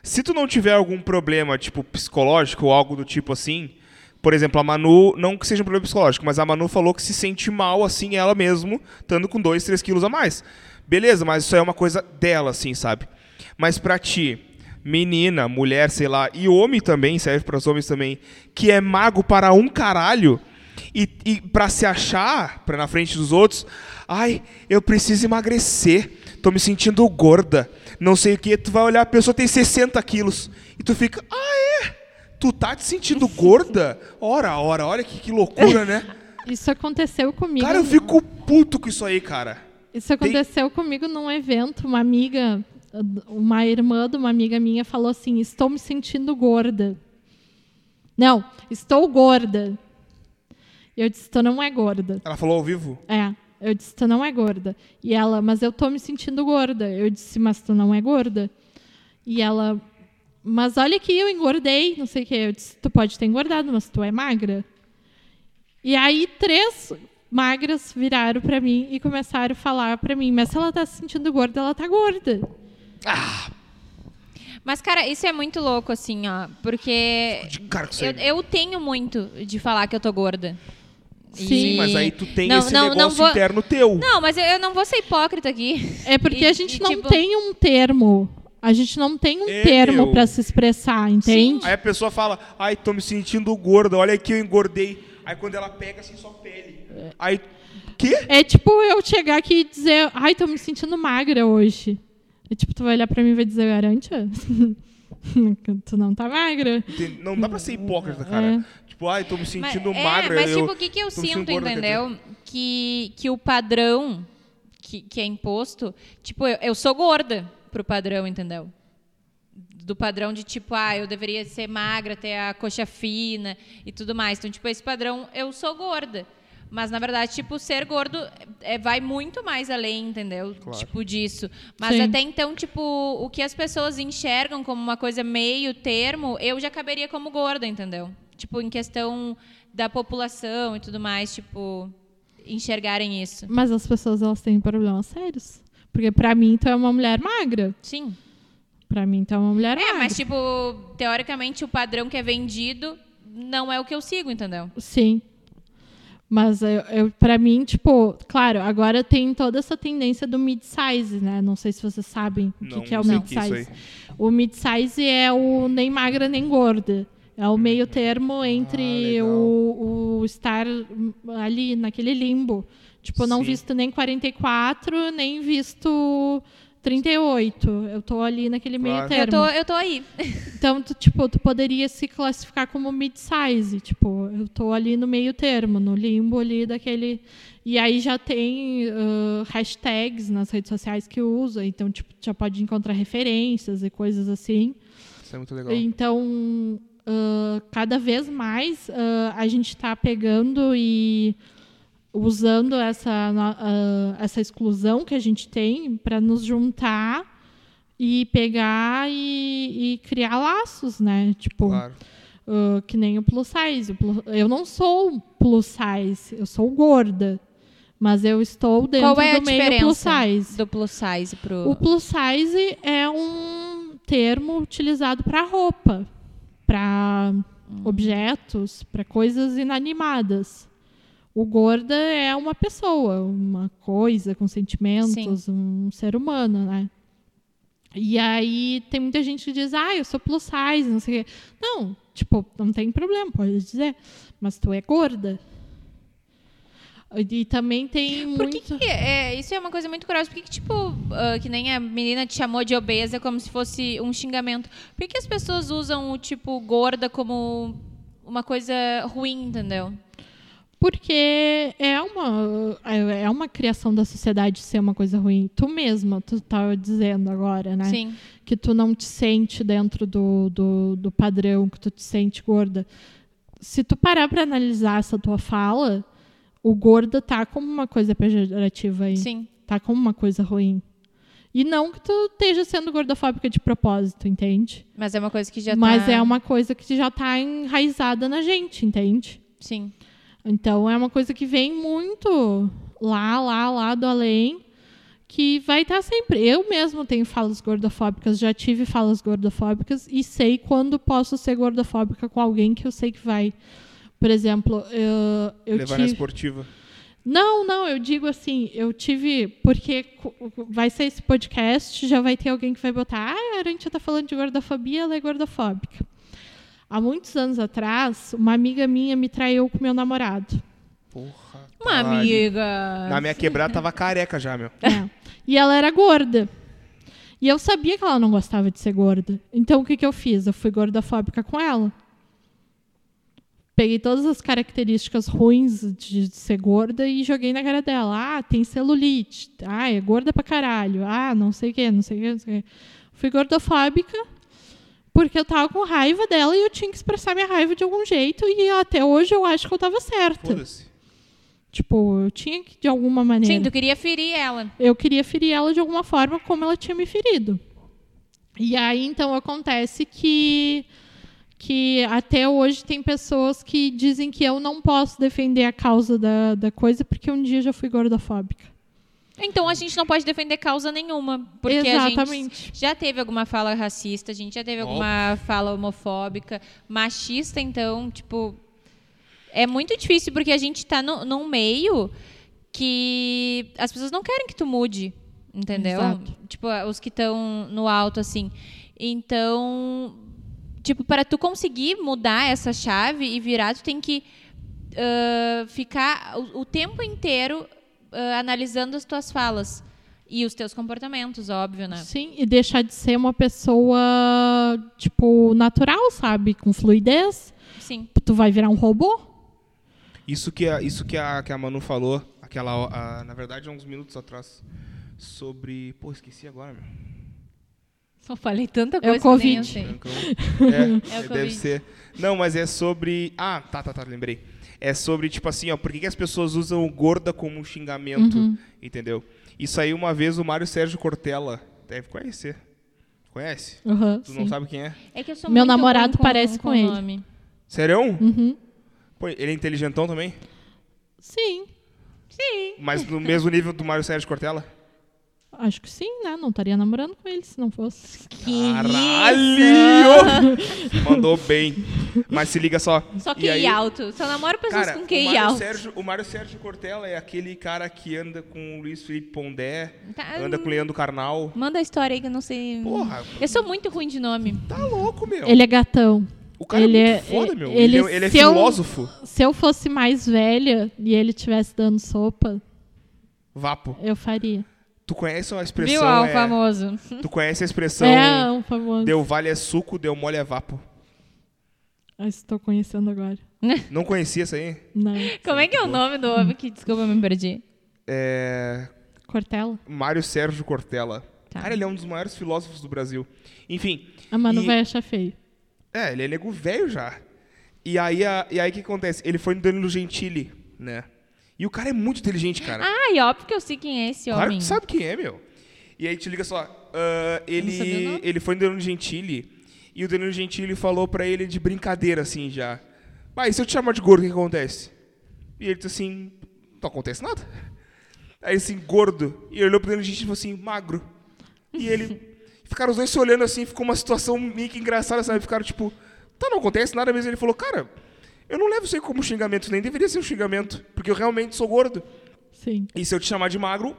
Speaker 1: Se tu não tiver algum problema, tipo psicológico ou algo do tipo assim, por exemplo, a Manu, não que seja um problema psicológico, mas a Manu falou que se sente mal assim ela mesmo, estando com 2, 3 quilos a mais. Beleza, mas isso aí é uma coisa dela, assim, sabe? Mas pra ti, menina, mulher, sei lá, e homem também, serve para os homens também, que é mago para um caralho e, e para se achar pra, na frente dos outros, ai, eu preciso emagrecer. tô me sentindo gorda, não sei o que. Tu vai olhar, a pessoa tem 60 quilos. E tu fica, ah, é? Tu tá te sentindo gorda? Ora, ora, olha que, que loucura,
Speaker 2: *laughs*
Speaker 1: né?
Speaker 3: Isso aconteceu comigo.
Speaker 1: Cara, eu fico puto com isso aí, cara.
Speaker 3: Isso aconteceu comigo num evento. Uma amiga, uma irmã de uma amiga minha falou assim: Estou me sentindo gorda. Não, estou gorda. Eu disse: Tu não é gorda.
Speaker 1: Ela falou ao vivo?
Speaker 3: É. Eu disse: Tu não é gorda. E ela: Mas eu estou me sentindo gorda. Eu disse: Mas tu não é gorda. E ela: Mas olha que eu engordei. Não sei o quê. Eu disse: Tu pode ter engordado, mas tu é magra. E aí, três magras viraram para mim e começaram a falar para mim, mas se ela tá se sentindo gorda, ela tá gorda.
Speaker 2: Mas, cara, isso é muito louco, assim, ó. Porque
Speaker 1: De cara com isso
Speaker 2: eu,
Speaker 1: aí. é
Speaker 2: eu tenho muito de falar que eu tô gorda.
Speaker 3: Sim.
Speaker 1: Sim, mas aí tu tem
Speaker 2: Não,
Speaker 1: esse
Speaker 2: não, não
Speaker 1: negócio
Speaker 2: vou-
Speaker 1: interno teu.
Speaker 2: Não, mas eu, eu não vou ser hipócrita aqui.
Speaker 3: É porque
Speaker 2: E-
Speaker 3: a gente
Speaker 2: e,
Speaker 3: não
Speaker 2: tipo-
Speaker 3: tem um termo. A gente não tem um
Speaker 1: É,
Speaker 3: termo
Speaker 1: meu.
Speaker 3: para se expressar, entende?
Speaker 1: Aí a pessoa fala, ai, tô me sentindo gorda, olha aqui, eu engordei. Aí quando ela pega, assim, só pele. Aí, quê?
Speaker 3: É tipo eu chegar aqui e dizer, ai, tô me sentindo magra hoje. É tipo, tu vai olhar pra mim e vai dizer, garante? *laughs* tu não tá magra.
Speaker 1: Enten- Não dá pra ser hipócrita, cara. Tipo, ai, tô me sentindo
Speaker 2: É. mas,
Speaker 1: magra.
Speaker 2: É, mas,
Speaker 1: eu...
Speaker 2: tipo, o que, que eu
Speaker 1: tô me sentindo
Speaker 2: sinto,
Speaker 1: gorda, quer dizer.
Speaker 2: entendeu? Que, que o padrão que, que é imposto... Tipo, eu, eu sou gorda pro padrão, entendeu? Do padrão de, tipo, ah, eu deveria ser magra, ter a coxa fina e tudo mais. Então, tipo, esse padrão, eu sou gorda. Mas, na verdade, tipo, ser gordo é, vai muito mais além, entendeu?
Speaker 1: Claro.
Speaker 2: Tipo, disso. Mas
Speaker 3: Sim.
Speaker 2: até então, tipo, o que as pessoas enxergam como uma coisa meio termo, eu já caberia como gorda, entendeu? Tipo, em questão da população e tudo mais, tipo, enxergarem isso.
Speaker 3: Mas as pessoas, elas têm problemas sérios. Porque pra mim, tu é uma mulher magra.
Speaker 2: Sim.
Speaker 3: Pra mim, tu é uma mulher
Speaker 2: É,
Speaker 3: magra.
Speaker 2: mas, tipo, teoricamente, o padrão que é vendido não é o que eu sigo, entendeu?
Speaker 3: Sim. Mas eu, eu, para mim, tipo, claro, agora tem toda essa tendência do mid-size, né? Não sei se vocês sabem o que,
Speaker 1: Não,
Speaker 3: que é o
Speaker 1: não sei o que é isso
Speaker 3: mid-size. O mid-size é o nem magra nem gorda. É o meio termo entre
Speaker 1: Uhum. Ah, legal.
Speaker 3: o, o estar ali naquele limbo. Tipo, não
Speaker 1: Sim.
Speaker 3: visto nem 44, nem visto 38. Eu tô ali naquele meio
Speaker 1: Claro.
Speaker 3: termo.
Speaker 2: Eu tô, eu tô aí.
Speaker 3: Então, tu, tipo, tu poderia se classificar como mid-size. Tipo, eu tô ali no meio termo, no limbo ali daquele. E aí já tem ah, hashtags nas redes sociais que usa. Então, tipo, já pode encontrar referências e coisas assim.
Speaker 1: Isso é muito legal.
Speaker 3: Então, ah, cada vez mais ah, a gente está pegando e usando essa, no- ah, essa exclusão que a gente tem para nos juntar e pegar e, e criar laços, né? Tipo,
Speaker 1: Claro.
Speaker 3: ah, que nem o plus size. O plu- Eu não sou plus size, eu sou gorda. Mas eu estou dentro
Speaker 2: Qual é a
Speaker 3: do meio plus
Speaker 2: diferença
Speaker 3: size.
Speaker 2: do plus size pro...
Speaker 3: O plus size é um termo utilizado para roupa, para
Speaker 2: Hum.
Speaker 3: objetos, para coisas inanimadas. O gorda é uma pessoa, uma coisa com sentimentos, um ser humano, né? E aí tem muita gente que diz, ah, eu sou plus size, não sei o quê. Não, tipo, não tem problema, pode dizer. Mas tu é gorda. E também tem
Speaker 2: Por
Speaker 3: muito...
Speaker 2: que, que é, isso é uma coisa muito curiosa. Por que, que, tipo, ah, que nem a menina te chamou de obesa como se fosse um xingamento? Por que as pessoas usam o tipo gorda como uma coisa ruim, entendeu?
Speaker 3: Porque é uma, é uma criação da sociedade ser uma coisa ruim. Tu mesma, tu estava dizendo agora, né?
Speaker 2: Sim.
Speaker 3: Que tu não te sente dentro do, do, do padrão, que tu te sente gorda. Se tu parar para analisar essa tua fala, o gorda tá como uma coisa pejorativa aí.
Speaker 2: Sim.
Speaker 3: Tá como uma coisa ruim. E não que tu esteja sendo gordofóbica de propósito, entende?
Speaker 2: Mas é uma coisa que já
Speaker 3: Mas
Speaker 2: tá...
Speaker 3: é uma coisa que já tá enraizada na gente, entende?
Speaker 2: Sim.
Speaker 3: Então é uma coisa que vem muito lá, lá, lá do além, que vai estar sempre. Eu mesmo tenho falas gordofóbicas, já tive falas gordofóbicas e sei quando posso ser gordofóbica com alguém que eu sei que vai. Por exemplo, eu, eu
Speaker 1: Levar na
Speaker 3: tive.
Speaker 1: esportiva.
Speaker 3: Não, não, eu digo assim, eu tive. Porque co- vai ser esse podcast, já vai ter alguém que vai botar. Ah, a Arantia tá falando de gordofobia, ela é gordofóbica. Há muitos anos atrás, uma amiga minha me traiu com meu namorado.
Speaker 1: Porra.
Speaker 2: Uma
Speaker 1: tá ali.
Speaker 2: amiga...
Speaker 3: *laughs*
Speaker 1: Na minha quebrada tava careca já, meu.
Speaker 3: É. E ela era gorda. E eu sabia que ela não gostava de ser gorda. Então o que, que eu fiz? Eu fui gordofóbica com ela. Peguei todas as características ruins de ser gorda e joguei na cara dela. Ah, tem celulite. Ah, é gorda pra caralho. Ah, não sei o quê, não sei o quê, não sei o quê. Fui gordofóbica porque eu tava com raiva dela e eu tinha que expressar minha raiva de algum jeito. E até hoje eu acho que eu tava certa.
Speaker 1: Foda-se.
Speaker 3: Tipo, eu tinha que, de alguma maneira.
Speaker 2: Sim, tu queria ferir ela.
Speaker 3: Eu queria ferir ela de alguma forma, como ela tinha me ferido. E aí, então, acontece que, que até hoje tem pessoas que dizem que eu não posso defender a causa da, da coisa porque um dia já fui gordofóbica.
Speaker 2: Então a gente não pode defender causa nenhuma. Porque a gente
Speaker 3: Exatamente.
Speaker 2: já teve alguma fala racista, a gente já teve alguma fala homofóbica, machista, então, tipo. É muito difícil porque a gente tá no, num meio que as pessoas não querem que tu mude. Entendeu?
Speaker 3: Exato.
Speaker 2: Tipo, os que estão no alto, assim. Então, tipo, para tu conseguir mudar essa chave e virar, tu tem que ah, ficar o, o tempo inteiro ah, analisando as tuas falas e os teus comportamentos, óbvio, né?
Speaker 3: Sim, e deixar de ser uma pessoa, tipo, natural, sabe? Com fluidez.
Speaker 2: Sim.
Speaker 3: Tu vai virar um robô?
Speaker 1: Isso que a, isso que a, que a Manu falou, aquela, a- na verdade, há uns minutos atrás, sobre... Pô, esqueci agora, meu.
Speaker 2: Só falei tanta
Speaker 3: coisa
Speaker 2: coisa
Speaker 3: o que nem eu Covid. sei. *laughs*
Speaker 1: Cancão. É,
Speaker 2: É o
Speaker 1: é, deve
Speaker 2: Covid.
Speaker 1: ser. Não, mas é sobre. Ah, tá, tá, tá, lembrei. É sobre, tipo assim, ó, por que, que as pessoas usam o gorda como um xingamento,
Speaker 3: Uhum.
Speaker 1: entendeu? Isso aí uma vez o Mário Sérgio Cortella, deve conhecer. Conhece?
Speaker 3: Aham,
Speaker 1: Tu
Speaker 3: sim.
Speaker 1: não sabe quem é?
Speaker 2: É que eu sou
Speaker 3: Meu
Speaker 2: muito
Speaker 3: namorado
Speaker 2: ruim com-
Speaker 3: parece com
Speaker 2: o
Speaker 3: ele.
Speaker 2: nome.
Speaker 1: Sério?
Speaker 3: Uhum.
Speaker 1: Pô, ele é inteligentão também?
Speaker 3: Sim,
Speaker 1: Mas no mesmo nível do Mário Sérgio Cortella?
Speaker 3: acho que sim, né? Não estaria namorando com ele se não fosse.
Speaker 2: Que
Speaker 1: Caralho! Mandou bem. Mas se liga só.
Speaker 2: isso! Só
Speaker 1: E
Speaker 2: QI
Speaker 1: aí-
Speaker 2: alto. Só namoro pessoas
Speaker 1: Cara,
Speaker 2: com
Speaker 1: o,
Speaker 2: QI
Speaker 1: Mário
Speaker 2: alto.
Speaker 1: Sérgio, o Mário Sérgio Cortella é aquele cara que anda com o Luiz Felipe Pondé,
Speaker 2: Tá,
Speaker 1: anda com o Leandro Carnal.
Speaker 2: Manda a história aí que eu não sei.
Speaker 1: Porra.
Speaker 2: Eu sou muito ruim de nome.
Speaker 1: Tá louco, meu.
Speaker 3: Ele é gatão.
Speaker 1: o cara
Speaker 3: ele
Speaker 1: é
Speaker 3: é-
Speaker 1: muito foda,
Speaker 3: ele-
Speaker 1: meu. Ele,
Speaker 3: ele-
Speaker 1: é- ele é
Speaker 3: se eu-
Speaker 1: filósofo.
Speaker 3: Se eu fosse mais velha e ele tivesse dando sopa,
Speaker 1: Vapo.
Speaker 3: eu faria.
Speaker 1: Tu conhece a expressão...
Speaker 2: Viu, ó, o
Speaker 1: é- *laughs*
Speaker 2: famoso.
Speaker 1: Tu conhece a expressão...
Speaker 3: é, um famoso.
Speaker 1: Deu vale é suco, deu mole é vapo.
Speaker 3: Ah, estou conhecendo agora.
Speaker 1: Não conhecia isso aí?
Speaker 3: Não.
Speaker 2: Como é que é o nome do homem que, desculpa, eu me perdi?
Speaker 1: É...
Speaker 3: Cortella.
Speaker 1: Mário Sérgio Cortella.
Speaker 2: Tá.
Speaker 1: Cara, ele é um dos maiores filósofos do Brasil. Enfim,
Speaker 3: A Manu
Speaker 1: E-
Speaker 3: Ah, vai achar feio.
Speaker 1: É, ele é nego velho já. E aí, a- e aí o que acontece? Ele foi no Danilo Gentili, né? E o cara é muito inteligente, cara.
Speaker 2: Ah, e óbvio que eu sei quem é esse
Speaker 1: claro que
Speaker 2: homem.
Speaker 1: tu sabe quem é, meu. E aí te liga só. ah,
Speaker 2: não sabia o
Speaker 1: ele,
Speaker 2: nome.
Speaker 1: ele foi no Danilo Gentili e o Danilo Gentili falou pra ele de brincadeira, assim, já. Mas e se eu te chamar de gordo, o que acontece? E ele disse assim, não acontece nada. Aí assim, gordo. E ele olhou pro Danilo Gentili e falou assim, magro. E ele... *laughs* Ficaram os dois se olhando assim, ficou uma situação meio que engraçada, sabe? Ficaram tipo, tá, não acontece nada mesmo. Ele falou, cara, eu não levo isso aí como xingamento, nem deveria ser um xingamento, porque eu realmente sou gordo.
Speaker 3: Sim.
Speaker 1: E se eu te chamar de magro,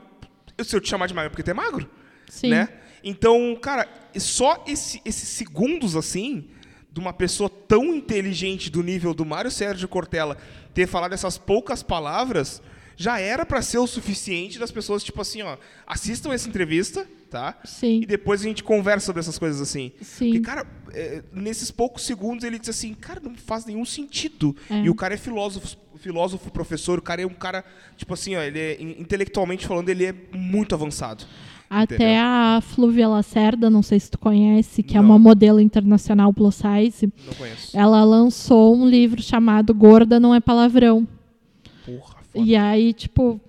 Speaker 1: se eu te chamar de magro é porque tu é magro,
Speaker 3: Sim.
Speaker 1: né? Então, cara, só esse- esses segundos assim de uma pessoa tão inteligente do nível do Mário Sérgio Cortella ter falado essas poucas palavras já era pra ser o suficiente das pessoas tipo assim, ó, assistam essa entrevista, tá?
Speaker 3: Sim.
Speaker 1: E depois a gente conversa sobre essas coisas assim.
Speaker 3: Sim.
Speaker 1: Porque, cara, é, nesses poucos segundos ele diz assim, cara, não faz nenhum sentido.
Speaker 3: É.
Speaker 1: E o cara é filósofo, filósofo, professor, o cara é um cara, tipo assim, ó, ele é, in- intelectualmente falando, ele é muito avançado.
Speaker 3: Até a Fluvia Lacerda, não sei se tu conhece, que é
Speaker 1: Não.
Speaker 3: uma modelo internacional plus size,
Speaker 1: Não conheço.
Speaker 3: ela lançou um livro chamado Gorda Não É Palavrão.
Speaker 1: Porra, foda.
Speaker 3: E aí, tipo,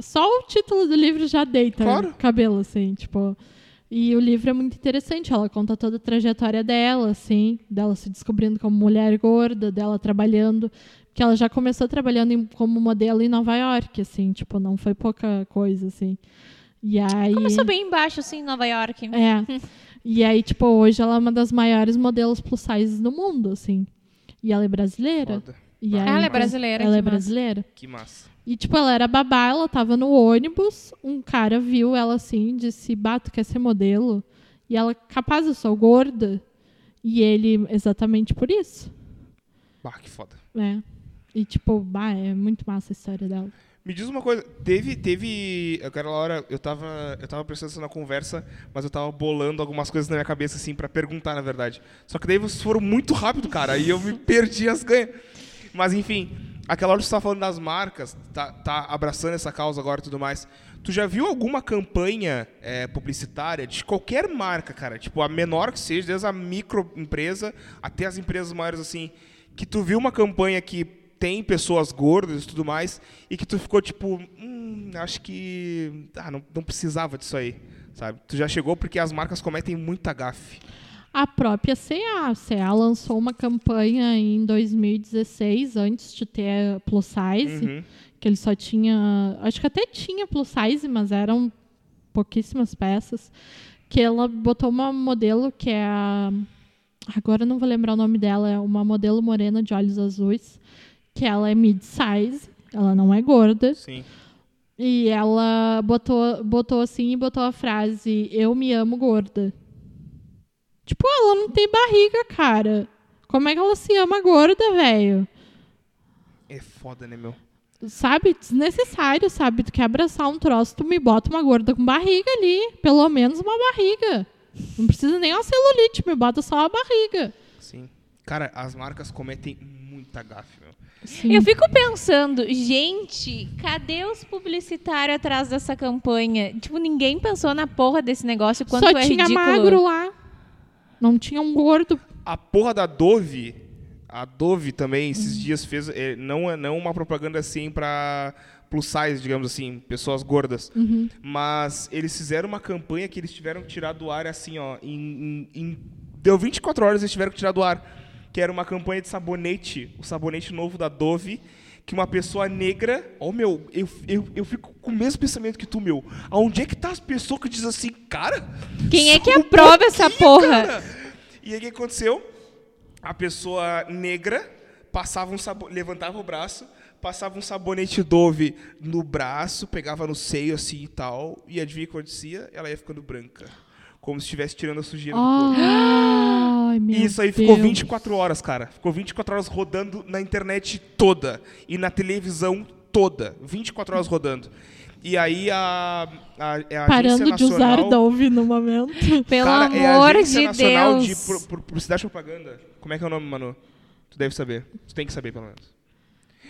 Speaker 3: só o título do livro já deita
Speaker 1: Claro.
Speaker 3: o cabelo, assim, tipo. E o livro é muito interessante, ela conta toda a trajetória dela, assim, dela se descobrindo como mulher gorda, dela trabalhando, que ela já começou trabalhando em- como modelo em Nova York, assim, tipo, não foi pouca coisa, assim. E aí...
Speaker 2: Começou Hum. bem embaixo, assim, em Nova York.
Speaker 3: É. e aí, tipo, hoje ela é uma das maiores modelos plus sizes do mundo, assim. E ela é brasileira.
Speaker 1: Foda.
Speaker 3: E aí,
Speaker 2: Ela é
Speaker 3: então,
Speaker 2: brasileira,
Speaker 3: Ela
Speaker 2: que
Speaker 3: é
Speaker 2: massa.
Speaker 3: brasileira.
Speaker 1: Que massa.
Speaker 3: E, tipo, ela era babá, ela tava no ônibus, um cara viu ela assim, disse, Bato, quer ser modelo? E ela, capaz, eu sou gorda. E ele, exatamente por isso,
Speaker 1: Bah, que foda.
Speaker 3: né? E, tipo, bah, é muito massa a história dela.
Speaker 1: Me diz uma coisa, teve, teve, aquela hora eu tava, eu tava prestando atenção na conversa, mas eu tava bolando algumas coisas na minha cabeça assim para perguntar, na verdade. Só que daí vocês foram muito rápido, cara, e eu me *laughs* perdi as ganhas. Mas enfim, aquela hora que você tava falando das marcas, tá, tá abraçando essa causa agora e tudo mais. Tu já viu alguma campanha é, publicitária de qualquer marca, cara? Tipo, a menor que seja, desde a microempresa até as empresas maiores assim, que tu viu uma campanha que tem pessoas gordas e tudo mais, e que tu ficou tipo, hum, acho que ah, não, não precisava disso aí, sabe? Tu já chegou porque as marcas cometem muita gafe.
Speaker 3: A própria CA, a CA lançou uma campanha em 2016, antes de ter a plus size,
Speaker 1: Uhum.
Speaker 3: que ele só tinha, acho que até tinha plus size, mas eram pouquíssimas peças, que ela botou uma modelo que é a agora eu não vou lembrar o nome dela, é uma modelo morena de olhos azuis, que ela é mid size, ela não é gorda,
Speaker 1: Sim.
Speaker 3: e ela botou, botou assim e botou a frase: Eu me amo gorda. Tipo, ela não tem barriga, cara. Como é que ela se ama gorda, velho?
Speaker 1: É foda, né, meu?
Speaker 3: Sabe? Desnecessário, sabe? Tu quer abraçar um troço, tu me bota uma gorda com barriga ali. Pelo menos uma barriga. Não precisa nem uma celulite, me bota só uma barriga.
Speaker 1: Sim. Cara, as marcas cometem muita gafe, meu.
Speaker 3: Sim.
Speaker 2: Eu fico pensando, gente, cadê os publicitários atrás dessa campanha? Tipo, ninguém pensou na porra desse negócio quanto
Speaker 3: Só
Speaker 2: é
Speaker 3: tinha
Speaker 2: ridículo.
Speaker 3: magro lá. Não tinha um gordo.
Speaker 1: A porra da Dove, a Dove também esses dias fez, é, não é não uma propaganda assim pra plus size, digamos assim, pessoas gordas. Mas eles fizeram uma campanha que eles tiveram que tirar do ar assim, ó, em, em- em- deu 24 horas eles tiveram que tirar do ar, que era uma campanha de sabonete, o sabonete novo da Dove. Que uma pessoa negra, ó meu, eu, eu, eu fico com o mesmo pensamento que tu, meu. Aonde é que tá as pessoas que dizem assim, cara?
Speaker 2: Quem é que
Speaker 1: só um
Speaker 2: aprova essa
Speaker 1: pouquinho,
Speaker 2: porra?
Speaker 1: cara? E aí o que aconteceu? A pessoa negra passava um sabo- levantava o braço, passava um sabonete Dove no braço, pegava no seio assim e tal, e adivinha o que acontecia? Ela ia ficando branca, como se estivesse tirando a sujeira do corpo.
Speaker 3: Ai, Ah, meu
Speaker 1: E isso aí ficou
Speaker 3: Deus.
Speaker 1: 24 horas, cara. Ficou 24 horas rodando na internet toda e na televisão toda. 24 horas rodando. E aí a, a, a Agência
Speaker 3: Parando de
Speaker 1: Nacional...
Speaker 3: usar Dove no momento.
Speaker 2: Pelo
Speaker 1: Cara, é a
Speaker 2: amor
Speaker 1: Agência
Speaker 2: de
Speaker 1: Nacional
Speaker 2: Deus.
Speaker 1: de Pro- Pro- Publicidade e Propaganda. Como é que é o nome, Manu? Tu deve saber. Tu tem que saber, pelo menos.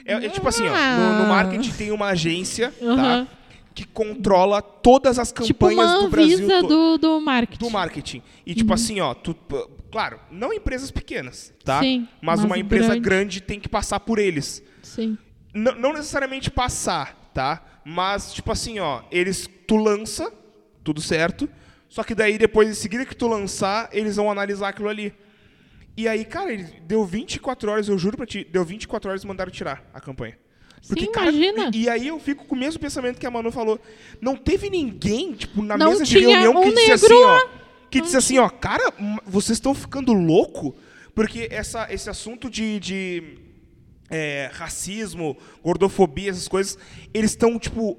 Speaker 1: É, é tipo assim, ó, no, no marketing tem uma agência tá,
Speaker 3: Ah. Aham.
Speaker 1: que controla todas as campanhas
Speaker 3: Tipo uma
Speaker 1: do Brasil
Speaker 3: Anvisa
Speaker 1: to-
Speaker 3: do, Uhum. do marketing.
Speaker 1: do marketing. E tipo assim, ó, tu, p- claro, não empresas pequenas, tá?
Speaker 3: Sim,
Speaker 1: mas,
Speaker 3: mas
Speaker 1: uma empresa
Speaker 3: grande.
Speaker 1: grande. tem que passar por eles.
Speaker 3: Sim.
Speaker 1: N- não necessariamente passar, tá? Mas tipo assim, ó, eles tu lança, tudo certo. Só que daí depois em seguida que tu lançar, eles vão analisar aquilo ali. E aí, cara, ele deu 24 horas, eu juro pra ti, deu 24 horas e mandaram tirar a campanha.
Speaker 3: Sim, imagina.
Speaker 1: E, e aí eu fico com o mesmo pensamento que a Manu falou. Não teve ninguém, tipo, na
Speaker 3: Não
Speaker 1: mesa de
Speaker 3: tinha
Speaker 1: reunião que
Speaker 3: um
Speaker 1: disse
Speaker 3: negro
Speaker 1: assim, ó.
Speaker 3: lá.
Speaker 1: Que disse assim, ó, cara, hum, vocês estão ficando louco? Porque essa, esse assunto de. de, é, racismo, gordofobia, essas coisas, eles estão, tipo.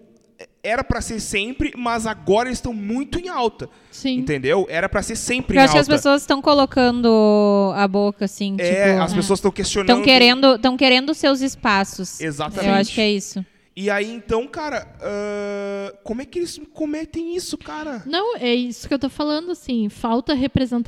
Speaker 1: Era pra ser sempre, mas agora eles estão muito em alta.
Speaker 3: Sim.
Speaker 1: Entendeu? Era pra ser sempre
Speaker 2: Eu
Speaker 1: em
Speaker 2: acho que
Speaker 1: alta.
Speaker 2: as pessoas estão colocando a boca assim,
Speaker 1: é,
Speaker 2: tipo,
Speaker 1: as pessoas estão questionando.
Speaker 2: estão querendo, estão querendo seus espaços.
Speaker 1: Exatamente.
Speaker 2: Eu acho que é isso.
Speaker 1: E aí, então, cara, ah, como é que eles cometem isso, cara?
Speaker 3: Não, é isso que eu tô falando, assim, falta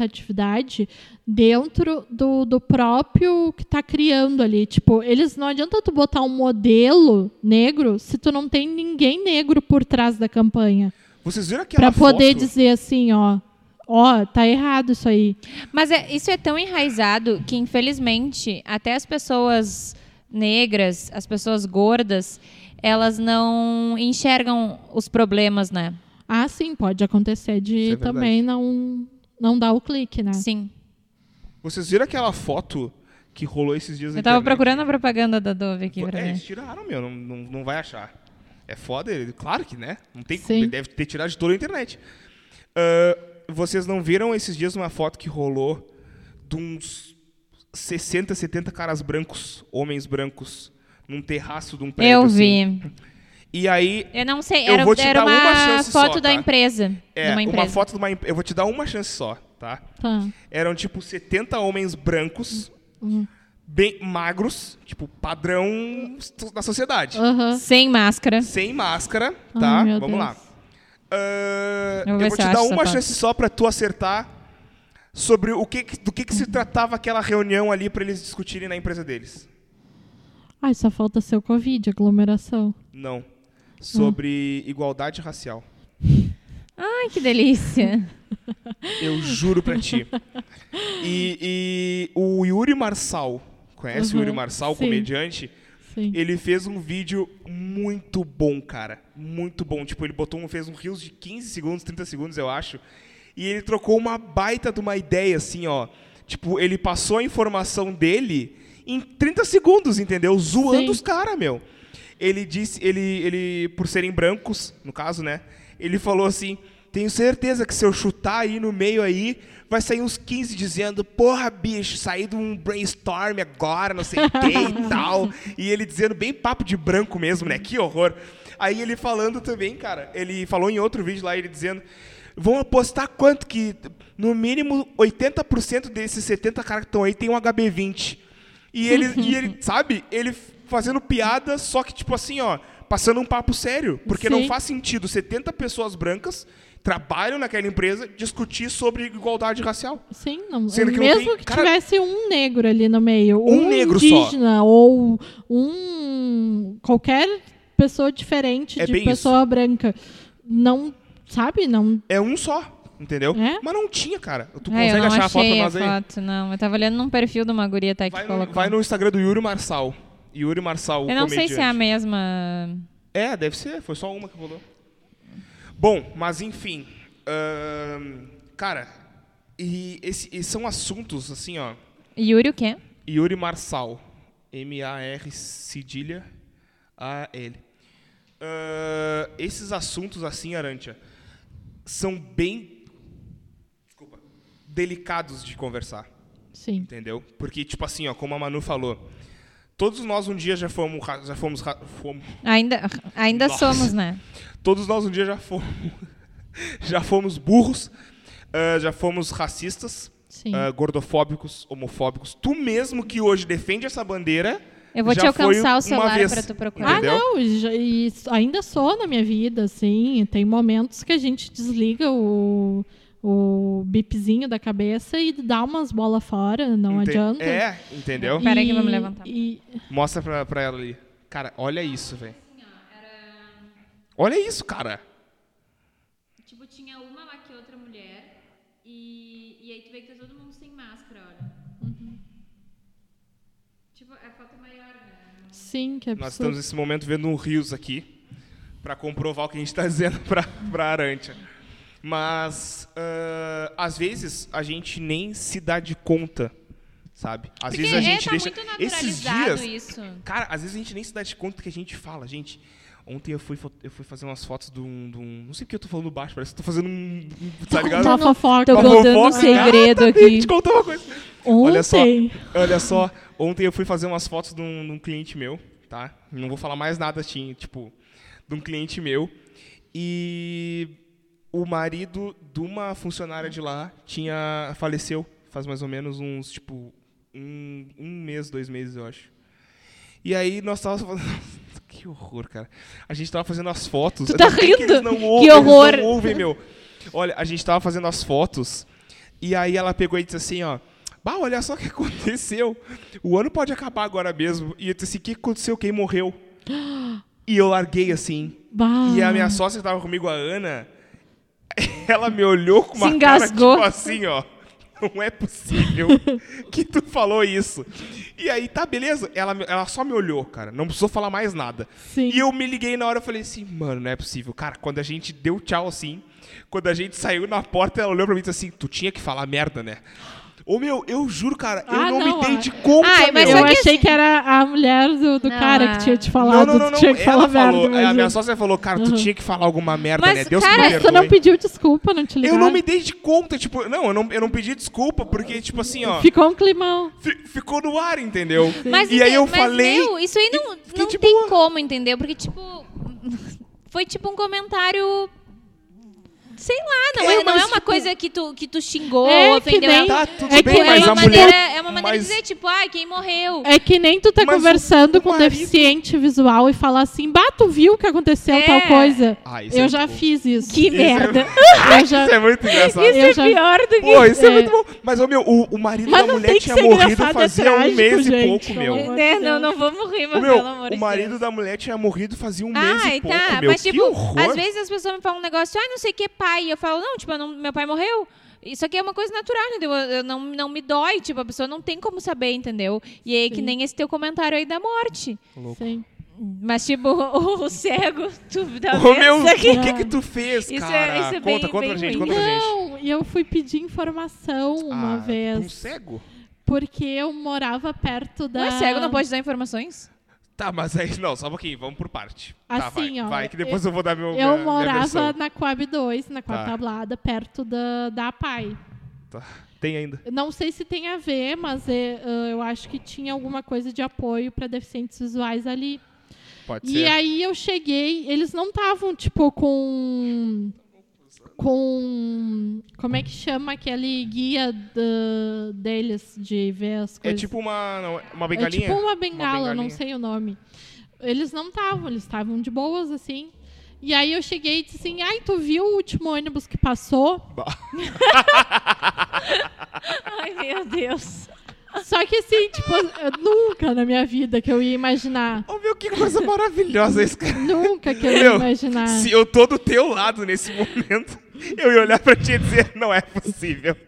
Speaker 3: representatividade dentro do, do próprio que tá criando ali. Tipo, eles não adianta tu botar um modelo negro se tu não tem ninguém negro por trás da campanha.
Speaker 1: Vocês viram aquela
Speaker 3: Pra poder
Speaker 1: é foto?
Speaker 3: dizer assim, ó, ó, tá errado isso aí.
Speaker 2: Mas é- isso é tão enraizado que, infelizmente, até as pessoas negras, as pessoas gordas, elas não enxergam os problemas, né?
Speaker 3: Ah, sim, pode acontecer
Speaker 1: Isso
Speaker 3: de
Speaker 1: é verdade.
Speaker 3: também não não dar o clique,
Speaker 1: Hum.
Speaker 3: né?
Speaker 2: Sim.
Speaker 1: Vocês viram aquela foto que rolou esses dias na
Speaker 2: Eu tava
Speaker 1: internet?
Speaker 2: procurando a propaganda da Dove aqui pra
Speaker 1: É,
Speaker 2: ver.
Speaker 1: eles tiraram, meu. Não, não, não vai achar. É foda, ele- claro que, né? Não tem
Speaker 3: Sim.
Speaker 1: como. Ele deve ter tirado de toda a internet. Ah, vocês não viram esses dias uma foto que rolou de uns 60, 70 caras brancos, homens brancos, num terraço de um prédio.
Speaker 2: Eu
Speaker 1: assim?
Speaker 2: vi.
Speaker 1: E aí,
Speaker 2: Eu não sei,
Speaker 1: Eu
Speaker 2: era,
Speaker 1: vou te
Speaker 2: era
Speaker 1: dar
Speaker 2: uma,
Speaker 1: uma chance só,
Speaker 2: foto da
Speaker 1: tá?
Speaker 2: empresa. de
Speaker 1: é,
Speaker 2: uma
Speaker 1: uma,
Speaker 2: empresa.
Speaker 1: foto de uma. em- Eu vou te dar uma chance só, tá?
Speaker 3: Tá.
Speaker 2: Hum,
Speaker 1: Eram tipo 70 homens brancos bem magros, tipo, padrão so- da sociedade.
Speaker 2: Ah.
Speaker 3: Aham.
Speaker 2: Sem máscara.
Speaker 1: Sem máscara, tá?
Speaker 3: meu
Speaker 1: Vamos lá.
Speaker 3: Deus.
Speaker 1: Ah,
Speaker 2: Eu vou
Speaker 1: eu,
Speaker 2: ver
Speaker 1: vou
Speaker 2: se eu
Speaker 1: te dar
Speaker 2: acho
Speaker 1: uma
Speaker 2: sapato.
Speaker 1: chance só pra tu acertar sobre o que, que- do que, que se tratava aquela reunião ali pra eles discutirem na empresa deles.
Speaker 3: Ai, só falta ser o Covid, aglomeração.
Speaker 1: Não. Sobre igualdade racial.
Speaker 2: Ai, que
Speaker 1: *laughs*
Speaker 2: delícia.
Speaker 1: Eu juro pra
Speaker 2: *laughs*
Speaker 1: ti. E, e o Yuri Marçal, conhece o
Speaker 3: Uhum,
Speaker 1: Yuri Marçal, o
Speaker 3: sim.
Speaker 1: comediante?
Speaker 3: Sim.
Speaker 1: Ele fez um vídeo muito bom, cara. Muito bom. Tipo, ele botou um, fez um rios de 15 segundos, 30 segundos, eu acho. E ele trocou uma baita de uma ideia, assim, ó. Tipo, ele passou a informação dele em 30 segundos, entendeu? Zoando
Speaker 3: Sim.
Speaker 1: os caras, meu. Ele disse, ele, ele, por serem brancos, no caso, né? Ele falou assim: tenho certeza que se eu chutar aí no meio aí, vai sair uns 15 dizendo, porra, bicho, saí de um brainstorm agora, não sei o que e tal. E ele dizendo bem papo de branco mesmo, né? Que horror. Aí ele falando também, cara, ele falou em outro vídeo lá, ele dizendo. Vão apostar quanto que, no mínimo, 80% desses 70 caras que estão aí tem um HB20. E
Speaker 2: *laughs*
Speaker 1: ele, e ele, sabe? Ele f- fazendo piada, só que tipo assim, ó, passando um papo sério. Porque não
Speaker 3: Sim.
Speaker 1: faz sentido 70 pessoas brancas trabalham naquela empresa discutir sobre igualdade racial.
Speaker 3: Sim, não.
Speaker 1: Sendo que não
Speaker 3: mesmo
Speaker 1: tem-
Speaker 3: que
Speaker 1: cara-
Speaker 3: tivesse um negro ali no meio,
Speaker 1: Um
Speaker 3: um,
Speaker 1: negro só.
Speaker 3: indígena ou um qualquer pessoa diferente
Speaker 1: É
Speaker 3: de
Speaker 1: bem
Speaker 3: pessoa branca, não sabe, não
Speaker 1: É um só, entendeu?
Speaker 3: É?
Speaker 1: Mas não tinha, cara. Tu
Speaker 2: Ai, É, eu
Speaker 1: consegue
Speaker 2: não
Speaker 1: achar a foto pra
Speaker 2: achei a
Speaker 1: nós aí?
Speaker 2: foto, não. Eu tava olhando num perfil de uma guria tá, que
Speaker 1: Vai no,
Speaker 2: colocou.
Speaker 1: vai no Instagram do Yuri Marçal. Yuri Marçal, o
Speaker 2: Eu não sei se é a
Speaker 1: comediante.
Speaker 2: mesma.
Speaker 1: É, deve ser. Foi só uma que rolou. Bom, mas enfim. ahn, cara, e, esse- e são assuntos, assim, ó.
Speaker 2: Yuri o quê?
Speaker 1: Yuri Marçal. M-A-R cedilha A-L. Ah, esses assuntos assim, Arantia, são bem desculpa, delicados de conversar,
Speaker 3: Sim.
Speaker 1: entendeu? Porque, tipo assim, ó, como a Manu falou, todos nós um dia já fomos, ra- já fomos, ra- fomos
Speaker 2: Ainda, ainda
Speaker 1: Nossa.
Speaker 2: somos, né?
Speaker 1: todos nós um dia já fomos, *laughs* já fomos burros, ah, já fomos racistas,
Speaker 3: Sim.
Speaker 1: ah, gordofóbicos, homofóbicos. Tu mesmo que hoje defende essa bandeira.
Speaker 2: Eu vou
Speaker 1: já
Speaker 2: te
Speaker 1: foi
Speaker 2: alcançar
Speaker 1: uma
Speaker 2: o celular
Speaker 1: vez,
Speaker 2: pra tu procurar.
Speaker 3: Ah,
Speaker 1: entendeu?
Speaker 3: não, e já- e s- ainda sou na minha vida, assim. Tem momentos que a gente desliga o, o bipzinho da cabeça e dá umas bolas fora, não
Speaker 1: Ente-
Speaker 3: adianta.
Speaker 1: É, entendeu?
Speaker 2: Pera aí que eu
Speaker 3: E-
Speaker 2: vou me levantar.
Speaker 3: e-
Speaker 1: Mostra pra, pra ela ali. Cara, olha isso, velho. Olha isso, cara. Hum.
Speaker 2: Tipo, tinha uma lá que outra mulher. E, e aí tu vê que tá todo mundo sem máscara, olha. Uhum. Tipo, a foto maior, né?
Speaker 3: sim, que
Speaker 1: Nós
Speaker 3: É absurdo.
Speaker 1: estamos nesse momento vendo um rios aqui pra comprovar o que a gente tá *laughs* dizendo pra, pra Arantia. Mas ah, às vezes a gente nem se dá de conta, sabe? Às
Speaker 2: Porque
Speaker 1: vezes a gente
Speaker 2: é, tá
Speaker 1: deixa
Speaker 2: muito
Speaker 1: esses
Speaker 2: naturalizado
Speaker 1: dias,
Speaker 2: isso.
Speaker 1: Cara, às vezes a gente nem se dá de conta que a gente fala, gente. Ontem eu fui, fo- eu fui fazer umas fotos de um, de um- Não sei porque eu tô falando baixo, parece que eu tô fazendo um. um- Tá ligado?
Speaker 3: Uma
Speaker 2: Tô
Speaker 3: fofoca.
Speaker 2: Tô
Speaker 1: Uma
Speaker 2: contando um
Speaker 1: fofoca.
Speaker 2: segredo aqui.
Speaker 1: Te contar uma coisa.
Speaker 3: Um
Speaker 1: Olha só,
Speaker 3: Ontem.
Speaker 1: olha só. Ontem eu fui fazer umas fotos de um, de um cliente meu, tá? Não vou falar mais nada, assim, tipo, de um cliente meu. E o marido de uma funcionária de lá tinha faleceu faz mais ou menos uns, tipo, um, um mês, dois meses, eu acho. E aí nós tava fazendo... *laughs* Que horror, cara. A gente tava fazendo as fotos...
Speaker 2: Tu tá
Speaker 1: Eu não sei que
Speaker 2: rindo?
Speaker 1: eles não
Speaker 2: Que
Speaker 1: ouvem, eles
Speaker 2: horror.
Speaker 1: não ouvem, meu. Olha, a gente tava fazendo as fotos e aí ela pegou e disse assim, ó... Bah, olha só o que *laughs* aconteceu. O ano pode acabar agora mesmo. E eu disse assim, o que aconteceu? Quem
Speaker 2: *gasps*
Speaker 1: morreu? E eu larguei assim...
Speaker 3: Bah.
Speaker 1: E a
Speaker 2: Ah.
Speaker 1: minha sócia que tava comigo, a Ana, *laughs* ela me olhou com uma
Speaker 2: Se
Speaker 1: cara
Speaker 2: engasgou.
Speaker 1: tipo assim, ó. Não é
Speaker 2: *laughs*
Speaker 1: possível que tu falou isso. E aí, tá, beleza. Ela, me- ela só me olhou, cara. Não precisou falar mais nada.
Speaker 3: Sim.
Speaker 1: E eu me liguei na hora e falei assim, mano, não é possível. Cara, quando a gente deu tchau assim, quando a gente saiu na porta, ela olhou pra mim e disse assim, tu tinha que falar merda, né? Ô, meu, eu juro, cara, eu
Speaker 3: Ah,
Speaker 1: não,
Speaker 3: não,
Speaker 1: me dei
Speaker 3: ah.
Speaker 1: de conta,
Speaker 2: Ai, mas
Speaker 1: meu.
Speaker 3: Eu
Speaker 2: Só que
Speaker 3: achei
Speaker 2: assim-
Speaker 3: que era a mulher do, do
Speaker 2: Não,
Speaker 3: cara
Speaker 2: ah.
Speaker 3: que tinha te falado.
Speaker 1: não, não, não.
Speaker 3: Tinha que
Speaker 1: ela
Speaker 3: falar
Speaker 1: falou. é,
Speaker 3: merda.
Speaker 1: a minha
Speaker 3: mas- é
Speaker 1: sócia falou, cara, tu tinha que falar alguma merda,
Speaker 2: Mas,
Speaker 1: né? Deus
Speaker 2: cara,
Speaker 1: me
Speaker 2: tu
Speaker 1: perdoe.
Speaker 3: Tu não pediu desculpa, não te
Speaker 2: né?
Speaker 3: ligaram.
Speaker 1: Eu não me dei de conta, tipo, não, eu não, eu não pedi desculpa, porque, tipo assim, ó,
Speaker 3: Ficou um climão.
Speaker 1: fi- ficou no ar, entendeu?
Speaker 2: Mas, então,
Speaker 1: e aí eu
Speaker 2: mas,
Speaker 1: falei.
Speaker 2: meu, isso aí não,
Speaker 1: fiquei
Speaker 2: não
Speaker 1: de
Speaker 2: tem
Speaker 1: boa.
Speaker 2: como, entendeu? Porque, tipo. Foi tipo um comentário Sei lá, não é,
Speaker 1: É,
Speaker 2: não
Speaker 1: mas,
Speaker 2: é uma
Speaker 1: tipo,
Speaker 2: coisa que tu, que tu xingou,
Speaker 3: é que
Speaker 2: ofendeu
Speaker 3: nem-
Speaker 1: Tá,
Speaker 2: ela.
Speaker 1: tudo
Speaker 3: É que
Speaker 1: bem,
Speaker 2: é,
Speaker 1: mas
Speaker 2: uma
Speaker 1: a
Speaker 2: maneira,
Speaker 1: mulher...
Speaker 2: é uma maneira
Speaker 1: mas-
Speaker 2: de dizer, tipo, ai, quem morreu?
Speaker 3: É que nem tu tá
Speaker 1: Mas o-
Speaker 3: conversando
Speaker 1: o
Speaker 3: com um
Speaker 1: marido-
Speaker 3: deficiente visual e falar assim, bah, tu viu o que aconteceu,
Speaker 2: É.
Speaker 3: tal coisa.
Speaker 1: Ah, isso é
Speaker 3: eu
Speaker 1: muito
Speaker 3: já
Speaker 1: bom.
Speaker 3: fiz isso.
Speaker 1: *laughs*
Speaker 2: Que
Speaker 1: Isso é-
Speaker 2: merda.
Speaker 3: Eu já...
Speaker 1: Isso é muito engraçado.
Speaker 3: Isso é
Speaker 2: pior do
Speaker 1: Pô,
Speaker 2: *laughs*
Speaker 1: isso é,
Speaker 3: É.
Speaker 1: muito bom. Mas, ô, meu, o, o marido
Speaker 3: Mas
Speaker 1: da
Speaker 3: não
Speaker 1: mulher
Speaker 3: tem que
Speaker 1: tinha
Speaker 3: ser
Speaker 1: morrido
Speaker 3: engraçado, é
Speaker 1: fazia um
Speaker 3: trágico,
Speaker 1: mês e
Speaker 3: gente,
Speaker 1: pouco,
Speaker 3: pelo
Speaker 1: meu.
Speaker 3: amor de
Speaker 2: É,
Speaker 3: Deus.
Speaker 2: não, não vamos rir, mas
Speaker 1: O meu,
Speaker 2: pelo amor
Speaker 1: o
Speaker 2: de
Speaker 1: marido
Speaker 2: Deus.
Speaker 1: da mulher tinha morrido fazia um mês
Speaker 2: Ai,
Speaker 1: e pouco,
Speaker 2: tá,
Speaker 1: meu.
Speaker 2: mas
Speaker 1: que
Speaker 2: tipo,
Speaker 1: horror.
Speaker 2: às vezes as pessoas me falam um negócio, ai, não sei o que, pai. E eu falo, não, tipo, eu não- meu pai morreu. Isso aqui é uma coisa natural, entendeu? Eu, eu não, não me dói, tipo, a pessoa não tem como saber, entendeu? E aí, é que
Speaker 3: Sim.
Speaker 2: nem esse teu comentário aí da morte.
Speaker 3: Sim.
Speaker 2: Mas, tipo, *laughs* o cego, tu dá
Speaker 1: Ô, meu,
Speaker 2: isso aqui.
Speaker 1: o que que tu fez,
Speaker 2: Isso é-
Speaker 1: cara?
Speaker 2: isso é bem-
Speaker 1: conta, conta pra
Speaker 2: bem
Speaker 1: gente,
Speaker 2: ruim.
Speaker 1: conta pra gente.
Speaker 3: Não, e eu fui pedir informação uma
Speaker 1: Ah, Um
Speaker 3: vez.
Speaker 1: cego?
Speaker 3: Porque eu morava perto da.
Speaker 2: Ué, cego não pode dar informações?
Speaker 1: Tá, mas aí, não, só um pouquinho, vamos por parte. tá, vai,
Speaker 3: Assim, ó,
Speaker 1: vai, que depois eu, vou dar meu, minha,
Speaker 3: Eu
Speaker 1: minha
Speaker 3: morava
Speaker 1: versão.
Speaker 3: na Coab 2, na Coab
Speaker 1: Tá.
Speaker 3: Tablada, perto da, da APAI.
Speaker 1: Tem ainda.
Speaker 3: Não sei se tem a ver, mas é, ah, eu acho que tinha alguma coisa de apoio para deficientes visuais ali.
Speaker 1: Pode
Speaker 3: E
Speaker 1: ser.
Speaker 3: aí eu cheguei, eles não estavam, tipo, com. Com. Como é que chama aquele guia da- deles de ver as
Speaker 1: é
Speaker 3: coisas?
Speaker 1: tipo uma, não, uma
Speaker 3: É
Speaker 1: bengalinha?
Speaker 3: tipo uma bengala, eu
Speaker 1: bengalinha.
Speaker 3: não sei o nome. Eles não estavam, eles estavam de boas, assim. E aí eu cheguei e disse assim, ai, tu viu o último ônibus que passou?
Speaker 2: Ai, meu Deus.
Speaker 3: Só que assim, tipo, eu- nunca na minha vida que eu ia imaginar.
Speaker 1: Ô, meu, que coisa maravilhosa esse cara.
Speaker 3: Nunca que eu
Speaker 1: Meu,
Speaker 3: ia imaginar.
Speaker 1: Se eu tô do teu lado nesse momento, *laughs* eu ia olhar pra ti e dizer, não é possível. *laughs*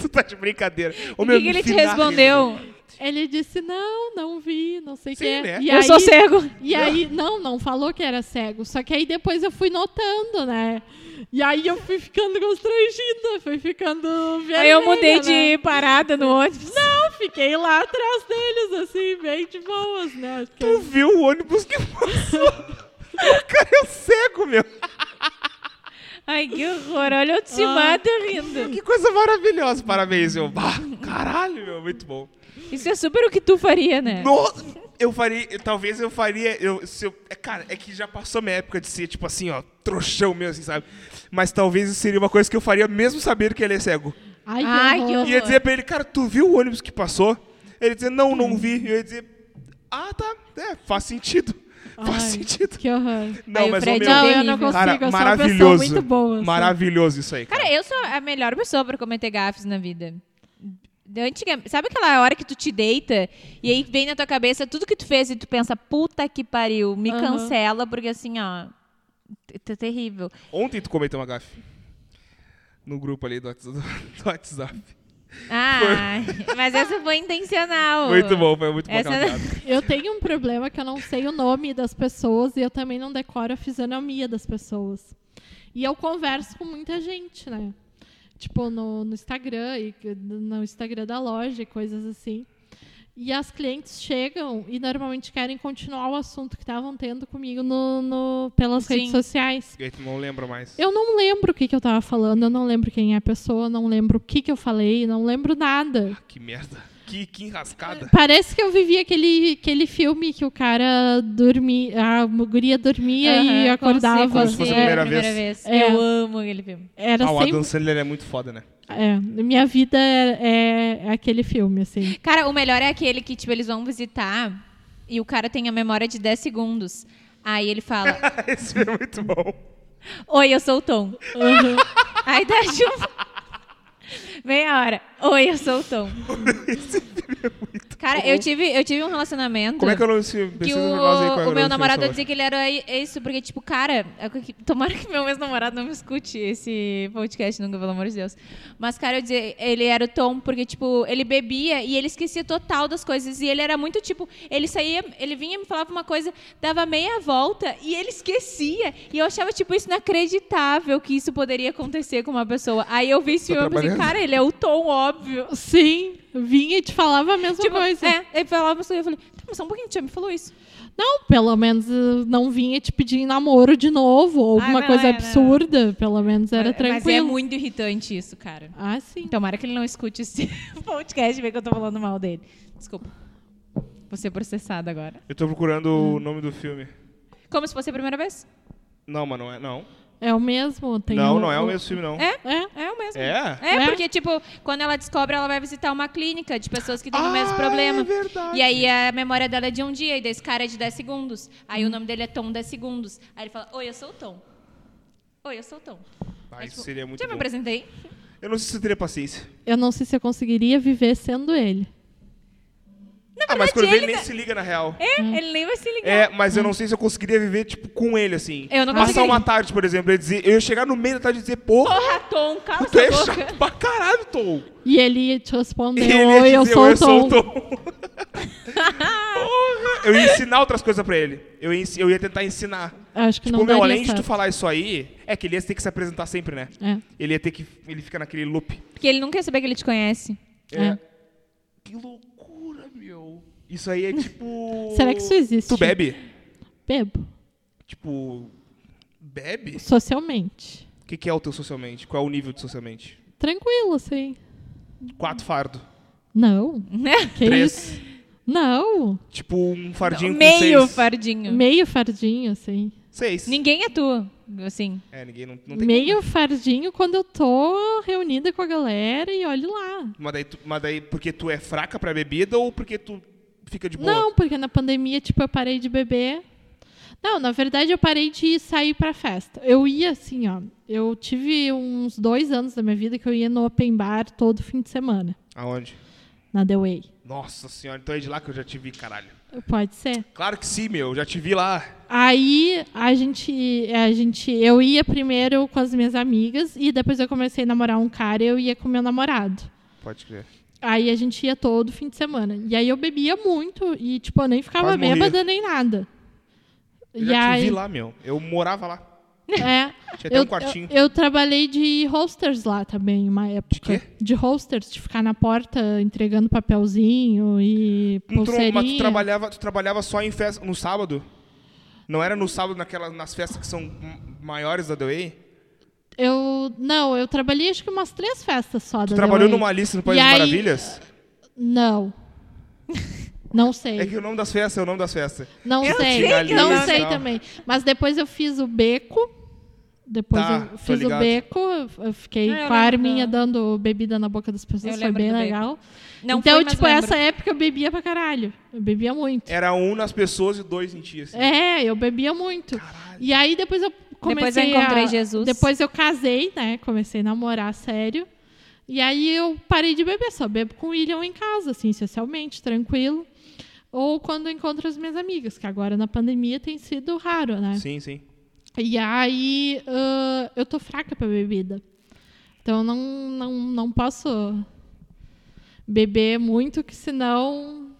Speaker 1: Tu tá de brincadeira. Ô,
Speaker 2: o
Speaker 1: meu,
Speaker 2: que, que ele te
Speaker 1: final-
Speaker 2: respondeu?
Speaker 3: Ele disse, não, não vi, não sei o
Speaker 1: Sim,
Speaker 3: que. é."
Speaker 1: né?
Speaker 3: E
Speaker 2: eu
Speaker 3: aí,
Speaker 2: sou cego.
Speaker 3: E aí, não, não falou que era cego. Só que aí depois eu fui notando, né? E aí eu fui ficando constrangida, fui ficando vermelha,
Speaker 2: Aí eu mudei
Speaker 3: né?
Speaker 2: de parada no ônibus.
Speaker 3: Não, fiquei lá atrás deles, assim, bem de boas, né? Acho que-
Speaker 1: Tu viu o ônibus que passou? *laughs* o cara é cego, meu.
Speaker 2: *laughs* Ai, que horror. Olha o Tsimada rindo.
Speaker 1: Que coisa maravilhosa. Parabéns, meu. Bah, caralho, meu. Muito bom.
Speaker 2: Isso é super o que tu faria, né?
Speaker 1: Nossa, eu faria... eu- Talvez eu faria... Eu, se eu, é, cara, é que já passou minha época de ser, tipo assim, ó, trouxão mesmo, assim, sabe? Mas talvez isso seria uma coisa que eu faria mesmo sabendo que ele é cego.
Speaker 3: Ai,
Speaker 2: Ai,
Speaker 3: que
Speaker 2: que
Speaker 3: horror.
Speaker 1: E ia dizer pra ele, cara, tu viu o ônibus que passou? Ele ia dizer, não, não vi. E eu ia dizer, ah, tá, é, faz sentido. *laughs* Faz
Speaker 3: Ai.
Speaker 1: sentido.
Speaker 3: Que horror.
Speaker 1: Não,
Speaker 2: Aí o
Speaker 1: mas o
Speaker 2: Fred
Speaker 1: meu,
Speaker 2: é
Speaker 3: Não,
Speaker 2: terrível.
Speaker 3: um eu não consigo,
Speaker 1: cara,
Speaker 3: eu sou uma pessoa
Speaker 1: maravilhoso.
Speaker 3: muito boa. assim.
Speaker 1: maravilhoso isso aí, cara.
Speaker 2: Cara, eu sou a melhor pessoa pra cometer gafes na vida. De antiga- Sabe aquela hora que tu te deita e aí vem na tua cabeça tudo que tu fez e tu pensa, puta que pariu, me
Speaker 3: Aham.
Speaker 2: cancela, porque assim, ó. t- Tá terrível.
Speaker 1: Ontem tu cometeu uma gafe. No grupo ali do WhatsApp. *laughs* do WhatsApp.
Speaker 2: Ah, *laughs* mas essa foi intencional.
Speaker 1: Muito bom, foi muito bom
Speaker 2: Essa-
Speaker 1: aquela
Speaker 3: é
Speaker 1: piada.
Speaker 3: Eu tenho um problema que eu não sei o nome das pessoas e eu também não decoro a fisionomia das pessoas. E eu converso com muita gente, né? Tipo, no, no Instagram, e que- no Instagram da loja e coisas assim. E as clientes chegam e normalmente querem continuar o assunto que estavam tendo comigo no, no- pelas
Speaker 2: Sim.
Speaker 3: redes sociais.
Speaker 1: E aí tu não lembra mais.
Speaker 3: Eu não lembro o que, que eu tava falando, eu não lembro quem é a pessoa, não lembro o que, que eu falei, não lembro nada.
Speaker 1: Que merda. Que, que enrascada.
Speaker 3: Parece que eu vivi aquele, aquele filme que o cara dormia, a guria dormia e
Speaker 2: Aham, como se-
Speaker 3: acordava.
Speaker 1: Como se fosse a
Speaker 2: era
Speaker 1: primeira
Speaker 2: vez.
Speaker 3: É.
Speaker 2: Eu amo aquele filme.
Speaker 3: Era
Speaker 1: ah, o Adam
Speaker 3: sempre.
Speaker 1: Sandler é muito foda, né? *laughs*
Speaker 3: é, minha vida é, é aquele filme, assim.
Speaker 2: Cara, o melhor é aquele que, tipo, eles vão visitar e o cara tem a memória de 10 segundos. Aí ele
Speaker 1: *laughs*
Speaker 2: fala,
Speaker 1: Esse filme é muito bom.
Speaker 2: oi, eu sou o Tom.
Speaker 3: Uhum.
Speaker 2: *laughs* Aí dá chuva. Meia hora. Oi, eu sou
Speaker 1: *laughs*
Speaker 2: o Tom. Cara, eu tive, eu tive um relacionamento
Speaker 1: é Como é que eu não se
Speaker 2: que
Speaker 1: precisa
Speaker 2: o,
Speaker 1: pra nós aí qual é nome
Speaker 2: o meu
Speaker 1: do filme,
Speaker 2: namorado
Speaker 1: por favor?
Speaker 2: dizia que ele era isso, porque, tipo, cara, é que- tomara que meu ex-namorado não me escute esse podcast nunca, pelo amor de Deus. Mas, cara, eu dizia, ele era o Tom, porque, tipo, ele bebia e ele esquecia total das coisas. E ele era muito, tipo, ele saía, ele vinha e me falava uma coisa, dava meia volta e ele esquecia. E eu achava, tipo, isso inacreditável que isso poderia acontecer com uma pessoa. Aí eu vi esse
Speaker 1: Tá
Speaker 2: filme e pensei,
Speaker 1: trabalhando?
Speaker 2: cara, ele é o Tom, óbvio.
Speaker 3: Sim, vinha e te falava a mesma
Speaker 2: Tipo,
Speaker 3: coisa.
Speaker 2: é, ele falava isso e eu falei, tá, mas só um pouquinho, tia, me falou isso.
Speaker 3: Não, pelo menos eh, não vinha te pedir em namoro de novo, ou
Speaker 2: Ah,
Speaker 3: alguma
Speaker 2: não,
Speaker 3: coisa
Speaker 2: é, não.
Speaker 3: absurda. Pelo menos era
Speaker 2: Mas- Mas é
Speaker 3: tranquilo.
Speaker 2: muito irritante isso, cara.
Speaker 3: Ah, sim.
Speaker 2: Tomara que ele não escute esse *laughs* podcast e vê que eu tô falando mal dele. Desculpa. Vou ser processada agora.
Speaker 1: Eu tô procurando o nome do filme.
Speaker 2: Como se fosse a primeira vez?
Speaker 1: Não, mas não é, não.
Speaker 3: É o mesmo? Tem
Speaker 1: não,
Speaker 3: o-
Speaker 1: não é o mesmo filme, não.
Speaker 2: um É?
Speaker 3: É.
Speaker 2: É o mesmo.
Speaker 1: É?
Speaker 2: É,
Speaker 3: É.
Speaker 2: porque, tipo, quando ela descobre, ela vai visitar uma clínica de pessoas que têm o mesmo
Speaker 1: Ah, É
Speaker 2: problema.
Speaker 1: verdade.
Speaker 2: E aí a memória dela é de um dia, e desse cara é de 10 segundos. Aí o nome dele é Tom 10 segundos. Aí ele fala, oi, eu sou o Tom. Oi, eu sou o Tom.
Speaker 1: Ah,
Speaker 2: Aí,
Speaker 1: isso
Speaker 2: tipo,
Speaker 1: seria muito
Speaker 2: Já me
Speaker 1: bom.
Speaker 2: apresentei?
Speaker 1: Eu não sei se eu teria paciência.
Speaker 3: Eu não sei se eu conseguiria viver sendo ele.
Speaker 1: ah, mas quando
Speaker 2: ele tá-
Speaker 1: ele, nem se liga, na real.
Speaker 2: É, ele nem vai se ligar.
Speaker 1: É, mas eu não sei se eu conseguiria viver, tipo, com ele, assim.
Speaker 2: Eu não
Speaker 1: Passar
Speaker 2: conseguiria.
Speaker 1: uma tarde, por exemplo, eu, dizer, eu ia chegar no meio da tarde e dizer, porra,
Speaker 2: Porra, Tom, cala
Speaker 1: tu é
Speaker 2: sua boca. *laughs*
Speaker 1: chato pra caralho, Tom.
Speaker 3: E ele te respondeu,
Speaker 1: E *laughs* ele ia
Speaker 3: oi, eu
Speaker 1: dizer,
Speaker 3: sou
Speaker 1: "Oi,
Speaker 3: o Tom.
Speaker 2: Ah,
Speaker 1: Porra. *laughs* Eu ia ensinar outras coisas pra ele. Eu ia, ens- eu ia tentar ensinar.
Speaker 3: Acho que
Speaker 1: Tipo,
Speaker 3: não
Speaker 1: meu,
Speaker 3: daria
Speaker 1: além de
Speaker 3: certo.
Speaker 1: tu falar isso aí, é que ele ia ter que se apresentar sempre, né?
Speaker 3: É.
Speaker 1: Ele ia ter que. Ele fica naquele loop.
Speaker 2: Porque ele não quer saber que ele te conhece.
Speaker 1: É.
Speaker 3: É.
Speaker 1: Que loucura, meu. Isso aí é tipo.
Speaker 3: *laughs* Será que isso existe?
Speaker 1: Tu bebe?
Speaker 3: Bebo.
Speaker 1: Tipo. Bebe?
Speaker 3: Socialmente.
Speaker 1: O que, que é o teu socialmente? Qual é o nível de socialmente?
Speaker 3: Tranquilo, assim.
Speaker 1: Quatro fardo.
Speaker 3: Não. Que isso?
Speaker 1: Três.
Speaker 3: Não.
Speaker 1: Tipo, um
Speaker 2: *laughs*
Speaker 1: fardinho com
Speaker 2: Meio
Speaker 1: seis.
Speaker 2: fardinho.
Speaker 3: Meio fardinho, assim.
Speaker 1: Seis.
Speaker 2: Ninguém é tu, assim.
Speaker 1: É, ninguém não, não tem
Speaker 3: Meio fardinho quando eu tô reunida com a galera e olhe lá.
Speaker 1: Mas daí, tu- mas daí porque tu é fraca pra bebida ou porque tu fica de boa?
Speaker 3: Não, porque na pandemia, tipo, eu parei de beber. Não, na verdade, eu parei de sair pra festa. Eu ia assim, ó. Eu tive uns dois anos da minha vida que eu ia no open bar todo fim de semana,
Speaker 1: Aonde?
Speaker 3: na The Way.
Speaker 1: Nossa senhora, então é de lá que eu já te vi, caralho.
Speaker 3: Pode ser.
Speaker 1: Claro que sim, meu, já te vi lá.
Speaker 3: Aí a gente, a gente, eu ia primeiro com as minhas amigas e depois eu comecei a namorar um cara e eu ia com meu namorado.
Speaker 1: Pode crer.
Speaker 3: Aí a gente ia todo fim de semana. E aí eu bebia muito e tipo eu nem ficava
Speaker 1: Quase morria.
Speaker 3: bêbada nem nada.
Speaker 1: Eu
Speaker 3: e
Speaker 1: já te
Speaker 3: aí,
Speaker 1: vi lá, meu. Eu morava lá.
Speaker 3: É,
Speaker 1: Tinha até
Speaker 3: eu,
Speaker 1: um quartinho.
Speaker 3: Eu, eu trabalhei de hosters lá também, uma época.
Speaker 1: quê?
Speaker 3: De hosters, de ficar na porta entregando papelzinho e
Speaker 1: Tu não- mas tu
Speaker 3: pulseirinha.
Speaker 1: trabalhava, tu trabalhava só em festa no sábado? Não era no sábado naquela, nas festas que são m- maiores da DOE?
Speaker 3: Eu não, eu trabalhei acho que umas três festas só.
Speaker 1: Tu trabalhou
Speaker 3: numa
Speaker 1: numa lista no País
Speaker 3: E
Speaker 1: das
Speaker 3: aí-
Speaker 1: Maravilhas?
Speaker 3: Não. Não
Speaker 1: É
Speaker 3: sei.
Speaker 1: que o nome das festas é o nome das festas.
Speaker 3: Não
Speaker 2: Eu
Speaker 3: sei.
Speaker 2: sei que
Speaker 3: não
Speaker 2: não.
Speaker 3: sei
Speaker 1: Tá.
Speaker 3: também. Mas depois eu fiz o beco. Depois
Speaker 1: Tá,
Speaker 3: eu
Speaker 1: tô
Speaker 3: fiz o
Speaker 1: ligado.
Speaker 3: beco. Eu fiquei
Speaker 2: Ah, eu
Speaker 3: com a
Speaker 2: lembro
Speaker 3: arminha
Speaker 2: do-
Speaker 3: dando bebida na boca das
Speaker 2: Eu
Speaker 3: pessoas. Foi
Speaker 2: lembro
Speaker 3: bem
Speaker 2: do beco.
Speaker 3: legal.
Speaker 2: Não
Speaker 3: então,
Speaker 2: foi, mas
Speaker 3: tipo,
Speaker 2: lembro.
Speaker 3: essa época eu bebia pra caralho. Eu bebia muito.
Speaker 1: Era um nas pessoas e dois em ti, assim.
Speaker 3: É, eu bebia muito.
Speaker 1: Caralho.
Speaker 3: E aí depois eu comecei
Speaker 2: Depois eu encontrei
Speaker 3: a-
Speaker 2: Jesus.
Speaker 3: Depois eu casei, né? Comecei a namorar sério. E aí eu parei de beber, só bebo com o William em casa, assim, socialmente, tranquilo. Ou quando eu encontro as minhas amigas, que agora na pandemia tem sido raro, né?
Speaker 1: Sim, sim.
Speaker 3: E aí ãh, eu tô fraca pra bebida. Então eu não, não, não posso beber muito, que senão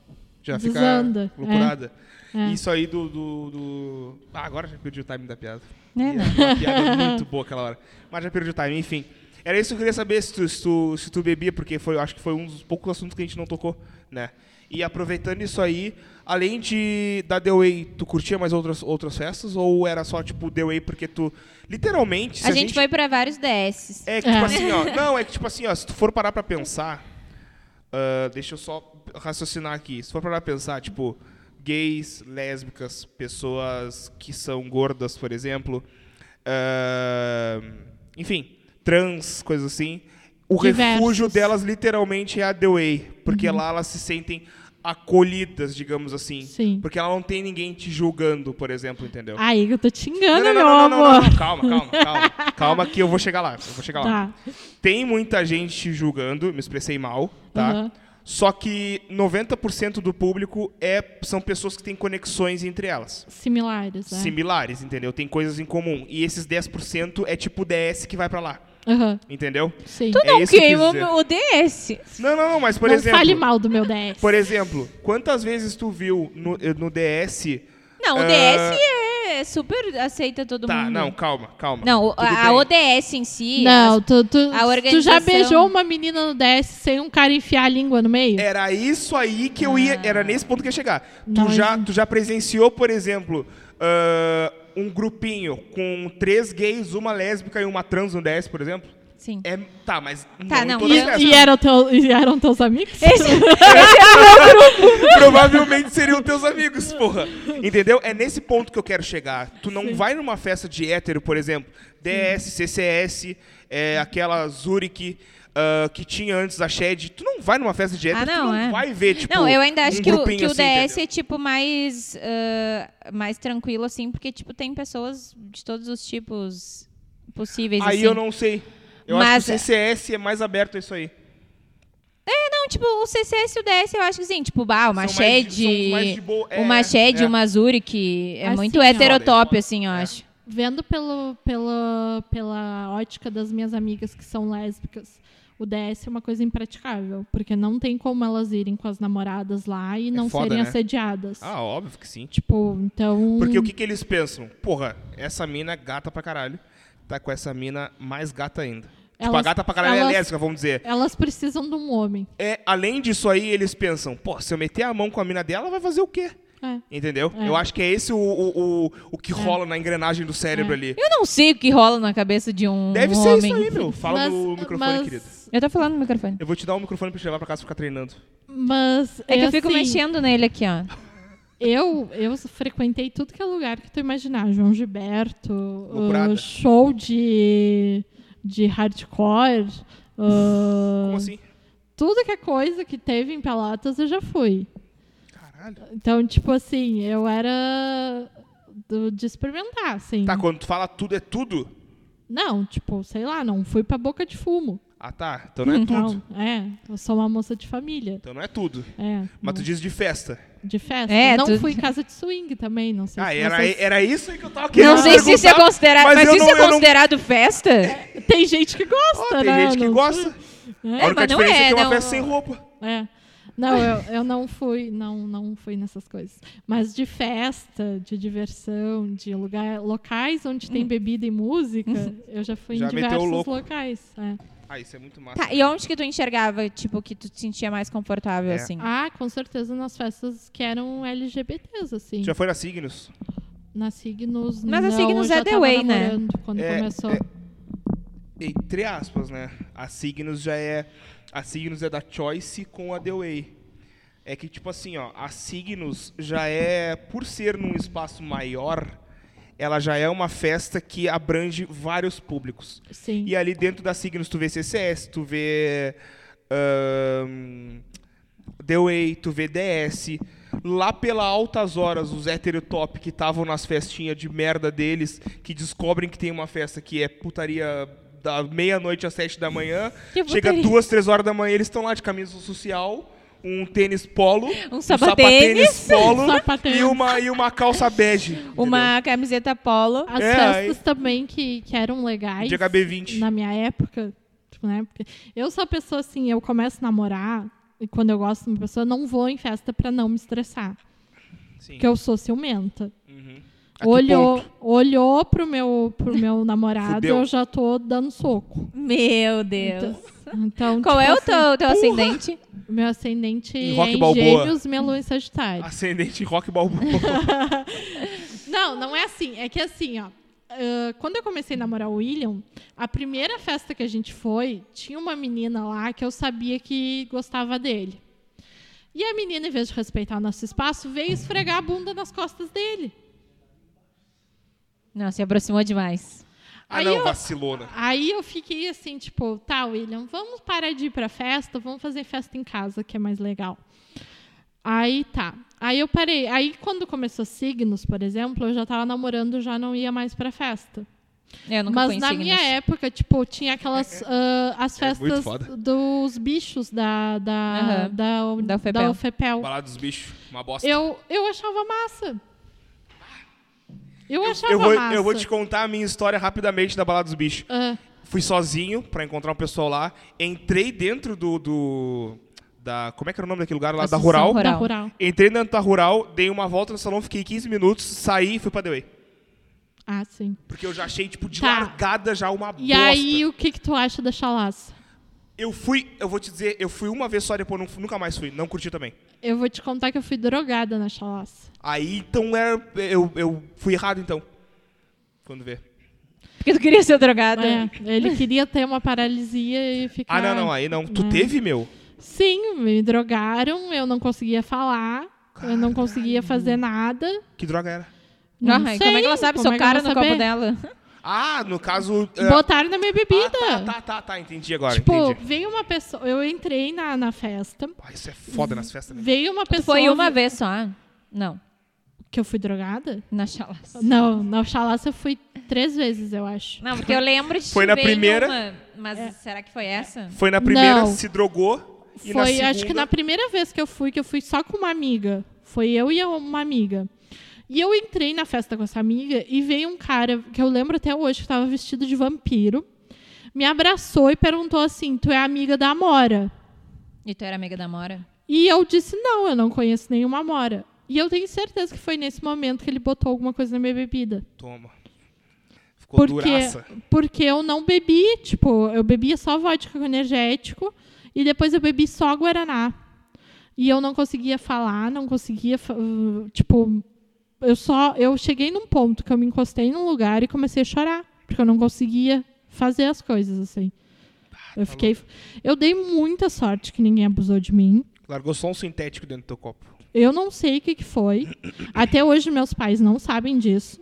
Speaker 1: Já fica
Speaker 3: Desanda, é.
Speaker 1: loucurada.
Speaker 3: É.
Speaker 1: Isso aí do, do, do- Ah, agora já perdi o time da piada. E era
Speaker 2: Né,
Speaker 1: *laughs* uma piada muito boa aquela hora. Mas já perdi o time, enfim. Era isso que eu queria saber se tu, se tu, se tu bebia, porque foi, eu acho que foi um dos poucos assuntos que a gente não tocou, né? E aproveitando isso aí, além de da The Way, tu curtia mais outras, outras festas? Ou era só, tipo, The Way porque tu... Literalmente, se
Speaker 2: A gente foi pra vários DS.
Speaker 1: é que, tipo
Speaker 3: É.
Speaker 1: assim,
Speaker 3: *laughs*
Speaker 1: ó. Não, é que, tipo assim, ó, se tu for parar pra pensar. ah, deixa eu só raciocinar aqui. Se for parar pra pensar, tipo, gays, lésbicas, pessoas que são gordas, por exemplo. ah, enfim, trans, coisas assim. O
Speaker 3: Diversos. Uhum.
Speaker 1: refúgio delas literalmente é a The Way. Porque lá elas se sentem acolhidas, digamos assim.
Speaker 3: Sim.
Speaker 1: Porque ela não tem ninguém te julgando, por exemplo, entendeu?
Speaker 3: Aí eu tô te enganando, meu
Speaker 1: não,
Speaker 3: amor.
Speaker 1: não, calma, calma,
Speaker 3: *laughs*
Speaker 1: calma. Calma que eu vou chegar lá. Eu vou chegar lá.
Speaker 3: Tá.
Speaker 1: Tem muita gente te julgando, me expressei mal, tá?
Speaker 3: Aham.
Speaker 1: Só que 90% do público é, são pessoas que têm conexões entre elas.
Speaker 3: Similares, né?
Speaker 1: Similares, entendeu? Tem coisas em comum. E esses 10% é tipo DS que vai pra lá,
Speaker 3: Aham,
Speaker 1: entendeu? É
Speaker 3: Sim.
Speaker 1: isso que eu quis
Speaker 2: queima
Speaker 1: dizer.
Speaker 2: o DS.
Speaker 1: Não, não, não, mas por
Speaker 3: não
Speaker 1: exemplo...
Speaker 3: fale mal do meu DS.
Speaker 1: Por exemplo, quantas vezes tu viu no, eh, no DS...
Speaker 2: Não, o
Speaker 1: Ah.
Speaker 2: DS é super aceita todo
Speaker 1: Tá,
Speaker 2: mundo.
Speaker 1: não, calma, calma.
Speaker 2: Não, o-
Speaker 1: Tudo
Speaker 2: a, a
Speaker 1: bem.
Speaker 2: ODS em si.
Speaker 3: Não,
Speaker 2: as-
Speaker 3: tu, tu,
Speaker 2: a
Speaker 3: tu já
Speaker 2: organização-
Speaker 3: beijou uma menina no DS sem um cara enfiar a língua no meio?
Speaker 1: Era isso aí que eu ia.
Speaker 2: Ah.
Speaker 1: Era nesse ponto que eu ia chegar.
Speaker 3: Não,
Speaker 1: Tu já, tu já presenciou, por exemplo, ah, um grupinho com três gays, uma lésbica e uma trans no DS, por exemplo?
Speaker 2: Sim. *laughs*
Speaker 1: É, tá, mas
Speaker 2: Tá,
Speaker 1: em
Speaker 2: não,
Speaker 1: todas
Speaker 2: e-
Speaker 1: essas.
Speaker 3: E, e eram teu- e eram teus amigos?
Speaker 1: *laughs* Provavelmente seriam teus amigos, porra. Entendeu? É nesse ponto que eu quero chegar. Tu não vai numa festa de hétero, por exemplo, DS,
Speaker 2: Hum.
Speaker 1: CCS, é, aquela Zurich ah, que tinha antes a Shed. Tu não vai numa festa de
Speaker 2: Ah,
Speaker 1: hétero,
Speaker 2: não,
Speaker 1: tu não
Speaker 2: é.
Speaker 1: vai ver, tipo,
Speaker 2: não, eu ainda
Speaker 1: um
Speaker 2: acho que o,
Speaker 1: grupinho
Speaker 2: que o
Speaker 1: assim,
Speaker 2: DS
Speaker 1: entendeu?
Speaker 2: é tipo mais, ah, mais tranquilo, assim, porque tipo, tem pessoas de todos os tipos possíveis.
Speaker 1: Aí
Speaker 2: assim.
Speaker 1: eu não sei. Eu
Speaker 2: Mas-
Speaker 1: acho que o CCS é mais aberto a isso aí.
Speaker 2: Não, tipo, o CCS e o DS, eu acho que sim, tipo, bah, uma
Speaker 1: São mais de-
Speaker 2: Shed.
Speaker 1: são mais de boa- é,
Speaker 2: Uma Shed,
Speaker 1: é.
Speaker 2: uma Zuri, que é
Speaker 3: Assim,
Speaker 2: muito
Speaker 3: ó.
Speaker 2: heterotop, assim, eu acho.
Speaker 3: Vendo pelo, pelo, pela ótica das minhas amigas que são lésbicas, o DS é uma coisa impraticável, porque não tem como elas irem com as namoradas lá e não
Speaker 1: foda,
Speaker 3: serem
Speaker 1: né?
Speaker 3: assediadas.
Speaker 1: Ah, óbvio que sim.
Speaker 3: Tipo, então.
Speaker 1: Porque o que, que eles pensam? Porra, essa mina é gata pra caralho. Tá com essa mina mais gata ainda. tipo, a
Speaker 3: Elas-
Speaker 1: gata pra caralho
Speaker 3: elas-
Speaker 1: é lésbica, vamos dizer.
Speaker 3: Elas precisam de um homem.
Speaker 1: É, além disso aí, eles pensam, pô, se eu meter a mão com a mina dela, vai fazer o quê?
Speaker 3: É.
Speaker 1: Entendeu?
Speaker 3: É.
Speaker 1: Eu acho que é esse o, o, o, o que rola na engrenagem do cérebro ali.
Speaker 2: Eu não sei o que rola na cabeça de um
Speaker 1: Deve ser
Speaker 2: homem.
Speaker 1: isso aí, meu. Fala
Speaker 3: Mas-
Speaker 1: no microfone,
Speaker 3: mas-
Speaker 1: querida.
Speaker 2: Eu tô falando no microfone.
Speaker 1: Eu vou te dar um microfone pra te levar pra casa e ficar treinando.
Speaker 3: Mas.
Speaker 2: É que eu fico
Speaker 3: assim,
Speaker 2: mexendo nele aqui, ó.
Speaker 3: Eu, eu frequentei tudo que é lugar que tu imaginar. João Gilberto,
Speaker 1: Loucurada.
Speaker 3: uh, show de, de hardcore. uh,
Speaker 1: Como assim?
Speaker 3: Tudo que é coisa que teve em Pelotas eu já fui.
Speaker 1: Caralho.
Speaker 3: Então, tipo assim, eu era do, de experimentar, assim.
Speaker 1: Tá, quando tu fala tudo é tudo?
Speaker 3: Não, tipo, sei lá, não fui pra boca de fumo.
Speaker 1: Ah, tá. Então não é tudo.
Speaker 3: Não, é, eu sou uma moça de família.
Speaker 1: Então não é tudo.
Speaker 3: É,
Speaker 1: Mas
Speaker 2: Hum.
Speaker 1: tu diz de festa.
Speaker 3: de festa.
Speaker 2: É,
Speaker 3: não
Speaker 2: tu-
Speaker 3: fui em casa de swing também, não sei
Speaker 1: Ah,
Speaker 3: se
Speaker 1: era,
Speaker 3: vocês-
Speaker 1: era isso aí que eu tava querendo
Speaker 2: Não sei se isso é
Speaker 1: perguntar,
Speaker 2: considerado. Mas,
Speaker 1: eu
Speaker 2: isso
Speaker 1: não- É.
Speaker 2: é
Speaker 1: eu não-
Speaker 2: considerado festa?
Speaker 3: Tem gente que
Speaker 1: Ó,
Speaker 3: gosta,
Speaker 1: tem
Speaker 3: né?
Speaker 1: gente que
Speaker 3: Não-
Speaker 1: gosta.
Speaker 3: É,
Speaker 1: a única
Speaker 2: mas não
Speaker 1: diferença é,
Speaker 2: é,
Speaker 1: que é uma
Speaker 2: não-
Speaker 1: festa sem roupa.
Speaker 3: É. Não, eu, eu não fui, não, não fui nessas coisas. Mas de festa, de diversão, de lugar, locais onde tem bebida
Speaker 2: *laughs*
Speaker 3: e música, eu já fui
Speaker 1: Já
Speaker 3: em
Speaker 1: meteu o
Speaker 3: diversos
Speaker 1: louco.
Speaker 3: locais. é.
Speaker 1: Ah, isso é muito massa.
Speaker 2: Tá, e onde que tu enxergava, tipo, que tu te sentia mais confortável,
Speaker 1: É.
Speaker 2: assim?
Speaker 3: Ah, com certeza nas festas que eram LGBTs, assim.
Speaker 1: Já foi na Signos?
Speaker 3: Na Signos,
Speaker 2: Mas a
Speaker 3: não,
Speaker 2: Signos
Speaker 3: eu já
Speaker 2: é The
Speaker 3: tava
Speaker 2: Way, né?
Speaker 3: namorando Quando
Speaker 1: É,
Speaker 3: começou.
Speaker 1: é. entre aspas, né? A Signos já é. A Signos é da Choice com a The Way. É que, tipo assim, ó, a Signos já é, por ser num espaço maior, ela já é uma festa que abrange vários públicos.
Speaker 3: Sim.
Speaker 1: E ali dentro da Signos tu vê CCS, tu vê ahn, The Way, tu vê DS. Lá pela altas horas, os hétero top que estavam nas festinhas de merda deles, que descobrem que tem uma festa que é putaria da meia-noite às sete da manhã.
Speaker 2: Que
Speaker 1: Chega
Speaker 2: putaria.
Speaker 1: duas, três horas da manhã, eles estão lá de camisa social, um tênis polo,
Speaker 2: Um sapatênis.
Speaker 1: sapatênis polo
Speaker 3: Sapatênis.
Speaker 1: e uma, e uma calça bege. entendeu?
Speaker 2: Uma camiseta polo.
Speaker 3: As
Speaker 1: É,
Speaker 3: festas também que, que eram legais.
Speaker 1: De HB20.
Speaker 3: Na minha época, tipo, né? Porque eu sou a pessoa assim, eu começo a namorar, e quando eu gosto de uma pessoa, eu não vou em festa pra não me estressar.
Speaker 1: Sim.
Speaker 3: Porque eu sou ciumenta.
Speaker 1: Uhum. A que
Speaker 3: Olhou,
Speaker 1: ponto?
Speaker 3: olhou pro meu, pro
Speaker 1: *laughs*
Speaker 3: meu namorado,
Speaker 1: Fudeu.
Speaker 3: eu já tô dando soco.
Speaker 2: Meu Deus.
Speaker 3: Então,
Speaker 2: Qual
Speaker 3: tipo
Speaker 2: é o
Speaker 3: assim,
Speaker 2: teu, teu ascendente?
Speaker 3: Meu ascendente
Speaker 1: Em
Speaker 3: é
Speaker 1: Rock
Speaker 3: em
Speaker 1: Balboa.
Speaker 3: gêmeos, minha lua em sagitário.
Speaker 1: Ascendente rock balboa.
Speaker 3: Não, não é assim. É que assim, ó. ah, quando eu comecei a namorar o William, a primeira festa que a gente foi, tinha uma menina lá que eu sabia que gostava dele. E a menina, em vez de respeitar o nosso espaço, veio esfregar a bunda nas costas dele.
Speaker 2: Não, se aproximou demais.
Speaker 1: Ah,
Speaker 3: Aí
Speaker 1: não,
Speaker 3: eu-
Speaker 1: vacilona.
Speaker 3: Aí eu fiquei assim, tipo, tá, William, vamos parar de ir pra festa, vamos fazer festa em casa, que é mais legal. Aí tá. Aí eu parei. Aí quando começou signos, por exemplo, eu já tava namorando, já não ia mais pra festa.
Speaker 2: É, Eu nunca fui
Speaker 3: Mas
Speaker 2: em
Speaker 3: na
Speaker 2: signos.
Speaker 3: minha época, tipo, tinha
Speaker 1: *laughs*
Speaker 3: aquelas ah, as
Speaker 1: É muito
Speaker 3: festas
Speaker 1: foda.
Speaker 3: dos bichos da da,
Speaker 2: Aham, da
Speaker 3: da,
Speaker 2: UFPEL.
Speaker 3: da UFPEL.
Speaker 1: Balada dos bichos, uma bosta.
Speaker 3: Eu eu achava massa. Eu achava
Speaker 1: Eu vou,
Speaker 3: massa.
Speaker 1: eu vou te contar a minha história rapidamente da Balada dos Bichos.
Speaker 3: Ah,
Speaker 1: Fui sozinho pra encontrar um pessoal lá. Entrei dentro do. do da, como é que era o nome daquele lugar lá? Da
Speaker 2: Associação
Speaker 1: Rural.
Speaker 2: Rural.
Speaker 3: da rural.
Speaker 1: Entrei dentro da Rural, dei uma volta no salão, fiquei 15 minutos, saí e fui pra The Way.
Speaker 3: Ah, sim.
Speaker 1: Porque eu já achei, tipo, de
Speaker 3: Tá.
Speaker 1: largada já uma
Speaker 3: E
Speaker 1: bosta.
Speaker 3: aí, o que que tu acha da chalaça?
Speaker 1: Eu fui, eu vou te dizer, eu fui uma vez só, depois eu nu- nunca mais fui. Não curti também.
Speaker 3: Eu vou te contar que eu fui drogada na chalaça.
Speaker 1: é, Aí, então, era, eu, eu fui errado, então. Quando vê.
Speaker 2: Porque tu queria ser drogado.
Speaker 3: É, ele queria ter uma paralisia e ficar.
Speaker 1: Ah, não, não, aí não. Tu
Speaker 3: Não.
Speaker 1: teve, meu?
Speaker 3: Sim, me drogaram, eu não conseguia falar, eu não conseguia fazer nada.
Speaker 1: Que droga era?
Speaker 3: Não
Speaker 2: Nossa, e
Speaker 3: sei,
Speaker 2: como é que ela sabe?
Speaker 3: como
Speaker 2: Sou
Speaker 3: é que eu
Speaker 2: cara
Speaker 3: vou
Speaker 2: no copo
Speaker 3: saber?
Speaker 2: dela.
Speaker 1: Ah, no caso. é,
Speaker 3: Botaram na minha
Speaker 1: ah,
Speaker 3: bebida.
Speaker 1: tá, tá, tá, tá, entendi agora.
Speaker 3: Tipo,
Speaker 1: Entendi.
Speaker 3: veio uma pessoa. Eu entrei na, na festa,
Speaker 1: Pá, isso é foda nas festas, né?
Speaker 3: veio uma pessoa.
Speaker 2: Foi uma vez só. Ah, Não,
Speaker 3: Que eu fui drogada?
Speaker 2: na chalaça.
Speaker 3: Não, na Oxalaça eu fui três vezes, eu acho.
Speaker 2: Não, porque eu lembro de
Speaker 1: Foi
Speaker 2: te
Speaker 1: na
Speaker 2: ver
Speaker 1: primeira?
Speaker 2: em uma, mas
Speaker 3: É.
Speaker 2: será que foi essa?
Speaker 1: Foi na primeira,
Speaker 3: Não.
Speaker 1: se drogou. E na
Speaker 3: Foi,
Speaker 1: segunda,
Speaker 3: acho que na primeira vez que eu fui, que eu fui só com uma amiga. Foi eu e uma amiga. E eu entrei na festa com essa amiga e veio um cara, que eu lembro até hoje, que estava vestido de vampiro, me abraçou e perguntou assim: Tu é amiga da Amora?
Speaker 2: E tu era amiga da Mora?
Speaker 3: E eu disse: Não, eu não conheço nenhuma Amora. E eu tenho certeza que foi nesse momento que ele botou alguma coisa na minha bebida.
Speaker 1: Toma. Ficou
Speaker 3: porque,
Speaker 1: duraça.
Speaker 3: porque eu não bebi, tipo, eu bebia só vodka com energético e depois eu bebi só Guaraná. E eu não conseguia falar, não conseguia, fa- uh, tipo, eu só, eu cheguei num ponto que eu me encostei num lugar e comecei a chorar, porque eu não conseguia fazer as coisas assim. Eu fiquei, eu dei muita sorte que ninguém abusou de mim.
Speaker 1: Largou só um sintético dentro do teu copo.
Speaker 3: Eu não sei o que, que foi. Até hoje meus pais não sabem disso,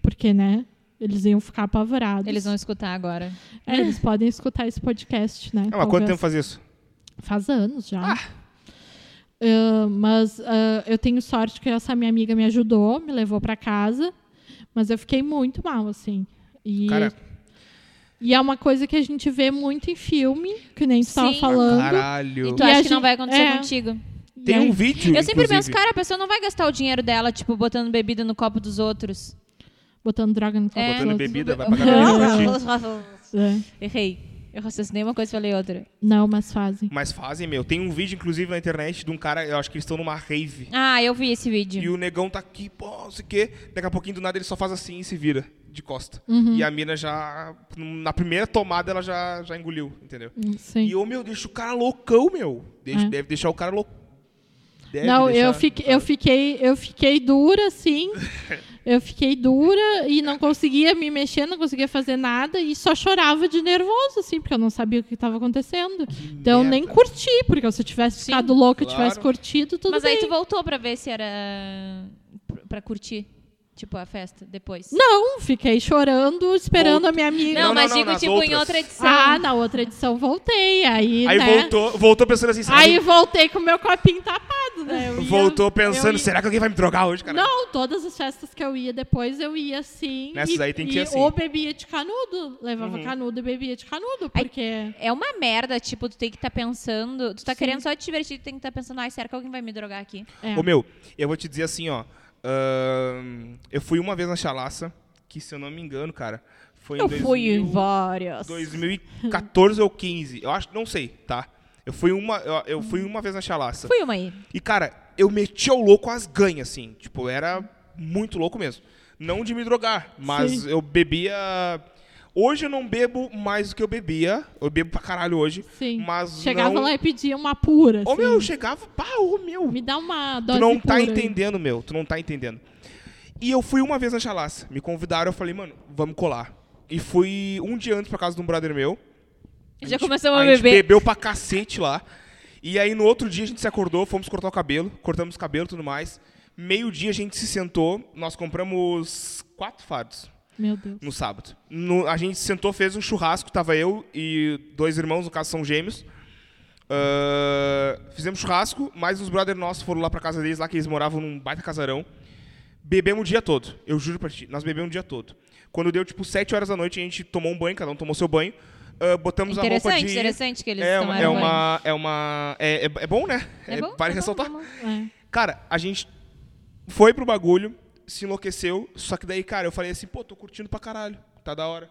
Speaker 3: porque, né? Eles iam ficar apavorados.
Speaker 2: Eles vão escutar agora.
Speaker 3: É, eles podem escutar esse podcast, né?
Speaker 1: Ah, mas quanto
Speaker 3: Talvez.
Speaker 1: tempo faz isso?
Speaker 3: Faz anos já. Ah, mas ah, eu tenho sorte que essa minha amiga me ajudou, me levou para casa, mas eu fiquei muito mal, assim. E,
Speaker 1: Cara,
Speaker 3: e é uma coisa que a gente vê muito em filme, que nem tu estava
Speaker 2: Sim.
Speaker 3: falando. então,
Speaker 1: caralho.
Speaker 2: E tu
Speaker 3: E a
Speaker 2: acha que
Speaker 3: gente-
Speaker 2: não vai acontecer
Speaker 3: é.
Speaker 2: contigo?
Speaker 3: E
Speaker 1: Tem
Speaker 3: aí-
Speaker 1: um vídeo,
Speaker 2: Eu sempre
Speaker 1: inclusive.
Speaker 2: penso, cara, a pessoa não vai gastar o dinheiro dela, tipo, botando bebida no copo dos outros.
Speaker 3: Botando droga no copo.
Speaker 2: É.
Speaker 1: Botando
Speaker 3: dos
Speaker 1: bebida, vai pagar
Speaker 3: *laughs*
Speaker 1: bebida pra ti.
Speaker 2: Eu
Speaker 3: outros. É.
Speaker 2: Errei. Eu raciocinei uma coisa e falei outra.
Speaker 3: Não, mas fazem.
Speaker 1: Mas fazem, meu. Tem um vídeo, inclusive, na internet de um cara, eu acho que eles estão numa rave.
Speaker 2: Ah, eu vi esse vídeo.
Speaker 1: E o negão tá aqui, pô, não sei o quê. Daqui a pouquinho, do nada, ele só faz assim e se vira, de costa.
Speaker 3: Uhum.
Speaker 1: E a mina já, na primeira tomada, ela já, já engoliu, entendeu?
Speaker 3: Sim.
Speaker 1: E, ô, meu, deixa o cara loucão, meu. Deixa-
Speaker 3: É.
Speaker 1: Deve deixar o cara louco. Deve
Speaker 3: não, eu,
Speaker 1: deixar-
Speaker 3: fiquei, eu, fiquei, eu fiquei
Speaker 1: *laughs*
Speaker 3: dura, sim. eu fiquei dura e não conseguia me mexer, não conseguia fazer nada e só chorava de nervoso, assim, porque eu não sabia o que estava acontecendo. então eu nem
Speaker 1: merda.
Speaker 3: curti, porque se eu tivesse
Speaker 2: Sim,
Speaker 3: ficado louca, eu
Speaker 1: claro.
Speaker 3: tivesse curtido, tudo
Speaker 2: Mas
Speaker 3: bem.
Speaker 2: aí tu voltou pra ver se era pra- pra curtir, tipo, a festa depois.
Speaker 3: Não, fiquei chorando, esperando a minha amiga.
Speaker 1: Não,
Speaker 2: Não, mas
Speaker 1: não,
Speaker 2: digo,
Speaker 1: nas
Speaker 2: tipo, em
Speaker 1: outras.
Speaker 2: outra edição.
Speaker 3: Ah, na outra edição voltei. Aí,
Speaker 1: Aí
Speaker 3: né?
Speaker 1: voltou, voltou pensando assim, será
Speaker 3: Aí voltei com o meu copinho tapado, né? Eu
Speaker 1: que-
Speaker 3: ia-
Speaker 1: voltou
Speaker 3: eu
Speaker 1: pensando,
Speaker 3: ia-
Speaker 1: será que alguém vai me drogar hoje, cara?
Speaker 3: Não, todas as festas que eu ia depois, eu ia assim.
Speaker 1: Nessas
Speaker 3: e,
Speaker 1: aí tem que
Speaker 3: e
Speaker 1: ser assim. Uhum.
Speaker 3: Ou bebia de canudo. Levava canudo e bebia de canudo,
Speaker 2: Ai,
Speaker 3: porque.
Speaker 2: É uma merda, tipo, tu tem que estar pensando. Tu tá
Speaker 3: Sim.
Speaker 2: querendo só te divertir, tu tem que estar pensando, ai, será que alguém vai me drogar aqui?
Speaker 3: é.
Speaker 1: Ô meu, eu vou te dizer assim, ó. ahn, eu fui uma vez na chalaça, que se eu não me engano, cara, foi em
Speaker 2: Eu fui em
Speaker 1: 2000,
Speaker 2: várias.
Speaker 1: 2014 ou 15. Eu acho, não sei, tá? Eu fui uma, eu, eu fui uma vez na chalaça.
Speaker 2: Fui uma aí.
Speaker 1: E cara, eu meti o louco às ganhas, assim. Tipo, eu era muito louco mesmo. Não de me drogar, mas
Speaker 3: Sim.
Speaker 1: eu bebia. Hoje eu não bebo mais do que eu bebia. Eu bebo pra caralho hoje.
Speaker 3: Sim.
Speaker 1: Mas
Speaker 3: Chegava
Speaker 1: não...
Speaker 3: lá e pedia uma pura.
Speaker 1: Ô
Speaker 3: assim.
Speaker 1: meu, eu chegava, pá, ô meu.
Speaker 3: Me assim, dá uma
Speaker 1: Tu
Speaker 3: dose
Speaker 1: não tá
Speaker 3: pura.
Speaker 1: entendendo, meu. Tu não tá entendendo. E eu fui uma vez na chalaça. Me convidaram, eu falei, mano, vamos colar. E fui um dia antes pra casa de um brother meu.
Speaker 2: Já
Speaker 1: gente-
Speaker 2: começamos a
Speaker 1: gente
Speaker 2: beber.
Speaker 1: bebeu pra cacete lá. E aí no outro dia a gente se acordou, fomos cortar o cabelo, cortamos o cabelo e tudo mais. Meio dia a gente se sentou, nós compramos quatro fardos
Speaker 3: Meu Deus.
Speaker 1: no sábado. No- a gente sentou, fez um churrasco, tava eu e dois irmãos, no caso são gêmeos. Ah, fizemos churrasco, mais uns brother nossos foram lá pra casa deles, lá que eles moravam num baita casarão. Bebemos o dia todo, eu juro pra ti, nós bebemos o dia todo. Quando deu tipo 7 horas da noite, a gente tomou um banho, cada um tomou seu banho. ah, botamos a roupa
Speaker 2: Interessante,
Speaker 1: de.
Speaker 2: interessante que eles
Speaker 1: é, uma,
Speaker 2: tomaram.
Speaker 1: é
Speaker 2: banho.
Speaker 1: uma. É uma. É, é- é bom, né?
Speaker 2: É bom,
Speaker 1: vale
Speaker 2: é bom,
Speaker 1: ressaltar.
Speaker 2: é bom.
Speaker 3: É.
Speaker 1: Cara, a gente foi pro bagulho, se enlouqueceu, só que daí, cara, eu falei assim, pô, tô curtindo pra caralho, tá da hora.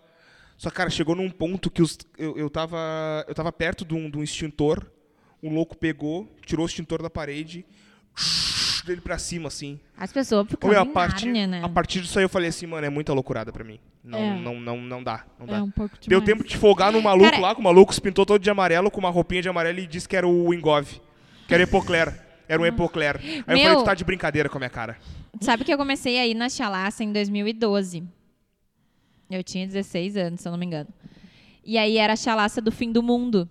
Speaker 1: Só que, cara, chegou num ponto que os- eu, eu, tava, eu tava perto de um, de um extintor, um louco pegou, tirou o extintor da parede, dele pra cima, assim.
Speaker 2: As pessoas
Speaker 1: Ô,
Speaker 2: ficam
Speaker 1: meu, a,
Speaker 2: em
Speaker 1: partir,
Speaker 2: Nárnia, né?
Speaker 1: a partir disso aí eu falei assim, mano, é muita loucurada pra mim. Não,
Speaker 3: É.
Speaker 1: não, não, não dá, não
Speaker 3: É
Speaker 1: dá.
Speaker 3: um pouco demais.
Speaker 1: Deu tempo de folgar no maluco
Speaker 2: Cara-
Speaker 1: lá, que o maluco se pintou todo de amarelo, com uma roupinha de amarelo e disse que era o Engove. Que era Epocler. Era um Epocler. Aí eu falei,
Speaker 2: Ah. Meu.
Speaker 1: tu tá de brincadeira com a minha cara.
Speaker 2: Sabe que eu comecei aí na chalaça em 2012. Eu tinha 16 anos, se eu não me engano. E aí era a chalaça do fim do mundo.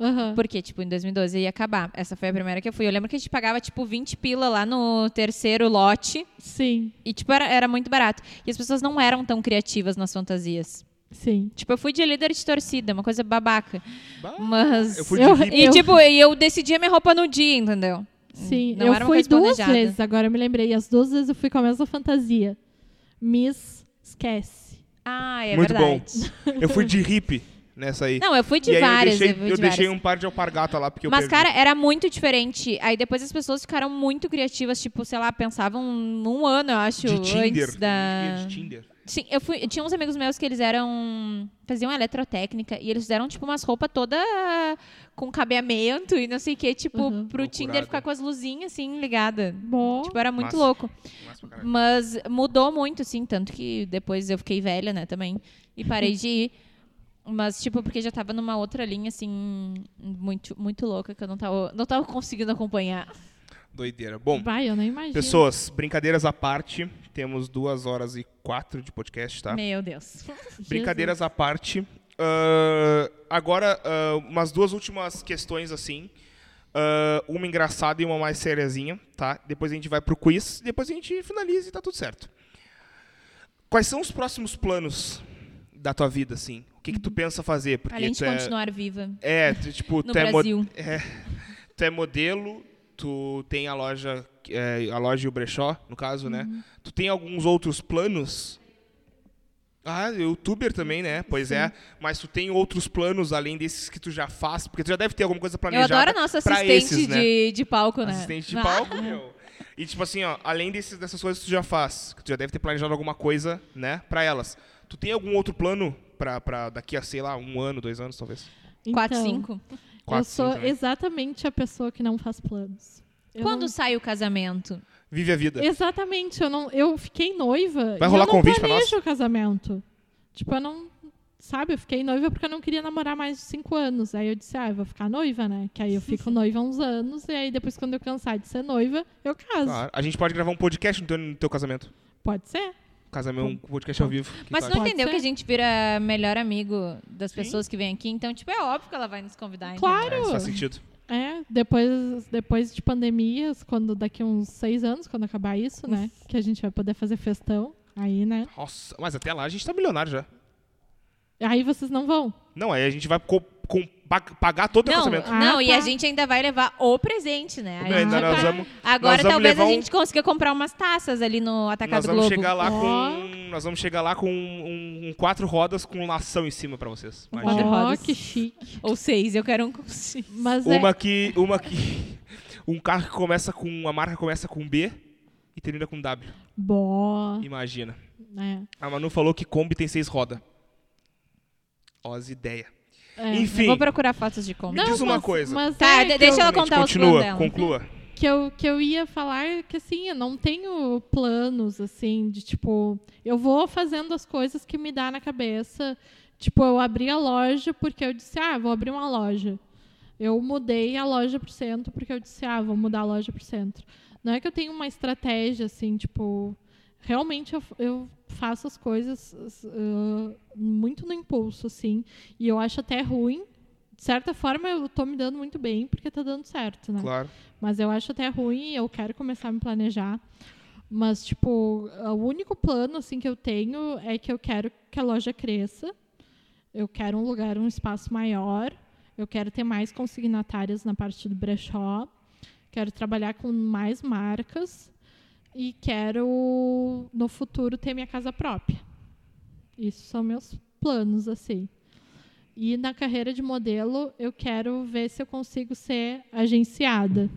Speaker 3: Aham.
Speaker 2: Porque, tipo, em 2012 ia acabar. Essa foi a primeira que eu fui. Eu lembro que a gente pagava, tipo, 20 pila lá no terceiro lote.
Speaker 3: Sim,
Speaker 2: E, tipo, era, era muito barato. E as pessoas não eram tão criativas nas fantasias.
Speaker 3: sim.
Speaker 2: Tipo, eu fui de líder de torcida, uma coisa babaca.
Speaker 1: Bah,
Speaker 2: Mas.
Speaker 1: Eu fui de
Speaker 3: Eu-
Speaker 1: hippie.
Speaker 2: E, tipo, e eu decidia minha roupa no dia, entendeu?
Speaker 3: Sim,
Speaker 2: Hum, Não
Speaker 3: eu
Speaker 2: era uma
Speaker 3: fui
Speaker 2: coisa
Speaker 3: duas
Speaker 2: planejada.
Speaker 3: vezes, agora eu me lembrei. E as duas vezes eu fui com a mesma fantasia. Miss Esquece.
Speaker 2: Ah, é
Speaker 1: Muito
Speaker 2: verdade.
Speaker 1: bom. Eu fui de hippie nessa aí.
Speaker 2: Não, eu fui de
Speaker 1: e aí
Speaker 2: várias.
Speaker 1: eu deixei,
Speaker 2: eu fui
Speaker 1: eu
Speaker 2: de
Speaker 1: deixei um
Speaker 2: várias.
Speaker 1: par de alpargata lá, porque
Speaker 2: Mas,
Speaker 1: eu perdi.
Speaker 2: cara, era muito diferente. Aí depois as pessoas ficaram muito criativas, tipo, sei lá, pensavam um ano, eu acho,
Speaker 1: de Tinder.
Speaker 2: antes da.
Speaker 1: De Tinder.
Speaker 2: Sim, eu fui. eu tinha uns amigos meus que eles eram. faziam eletrotécnica e eles fizeram, tipo, umas roupas toda com cabeamento e não sei o que, tipo,
Speaker 3: Uhum.
Speaker 2: pro Tinder
Speaker 1: Loucurada.
Speaker 2: ficar com as luzinhas, assim, ligada.
Speaker 3: Bom,
Speaker 2: Tipo, era muito
Speaker 1: Massa.
Speaker 2: louco.
Speaker 1: Massa pra caralho.
Speaker 2: Mas mudou muito, assim, tanto que depois eu fiquei velha, né, também. E
Speaker 1: Uhum.
Speaker 2: parei de ir. Mas, tipo, porque já tava numa outra linha, assim, muito, muito louca, que eu não tava, não tava conseguindo acompanhar.
Speaker 1: Doideira. Bom,
Speaker 3: vai, eu não imagino.
Speaker 1: pessoas, brincadeiras à parte. Temos duas horas e quatro de podcast, tá?
Speaker 2: Meu Deus.
Speaker 3: Jesus.
Speaker 1: Brincadeiras à parte. ah, agora, ah, umas duas últimas questões, assim. Ah, uma engraçada e uma mais sériazinha, tá? Depois a gente vai pro quiz, depois a gente finaliza e tá tudo certo. Quais são os próximos planos da tua vida, assim? O que, que tu pensa fazer? Porque
Speaker 2: Além de
Speaker 1: tu é-
Speaker 2: Uhum. continuar viva
Speaker 1: É, tu, tipo,
Speaker 2: *laughs* no
Speaker 1: tu é, mo-
Speaker 2: Brasil.
Speaker 1: tu é modelo, tu tem a loja, é, a loja e o brechó, no caso,
Speaker 2: Uhum.
Speaker 1: né? Tu tem alguns outros planos? Ah, youtuber também, né? Pois é. Mas tu tem outros planos além desses que tu já faz? Porque tu já deve ter alguma coisa
Speaker 2: Eu
Speaker 1: planejada.
Speaker 2: adoro a nossa
Speaker 1: pra
Speaker 2: assistente
Speaker 1: esses, né?
Speaker 2: de, de palco, né?
Speaker 1: Assistente de
Speaker 2: Ah,
Speaker 1: palco, meu. E tipo assim, ó, além desses, dessas coisas que tu já faz, que tu já deve ter planejado alguma coisa, né, pra elas. Tu tem algum outro plano pra, pra daqui a, sei lá, um ano, dois anos, talvez?
Speaker 2: Quatro,
Speaker 3: Então,
Speaker 2: cinco.
Speaker 1: Quatro,
Speaker 3: eu sou
Speaker 1: cinco né? também.
Speaker 3: exatamente a pessoa que não faz planos. Eu
Speaker 2: Quando
Speaker 3: não-
Speaker 2: sai o casamento?
Speaker 1: Vive a vida.
Speaker 3: Exatamente, eu não, eu fiquei noiva.
Speaker 1: Vai
Speaker 3: e
Speaker 1: rolar
Speaker 3: eu não
Speaker 1: convite pra
Speaker 3: planejo o casamento. Tipo, eu não, sabe, eu fiquei noiva porque eu não queria namorar mais de cinco anos. Aí eu disse, ah, eu vou ficar noiva, né? Que aí eu fico noiva uns anos e aí depois quando eu cansar de ser noiva, eu caso.
Speaker 1: Claro. A gente pode gravar um podcast no teu, no teu casamento.
Speaker 3: Pode ser?
Speaker 1: Casamento, um podcast ao vivo. Que tá
Speaker 2: Mas
Speaker 1: tu
Speaker 2: tu não
Speaker 1: acha?
Speaker 3: Pode
Speaker 2: entendeu
Speaker 3: ser.
Speaker 2: que a gente vira melhor amigo das pessoas que vêm aqui? Então, tipo, é óbvio que ela vai nos convidar. entendeu?
Speaker 3: Claro.
Speaker 1: É, isso faz sentido.
Speaker 3: É, depois, depois de pandemias, quando daqui uns seis anos, quando acabar isso, né? Que a gente vai poder fazer festão. Aí, né?
Speaker 1: Nossa, mas até lá a gente tá milionário já.
Speaker 3: Aí vocês não vão.
Speaker 1: Não, aí a gente vai co- com- pa- pagar todo o
Speaker 2: Não,
Speaker 1: casamento.
Speaker 2: não
Speaker 3: Ah,
Speaker 2: e a
Speaker 3: tá.
Speaker 2: gente ainda vai levar o presente, né? A
Speaker 1: Não, ainda
Speaker 2: gente
Speaker 1: nós
Speaker 2: vai-
Speaker 1: vamos,
Speaker 2: Agora
Speaker 1: nós vamos
Speaker 2: talvez a
Speaker 1: levar um-
Speaker 2: gente consiga comprar umas taças ali no Atacado
Speaker 1: nós vamos
Speaker 2: Globo.
Speaker 1: chegar lá
Speaker 3: Ó.
Speaker 1: com. Nós vamos chegar lá com um, um quatro rodas com lação em cima pra vocês. Imagina.
Speaker 2: Quatro
Speaker 3: Ó,
Speaker 2: rodas.
Speaker 3: que chique.
Speaker 2: Ou seis, eu quero um com seis.
Speaker 3: Mas é,
Speaker 1: Uma que. Uma que. *laughs* Um carro que começa com. Uma marca começa com B e termina com W.
Speaker 3: Bó.
Speaker 1: Imagina.
Speaker 3: É.
Speaker 1: A Manu falou que Kombi tem seis rodas. Ó, as ideia.
Speaker 3: É.
Speaker 1: Enfim.
Speaker 2: Eu vou procurar fotos de como.
Speaker 1: Me diz uma coisa.
Speaker 3: mas
Speaker 2: Tá,
Speaker 3: é
Speaker 2: de-
Speaker 3: que
Speaker 2: deixa
Speaker 3: eu-
Speaker 2: ela contar os planos
Speaker 1: Continua,
Speaker 2: dela.
Speaker 1: conclua.
Speaker 3: que eu, que eu ia falar que assim, eu não tenho planos assim de tipo, eu vou fazendo as coisas que me dá na cabeça. Tipo, eu abri a loja porque eu disse, ah, vou abrir uma loja. Eu mudei a loja pro centro porque eu disse, ah, vou mudar a loja pro centro. Não é que eu tenho uma estratégia assim, tipo, realmente eu, eu faço as coisas ah, muito no impulso assim, e eu acho até ruim. De certa forma, eu tô me dando muito bem porque tá dando certo, né?
Speaker 1: Claro.
Speaker 3: Mas eu acho até ruim e eu quero começar a me planejar. Mas, tipo, o único plano assim, que eu tenho é que eu quero que a loja cresça. Eu quero um lugar, um espaço maior. Eu quero ter mais consignatárias na parte do brechó. Quero trabalhar com mais marcas. E quero, no futuro, ter minha casa própria. Isso são meus planos, assim. E na carreira de modelo, eu quero ver se eu consigo ser agenciada.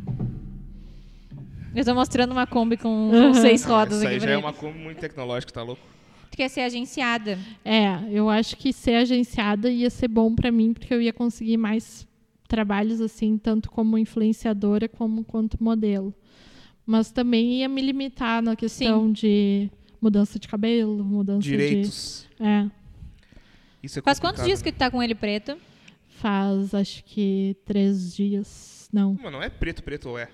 Speaker 2: Eu tô mostrando uma Kombi com, com
Speaker 3: Uhum.
Speaker 2: seis
Speaker 1: Não,
Speaker 2: rodas
Speaker 1: Essa aí
Speaker 2: aqui
Speaker 1: já
Speaker 2: pra
Speaker 1: é
Speaker 2: ele.
Speaker 1: uma Kombi muito tecnológica, tá louco?
Speaker 2: Tu quer ser agenciada.
Speaker 3: É, eu acho que ser agenciada ia ser bom pra mim, porque eu ia conseguir mais trabalhos assim, tanto como influenciadora como quanto modelo. Mas também ia me limitar na questão de mudança de cabelo, mudança
Speaker 1: Direitos.
Speaker 3: de. É,
Speaker 1: Isso é
Speaker 2: Faz quantos
Speaker 1: complicado,
Speaker 2: dias
Speaker 1: né?
Speaker 2: que tu tá com ele preto?
Speaker 3: faz acho que três dias. Não.
Speaker 1: Mano, não é preto, preto ou é?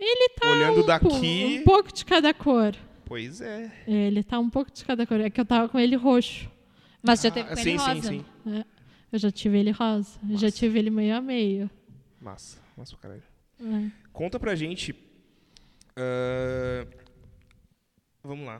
Speaker 3: Ele tá
Speaker 1: Olhando
Speaker 3: um, po-
Speaker 1: daqui.
Speaker 3: um pouco de cada cor.
Speaker 1: Pois é.
Speaker 3: Ele tá um pouco de cada cor. É que eu tava com ele roxo.
Speaker 2: Mas já teve com ele
Speaker 1: Ah, sim,
Speaker 2: rosa.
Speaker 1: sim, sim.
Speaker 3: Eu já tive ele rosa. eu Já tive ele meio a meio.
Speaker 1: Massa, massa pra caralho.
Speaker 3: É.
Speaker 1: Conta pra gente. ah, vamos
Speaker 2: *laughs*
Speaker 1: lá.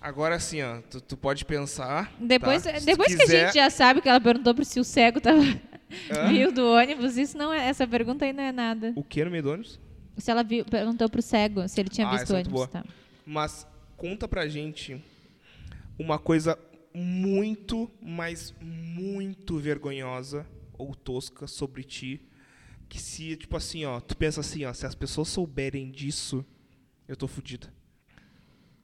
Speaker 1: Agora assim, ó, tu, tu pode pensar.
Speaker 2: Depois, é,
Speaker 1: tá? Se tu
Speaker 2: depois que a
Speaker 1: quiser-
Speaker 2: gente já sabe que ela perguntou pro se o cego tava
Speaker 1: Hã?
Speaker 2: *laughs* viu do ônibus, isso não é, essa pergunta aí não é nada.
Speaker 1: O que no meio do ônibus?
Speaker 2: Se ela viu, perguntou pro cego se ele tinha
Speaker 1: Ah,
Speaker 2: visto
Speaker 1: essa
Speaker 2: o
Speaker 1: é muito
Speaker 2: ônibus, tá?
Speaker 1: Mas conta pra gente uma coisa muito, mas muito vergonhosa ou tosca sobre ti. Que se, tipo assim, ó, tu pensa assim, ó, se as pessoas souberem disso, eu tô fudida.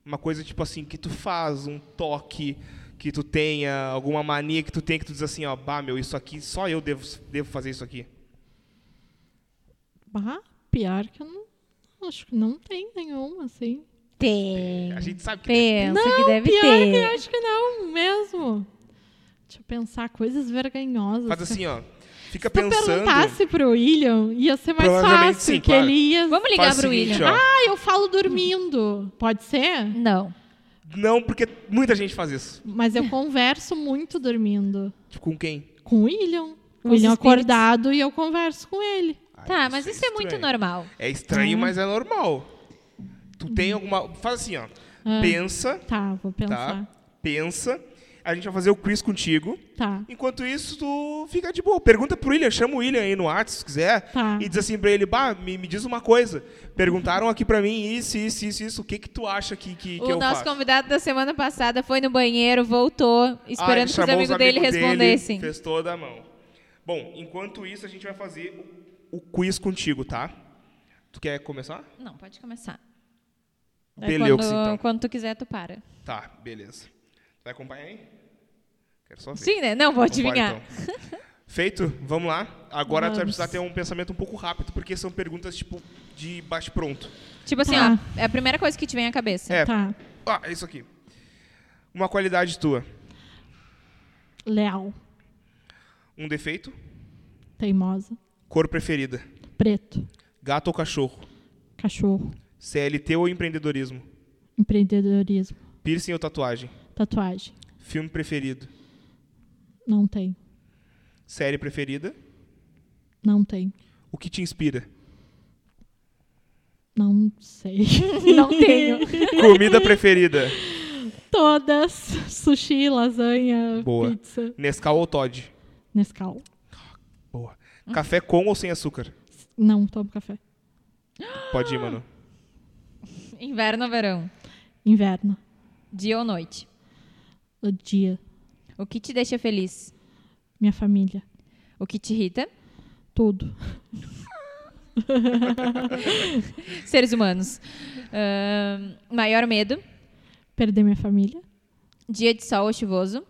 Speaker 1: Uma coisa, tipo assim, que tu faz, um toque que tu tenha, alguma mania que tu tenha, que tu diz assim, ó, bah, meu, isso aqui, só eu devo, devo fazer isso aqui.
Speaker 3: Ah, pior que eu não. Acho que não tem nenhuma, assim.
Speaker 2: Tem.
Speaker 1: A gente sabe que
Speaker 2: Pensa que deve
Speaker 3: pior que
Speaker 2: ter.
Speaker 3: eu acho que não mesmo. Deixa eu pensar, coisas vergonhosas.
Speaker 1: faz assim, ó. Fica
Speaker 3: Se tu
Speaker 1: pensando.
Speaker 3: perguntasse pro William, ia ser mais
Speaker 1: Provavelmente
Speaker 3: fácil,
Speaker 1: sim,
Speaker 3: que
Speaker 1: claro.
Speaker 3: ele ia...
Speaker 2: Vamos ligar
Speaker 1: faz o
Speaker 2: pro
Speaker 1: seguinte,
Speaker 2: William.
Speaker 1: ó.
Speaker 3: Ah, eu falo dormindo. Pode ser?
Speaker 2: Não.
Speaker 1: Não, porque muita gente faz isso.
Speaker 3: Mas eu converso muito dormindo.
Speaker 1: Tipo, com quem?
Speaker 3: Com o William.
Speaker 2: Com
Speaker 3: o William
Speaker 2: os espíritos.
Speaker 3: acordado e eu converso com ele.
Speaker 2: Tá, mas isso é muito
Speaker 1: normal.
Speaker 2: normal. Hum.
Speaker 1: É estranho, mas é normal. Tu tem alguma. Faz assim, ó.
Speaker 2: Hum.
Speaker 1: Pensa,
Speaker 3: Tá, vou
Speaker 1: tá?
Speaker 3: pensar.
Speaker 1: Pensa. A gente vai fazer o quiz contigo.
Speaker 3: Tá.
Speaker 1: Enquanto isso, tu fica de boa. Pergunta pro William, chama o William aí no WhatsApp, se quiser.
Speaker 3: Tá.
Speaker 1: E diz assim pra ele, bah, me, me diz uma coisa. Perguntaram aqui pra mim isso, isso, isso, isso. O que que tu acha que, que, que
Speaker 2: o
Speaker 1: eu
Speaker 2: nosso
Speaker 1: faço?
Speaker 2: convidado da semana passada foi no banheiro, voltou,
Speaker 1: Ah, ele
Speaker 2: esperando que os
Speaker 1: chamou
Speaker 2: amigos dele respondessem.
Speaker 1: Fez toda a mão. Bom, enquanto isso, a gente vai fazer o o quiz contigo, tá? Tu quer começar?
Speaker 2: Não, pode começar. Aí
Speaker 1: Beleza,
Speaker 2: É quando,
Speaker 1: então.
Speaker 2: quando tu quiser, tu para.
Speaker 1: Tá, beleza. Vai acompanhar aí? Quero só ver.
Speaker 2: Sim, né? Não, vou
Speaker 1: Vambora,
Speaker 2: adivinhar.
Speaker 1: então. Feito, vamos lá. Agora tu vai
Speaker 3: Vamos.
Speaker 1: precisar ter um pensamento um pouco rápido, porque são perguntas tipo de baixo pronto.
Speaker 2: Tipo assim,
Speaker 3: Tá.
Speaker 2: ó, é a primeira coisa que te vem à cabeça.
Speaker 1: É.
Speaker 3: Tá.
Speaker 1: Ah, é isso aqui. Uma qualidade tua.
Speaker 3: Leal.
Speaker 1: Um defeito?
Speaker 3: Teimosa.
Speaker 1: Cor preferida.
Speaker 3: Preto.
Speaker 1: Gato ou cachorro?
Speaker 3: Cachorro.
Speaker 1: CLT ou empreendedorismo?
Speaker 3: Empreendedorismo.
Speaker 1: Piercing ou tatuagem?
Speaker 3: Tatuagem.
Speaker 1: Filme preferido?
Speaker 3: Não tem.
Speaker 1: Série preferida?
Speaker 3: Não tem.
Speaker 1: O que te inspira?
Speaker 3: Não sei.
Speaker 2: Não tenho.
Speaker 1: *laughs* Comida preferida?
Speaker 3: Todas. Sushi, lasanha,
Speaker 1: Boa.
Speaker 3: pizza.
Speaker 1: Nescau ou Todd?
Speaker 3: Nescau.
Speaker 1: Boa. Café com ou sem açúcar?
Speaker 3: Não tomo café.
Speaker 1: Pode ir, mano. É.
Speaker 2: Inverno ou verão?
Speaker 3: Inverno.
Speaker 2: Dia ou noite?
Speaker 3: O dia.
Speaker 2: O que te deixa feliz?
Speaker 3: Minha família.
Speaker 2: O que te irrita?
Speaker 3: Tudo.
Speaker 2: Seres humanos. Ahn, maior medo?
Speaker 3: Perder minha família.
Speaker 2: Dia de sol ou chuvoso?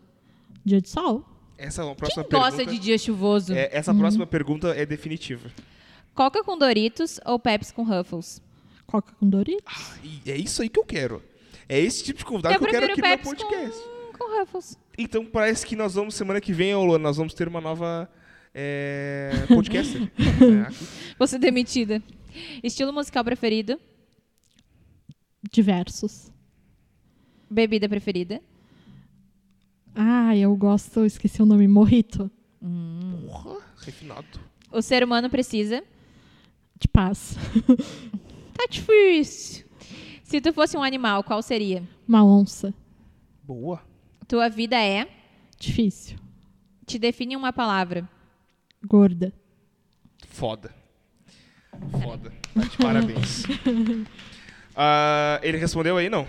Speaker 3: Dia de sol.
Speaker 1: Essa é uma próxima
Speaker 2: Quem gosta
Speaker 1: pergunta.
Speaker 2: de Hum. dia chuvoso?
Speaker 1: É, essa próxima pergunta é definitiva.
Speaker 2: Coca com Doritos ou Pepsi com Ruffles?
Speaker 3: Coca com Doritos.
Speaker 1: E é isso aí que eu quero. É esse tipo de convidado
Speaker 2: eu
Speaker 1: que eu quero
Speaker 2: prefiro
Speaker 1: aqui no meu
Speaker 2: Pepsi
Speaker 1: podcast.
Speaker 2: com, Hum, com Ruffles.
Speaker 1: Então parece que nós vamos, semana que vem, ô Luana, nós vamos ter uma nova é, podcaster. É,
Speaker 2: *laughs*
Speaker 1: aqui.
Speaker 2: Vou ser demitida. Estilo musical preferido?
Speaker 3: Diversos.
Speaker 2: Bebida preferida?
Speaker 3: Ah, eu gosto. eu Esqueci o nome. Morrito.
Speaker 1: Porra, refinado.
Speaker 2: O ser humano precisa?
Speaker 3: De paz. *laughs*
Speaker 2: Tá difícil. Se tu fosse um animal, qual seria?
Speaker 3: Uma onça.
Speaker 1: Boa.
Speaker 2: Tua vida é?
Speaker 3: Difícil.
Speaker 2: Te define em uma palavra.
Speaker 3: Gorda.
Speaker 1: Foda. Foda. Tá de
Speaker 2: *laughs*
Speaker 1: parabéns. Ah, ele respondeu aí, não?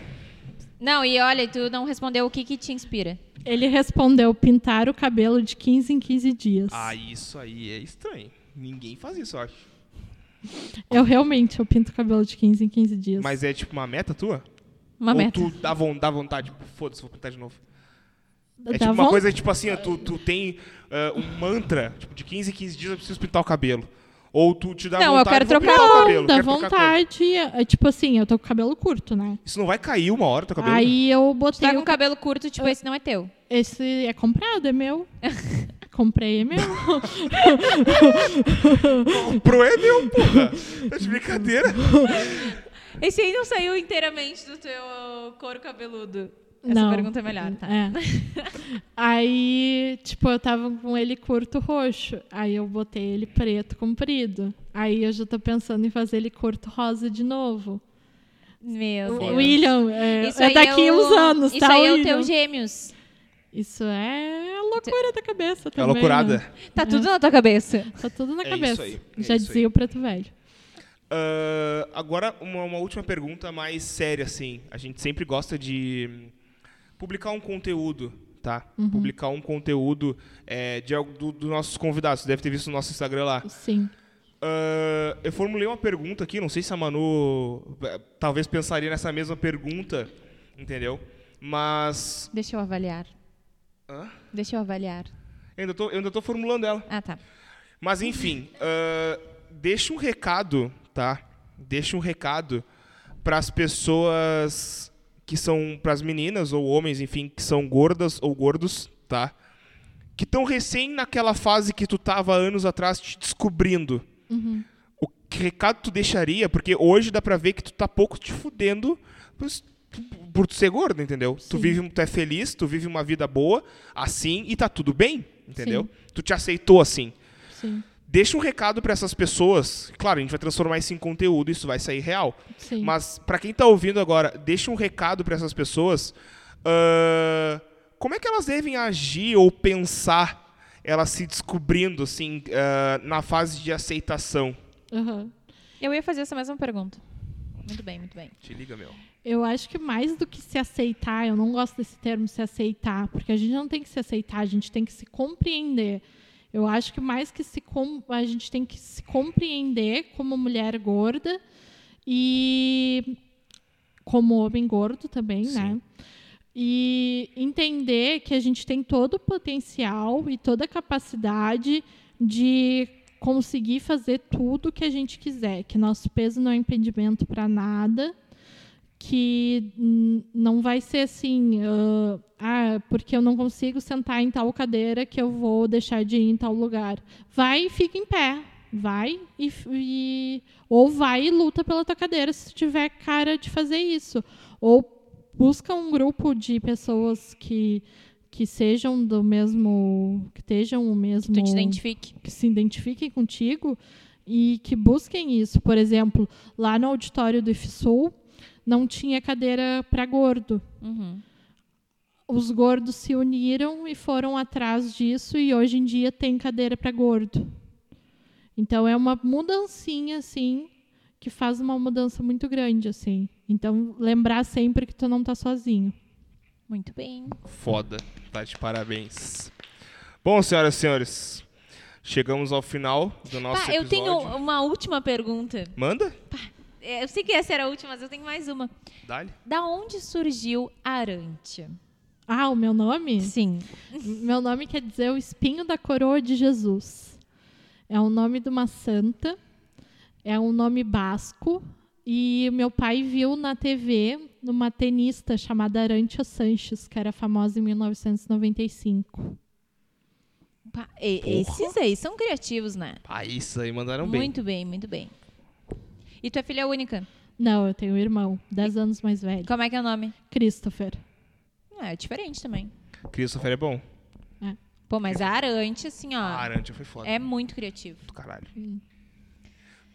Speaker 2: Não, e olha, tu não respondeu o que, que te inspira.
Speaker 3: Ele respondeu pintar o cabelo de 15 em 15 dias.
Speaker 1: Ah, isso aí é estranho. Ninguém faz isso, eu acho.
Speaker 3: Eu realmente eu pinto o cabelo de 15 em 15 dias.
Speaker 1: Mas é tipo uma meta tua?
Speaker 2: Uma
Speaker 1: Ou
Speaker 2: meta.
Speaker 1: tu dá, von- dá vontade, tipo, foda-se, vou pintar de novo. É
Speaker 3: Dá
Speaker 1: tipo uma
Speaker 3: von-
Speaker 1: coisa, tipo assim, ó, tu, tu tem ah, um mantra, tipo, de 15 em 15 dias eu preciso pintar o cabelo. Ou tu te dá
Speaker 2: Não, eu
Speaker 1: vontade,
Speaker 2: quero
Speaker 1: vou
Speaker 2: trocar
Speaker 1: pintar o
Speaker 2: a
Speaker 1: cabelo.
Speaker 3: Dá
Speaker 1: quero trocar a cor.
Speaker 3: vontade. é, Tipo assim, eu tô com o cabelo curto, né?
Speaker 1: Isso não vai cair uma hora teu cabelo?
Speaker 3: Aí eu
Speaker 2: Tu
Speaker 3: botei.
Speaker 2: tá com
Speaker 3: o-
Speaker 2: cabelo curto, tipo, esse não é teu.
Speaker 3: Esse é comprado,
Speaker 2: *laughs*
Speaker 3: é meu. Comprei, é meu.
Speaker 1: Pro é meu,
Speaker 2: *laughs*
Speaker 1: porra. Tá de brincadeira.
Speaker 2: Esse aí não saiu inteiramente do teu couro cabeludo. Essa
Speaker 3: Não.
Speaker 2: pergunta é melhor, tá?
Speaker 3: É. Aí, tipo, eu tava com ele curto roxo. Aí eu botei ele preto comprido. Aí eu já tô pensando em fazer ele curto rosa de novo.
Speaker 2: Meu Deus.
Speaker 3: William, é,
Speaker 2: Isso
Speaker 3: é
Speaker 2: aí
Speaker 3: daqui
Speaker 2: é o-
Speaker 3: uns anos,
Speaker 2: Isso
Speaker 3: tá,
Speaker 2: aí é o
Speaker 3: William?
Speaker 2: teu gêmeos.
Speaker 3: Isso é loucura da cabeça
Speaker 1: É
Speaker 3: também.
Speaker 1: loucurada.
Speaker 3: né?
Speaker 2: Tá tudo na tua cabeça.
Speaker 3: Tá tudo na
Speaker 1: É
Speaker 3: cabeça.
Speaker 1: isso aí, é
Speaker 3: já
Speaker 1: isso
Speaker 3: dizia
Speaker 1: aí.
Speaker 3: o preto velho.
Speaker 1: Ah, agora, uma, uma última pergunta mais séria, assim. A gente sempre gosta de hum, publicar um conteúdo, tá? Publicar um conteúdo é, de, algo- do- dos nossos convidados. Você deve ter visto no nosso Instagram lá.
Speaker 3: Sim.
Speaker 1: Ah, eu formulei uma pergunta aqui, não sei se a Manu eh, talvez pensaria nessa mesma pergunta, entendeu? Mas
Speaker 2: Deixa eu avaliar.
Speaker 1: Hã?
Speaker 2: Deixa eu avaliar.
Speaker 1: eu ainda tô, eu ainda tô formulando ela.
Speaker 2: Ah, tá.
Speaker 1: Mas enfim, ah, deixa um recado, tá? Deixa um recado para as pessoas que são, para as meninas ou homens, enfim, que são gordas ou gordos, tá? Que estão recém naquela fase que tu tava anos atrás te descobrindo.
Speaker 3: Uhum.
Speaker 1: O que recado tu deixaria? Porque hoje dá pra ver que tu tá pouco te fudendo por, por tu ser gordo, entendeu? Tu
Speaker 3: Sim.
Speaker 1: vive, tu é feliz, tu vive uma vida boa, assim, e tá tudo bem, entendeu? Tu te aceitou assim
Speaker 3: Sim.
Speaker 1: deixa um recado pra essas pessoas. Claro, a gente vai transformar isso em conteúdo, isso vai sair real.
Speaker 3: Sim.
Speaker 1: Mas pra quem tá ouvindo agora, deixa um recado pra essas pessoas. ah, como é que elas devem agir ou pensar elas se descobrindo assim ah, na fase de aceitação?
Speaker 3: Aham.
Speaker 2: Eu ia fazer essa mesma pergunta. Muito bem, muito bem.
Speaker 1: Te liga, meu.
Speaker 3: Eu acho que mais do que se aceitar, eu não gosto desse termo se aceitar, porque a gente não tem que se aceitar, a gente tem que se compreender. Eu acho que mais que se com- a gente tem que se compreender como mulher gorda e como homem gordo também, né? E entender que a gente tem todo o potencial e toda a capacidade de conseguir fazer tudo o que a gente quiser, que nosso peso não é impedimento para nada que hum, não vai ser assim, ah, ah, porque eu não consigo sentar em tal cadeira que eu vou deixar de ir em tal lugar. Vai e fica em pé. Vai e, f- e- ou vai e luta pela tua cadeira se tu tiver cara de fazer isso. Ou busca um grupo de pessoas que que sejam do mesmo, que estejam o mesmo
Speaker 2: Tu te identifique.
Speaker 3: que se identifiquem contigo e que busquem isso. Por exemplo, lá no auditório do IFSUL não tinha cadeira para gordo.
Speaker 2: Uhum.
Speaker 3: Os gordos se uniram e foram atrás disso e hoje em dia tem cadeira para gordo. Então é uma mudancinha assim que faz uma mudança muito grande assim. Então lembrar sempre que tu não tá sozinho.
Speaker 2: Muito bem.
Speaker 1: Foda. Tá de parabéns. Bom, senhoras e senhores, chegamos ao final do nosso
Speaker 2: Pá,
Speaker 1: episódio.
Speaker 2: Tá, eu tenho uma última pergunta.
Speaker 1: Manda?
Speaker 2: É, Eu sei que essa era a última, mas eu tenho mais uma.
Speaker 1: Dá-lhe.
Speaker 2: Da onde surgiu Arante?
Speaker 3: Ah, o meu nome?
Speaker 2: Sim.
Speaker 3: Meu nome quer dizer o espinho da coroa de Jesus. É o nome de uma santa, é um nome basco. E meu pai viu na TV uma tenista chamada Arantia Sanches, que era famosa em 1995.
Speaker 2: Pá, e-
Speaker 1: Porra.
Speaker 2: esses aí são criativos, né?
Speaker 1: Ah, isso aí, mandaram bem.
Speaker 2: muito bem. muito bem. E tu é filha única?
Speaker 3: Não, eu tenho um irmão, 10 anos mais velho,
Speaker 2: Como é que é o nome?
Speaker 3: Christopher.
Speaker 2: Ah, é diferente também.
Speaker 1: Christopher é bom.
Speaker 2: Pô, mas a Arante, assim, ó,
Speaker 1: Ah, Arantia foi foda.
Speaker 2: é muito criativo.
Speaker 1: do caralho.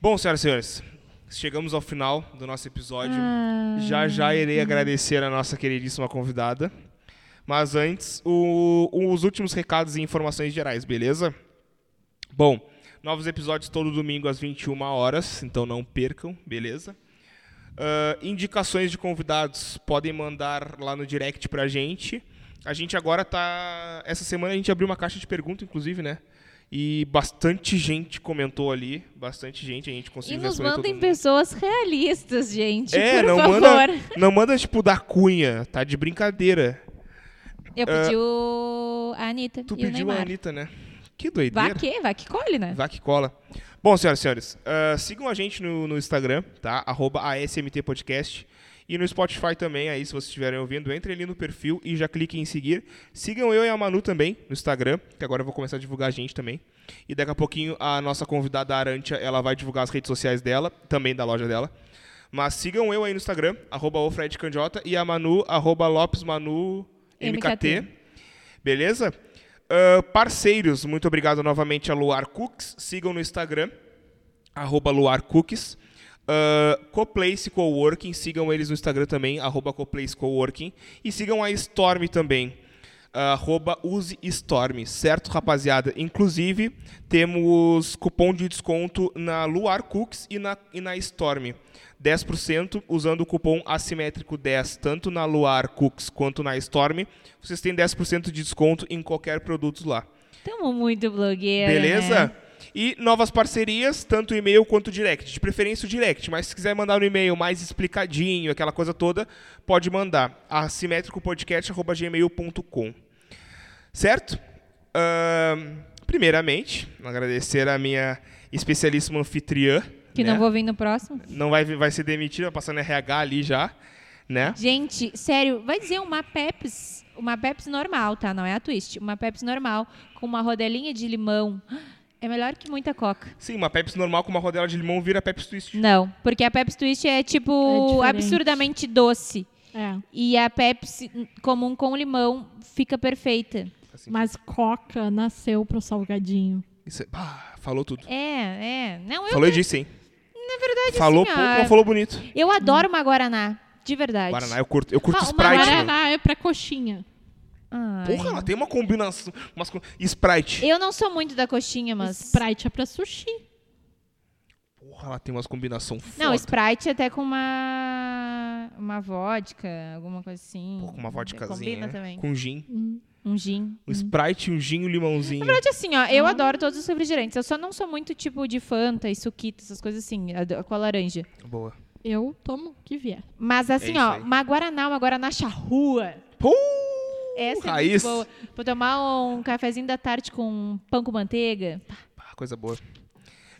Speaker 1: Bom, senhoras e senhores, chegamos ao final do nosso episódio.
Speaker 3: Ah.
Speaker 1: Já
Speaker 2: Ah.
Speaker 1: já irei agradecer a nossa queridíssima convidada. Mas antes, o- os últimos recados e informações gerais, beleza? Bom, novos episódios todo domingo às 21 horas, então não percam, beleza? Ah, indicações de convidados podem mandar lá no direct pra gente. A gente agora tá. Essa semana a gente abriu uma caixa de pergunta, inclusive, né? E bastante gente comentou ali. Bastante gente, a gente
Speaker 2: E
Speaker 1: conseguiu
Speaker 2: nos
Speaker 1: responder todo
Speaker 2: mandem
Speaker 1: mundo.
Speaker 2: pessoas realistas, gente.
Speaker 1: É,
Speaker 2: Tipo, por
Speaker 1: não
Speaker 2: favor.
Speaker 1: manda- Não manda, tipo, da cunha, tá de brincadeira.
Speaker 2: Eu pedi o... a Anitta
Speaker 1: É. Tu
Speaker 2: e o
Speaker 1: pediu a
Speaker 2: Neymar.
Speaker 1: Anitta, né? Que
Speaker 2: Vá
Speaker 1: doideira.
Speaker 2: que, vá que colhe, né?
Speaker 1: Vá que cola. Bom, senhoras e senhores, ah, sigam a gente no, no Instagram, tá? Arroba ASMT Podcast. E no Spotify também, aí, se vocês estiverem ouvindo, entre ali no perfil e já cliquem em seguir. Sigam eu e a Manu também no Instagram, que agora eu vou começar a divulgar a gente também. E daqui a pouquinho a nossa convidada Arantia, ela vai divulgar as redes sociais dela, também da loja dela. Mas sigam eu aí no Instagram, arroba o Fred Candiota, e a Manu, arroba Lopes Manu MKT. Beleza? Ah, parceiros, muito obrigado novamente a Luar Cooks. Sigam no Instagram, arroba Luar Cooks. Ah, Coplace Coworking, sigam eles no Instagram também, arroba Coplace Coworking. E sigam a Storm também, arroba Use Storm, certo, rapaziada? Inclusive, temos cupom de desconto na Luar Cooks e na, e na Storm. 10% usando o cupom assimétrico 10, tanto na Luar Cooks quanto na Storm. Vocês têm 10% de desconto em qualquer produto lá.
Speaker 2: Tamo muito blogueira.
Speaker 1: Beleza?
Speaker 2: né?
Speaker 1: E novas parcerias, tanto e-mail quanto direct. De preferência o direct, mas se quiser mandar um e-mail mais explicadinho, aquela coisa toda, pode mandar. assimétricopodcast.gmail.com Certo? Ahn, primeiramente, agradecer a minha especialíssima anfitriã.
Speaker 2: Que
Speaker 1: né?
Speaker 2: não vou vir no próximo.
Speaker 1: Não vai, vai ser demitida, passando RH ali já, né?
Speaker 2: Gente, sério, vai dizer uma Pepsi, uma Pepsi normal, tá? Não é a Twist. Uma Pepsi normal com uma rodelinha de limão é melhor que muita Coca.
Speaker 1: Sim, uma Pepsi normal com uma rodela de limão vira Pepsi Twist.
Speaker 2: Não, porque a Pepsi Twist é
Speaker 3: É
Speaker 2: tipo
Speaker 3: diferente.
Speaker 2: absurdamente doce
Speaker 3: É.
Speaker 2: e a Pepsi comum com limão fica perfeita.
Speaker 1: Assim,
Speaker 3: Mas Coca nasceu pro salgadinho.
Speaker 1: isso é- bah, falou tudo.
Speaker 2: É, é. Não, eu
Speaker 1: Falou e disse, hein?
Speaker 2: na verdade
Speaker 1: Falou
Speaker 2: assim,
Speaker 1: pouco,
Speaker 2: ó,
Speaker 1: mas falou bonito.
Speaker 2: eu adoro uma Guaraná, de verdade.
Speaker 1: Guaraná, eu curto, eu curto
Speaker 2: Uma- uma
Speaker 1: Sprite. mano.
Speaker 3: Guaraná é pra coxinha.
Speaker 2: Ai.
Speaker 1: Porra, ela tem uma combinação. Umas, co- Sprite.
Speaker 2: Eu não sou muito da coxinha, mas
Speaker 3: Sprite é pra sushi.
Speaker 1: Porra, ela tem umas combinações foda.
Speaker 2: Não, Sprite até com uma uma vodka, alguma coisa assim.
Speaker 1: Pô, com uma vodkazinha.
Speaker 2: Combina
Speaker 1: né?
Speaker 2: também.
Speaker 1: Com gin.
Speaker 3: Hum.
Speaker 2: Um gin.
Speaker 1: Um Sprite, um gin e um limãozinho.
Speaker 2: Na verdade, assim, ó, eu adoro todos os refrigerantes. Eu só não sou muito tipo de Fanta e suquita, essas coisas assim, ado- com a laranja.
Speaker 1: Boa.
Speaker 3: Eu tomo o que vier.
Speaker 2: Mas assim,
Speaker 1: É isso
Speaker 2: ó,
Speaker 1: aí.
Speaker 2: uma Guaraná, uma Guaraná charrua.
Speaker 1: Pô,
Speaker 2: Essa é
Speaker 1: raiz.
Speaker 2: muito boa. Vou tomar um cafezinho da tarde com um pão com manteiga.
Speaker 1: pá, coisa boa.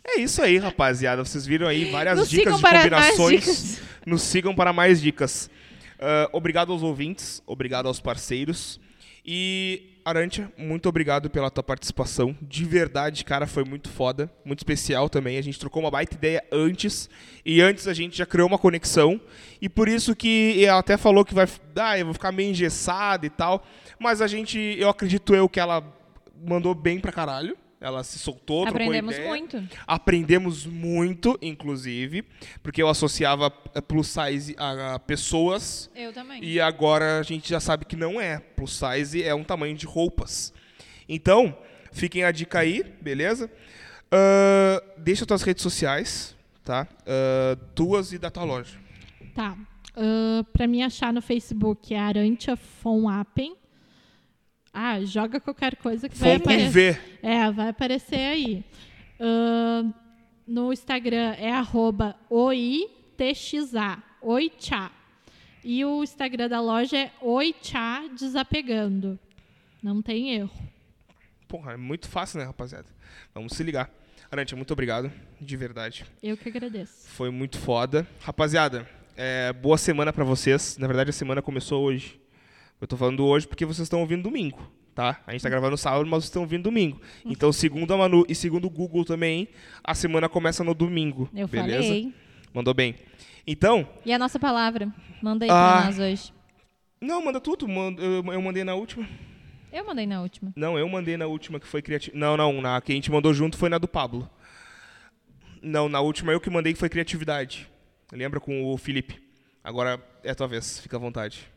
Speaker 1: É isso aí, rapaziada. Vocês viram aí várias
Speaker 2: Nos
Speaker 1: dicas
Speaker 2: sigam
Speaker 1: de
Speaker 2: para mais
Speaker 1: combinações.
Speaker 2: dicas.
Speaker 1: Nos sigam para mais dicas. Ah, obrigado aos ouvintes, obrigado aos parceiros. E, Arantia, muito obrigado pela tua participação. De verdade, cara, foi muito foda, muito especial também. A gente trocou uma baita ideia antes, e antes a gente já criou uma conexão. E por isso que ela até falou que vai f- ah, eu vou ficar meio engessada e tal. Mas a gente, eu acredito eu que ela mandou bem pra caralho. Ela se soltou, trocou
Speaker 2: Aprendemos
Speaker 1: ideia.
Speaker 2: muito.
Speaker 1: Aprendemos muito, inclusive, porque eu associava eh, plus size a a pessoas
Speaker 2: Eu também.
Speaker 1: e agora a gente já sabe que não é. Plus size é um tamanho de roupas. Então, fiquem a dica aí, beleza? Ah, deixa tuas redes sociais, tá? Ah, tuas e da tua loja.
Speaker 3: Tá. Ahn, pra me achar no Facebook é Arantia Von Appen. Ah, joga qualquer coisa que vai
Speaker 1: Fom com
Speaker 3: aparecer.
Speaker 1: V.
Speaker 3: É, vai aparecer aí. Ahn, no Instagram é arroba oitxa, oitxa. E o Instagram da loja é oitxa desapegando. Não tem erro.
Speaker 1: Porra, é muito fácil, né, rapaziada? Vamos se ligar. Arantia, muito obrigado, de verdade.
Speaker 3: Eu que agradeço.
Speaker 1: Foi muito foda. Rapaziada, é, boa semana pra vocês. Na verdade, a semana começou hoje. Eu tô falando hoje porque vocês estão ouvindo domingo, tá? A gente tá gravando sábado, mas vocês estão ouvindo domingo. Então, segundo a Manu e segundo o Google também, a semana começa no domingo.
Speaker 2: Eu
Speaker 1: beleza?
Speaker 2: falei.
Speaker 1: Mandou bem. Então,
Speaker 2: E a nossa palavra? Manda aí
Speaker 1: Ah.
Speaker 2: pra nós hoje.
Speaker 1: não, manda tudo. Manda- eu, eu mandei na última.
Speaker 2: Eu mandei na última.
Speaker 1: Não, eu mandei na última que foi criativa. Não, não, na que a gente mandou junto foi na do Pablo. Não, na última eu que mandei que foi criatividade. Lembra com o Felipe. Agora é a tua vez, fica à vontade.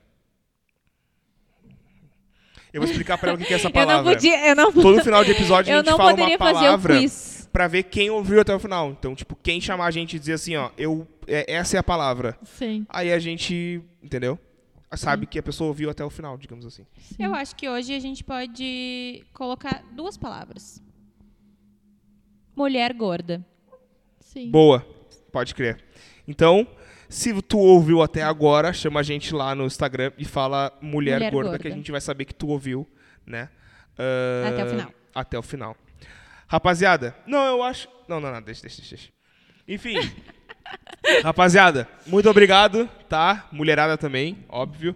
Speaker 1: Eu vou explicar pra ela o que que é essa
Speaker 2: *laughs* Eu
Speaker 1: palavra.
Speaker 2: não podia, eu não
Speaker 1: Todo final de episódio a
Speaker 2: *laughs* Eu
Speaker 1: gente
Speaker 2: não
Speaker 1: fala
Speaker 2: poderia
Speaker 1: uma
Speaker 2: fazer o
Speaker 1: palavra
Speaker 2: quiz.
Speaker 1: pra ver quem ouviu até o final. Então, tipo, quem chamar a gente e dizer assim, ó, eu é- essa é a palavra.
Speaker 3: Sim,
Speaker 1: Aí a gente, entendeu?
Speaker 2: Uhum.
Speaker 1: Sabe que a pessoa ouviu até o final, digamos assim.
Speaker 3: sim.
Speaker 2: Eu acho que hoje a gente pode colocar duas palavras. Mulher gorda.
Speaker 3: sim.
Speaker 1: Boa, pode crer. Então, se tu ouviu até agora, chama a gente lá no Instagram e fala mulher,
Speaker 2: Mulher
Speaker 1: gorda,
Speaker 2: gorda.
Speaker 1: que a gente vai saber que tu ouviu, né? Ah,
Speaker 2: Até o final.
Speaker 1: Até o final. Rapaziada, não, eu acho. Não, não, não, deixa, deixa, deixa, deixa.
Speaker 2: *laughs*
Speaker 1: Enfim. Rapaziada, muito obrigado, tá? Mulherada também, óbvio.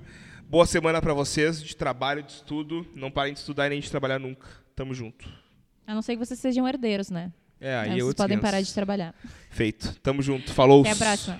Speaker 1: Boa semana pra vocês, de trabalho, de estudo. Não parem de estudar e nem de trabalhar nunca. Tamo junto.
Speaker 2: A não ser que vocês sejam herdeiros, né?
Speaker 1: É, aí
Speaker 2: Aí
Speaker 1: eu
Speaker 2: vocês podem parar de trabalhar.
Speaker 1: Feito. Tamo junto. Falou.
Speaker 2: Até a próxima.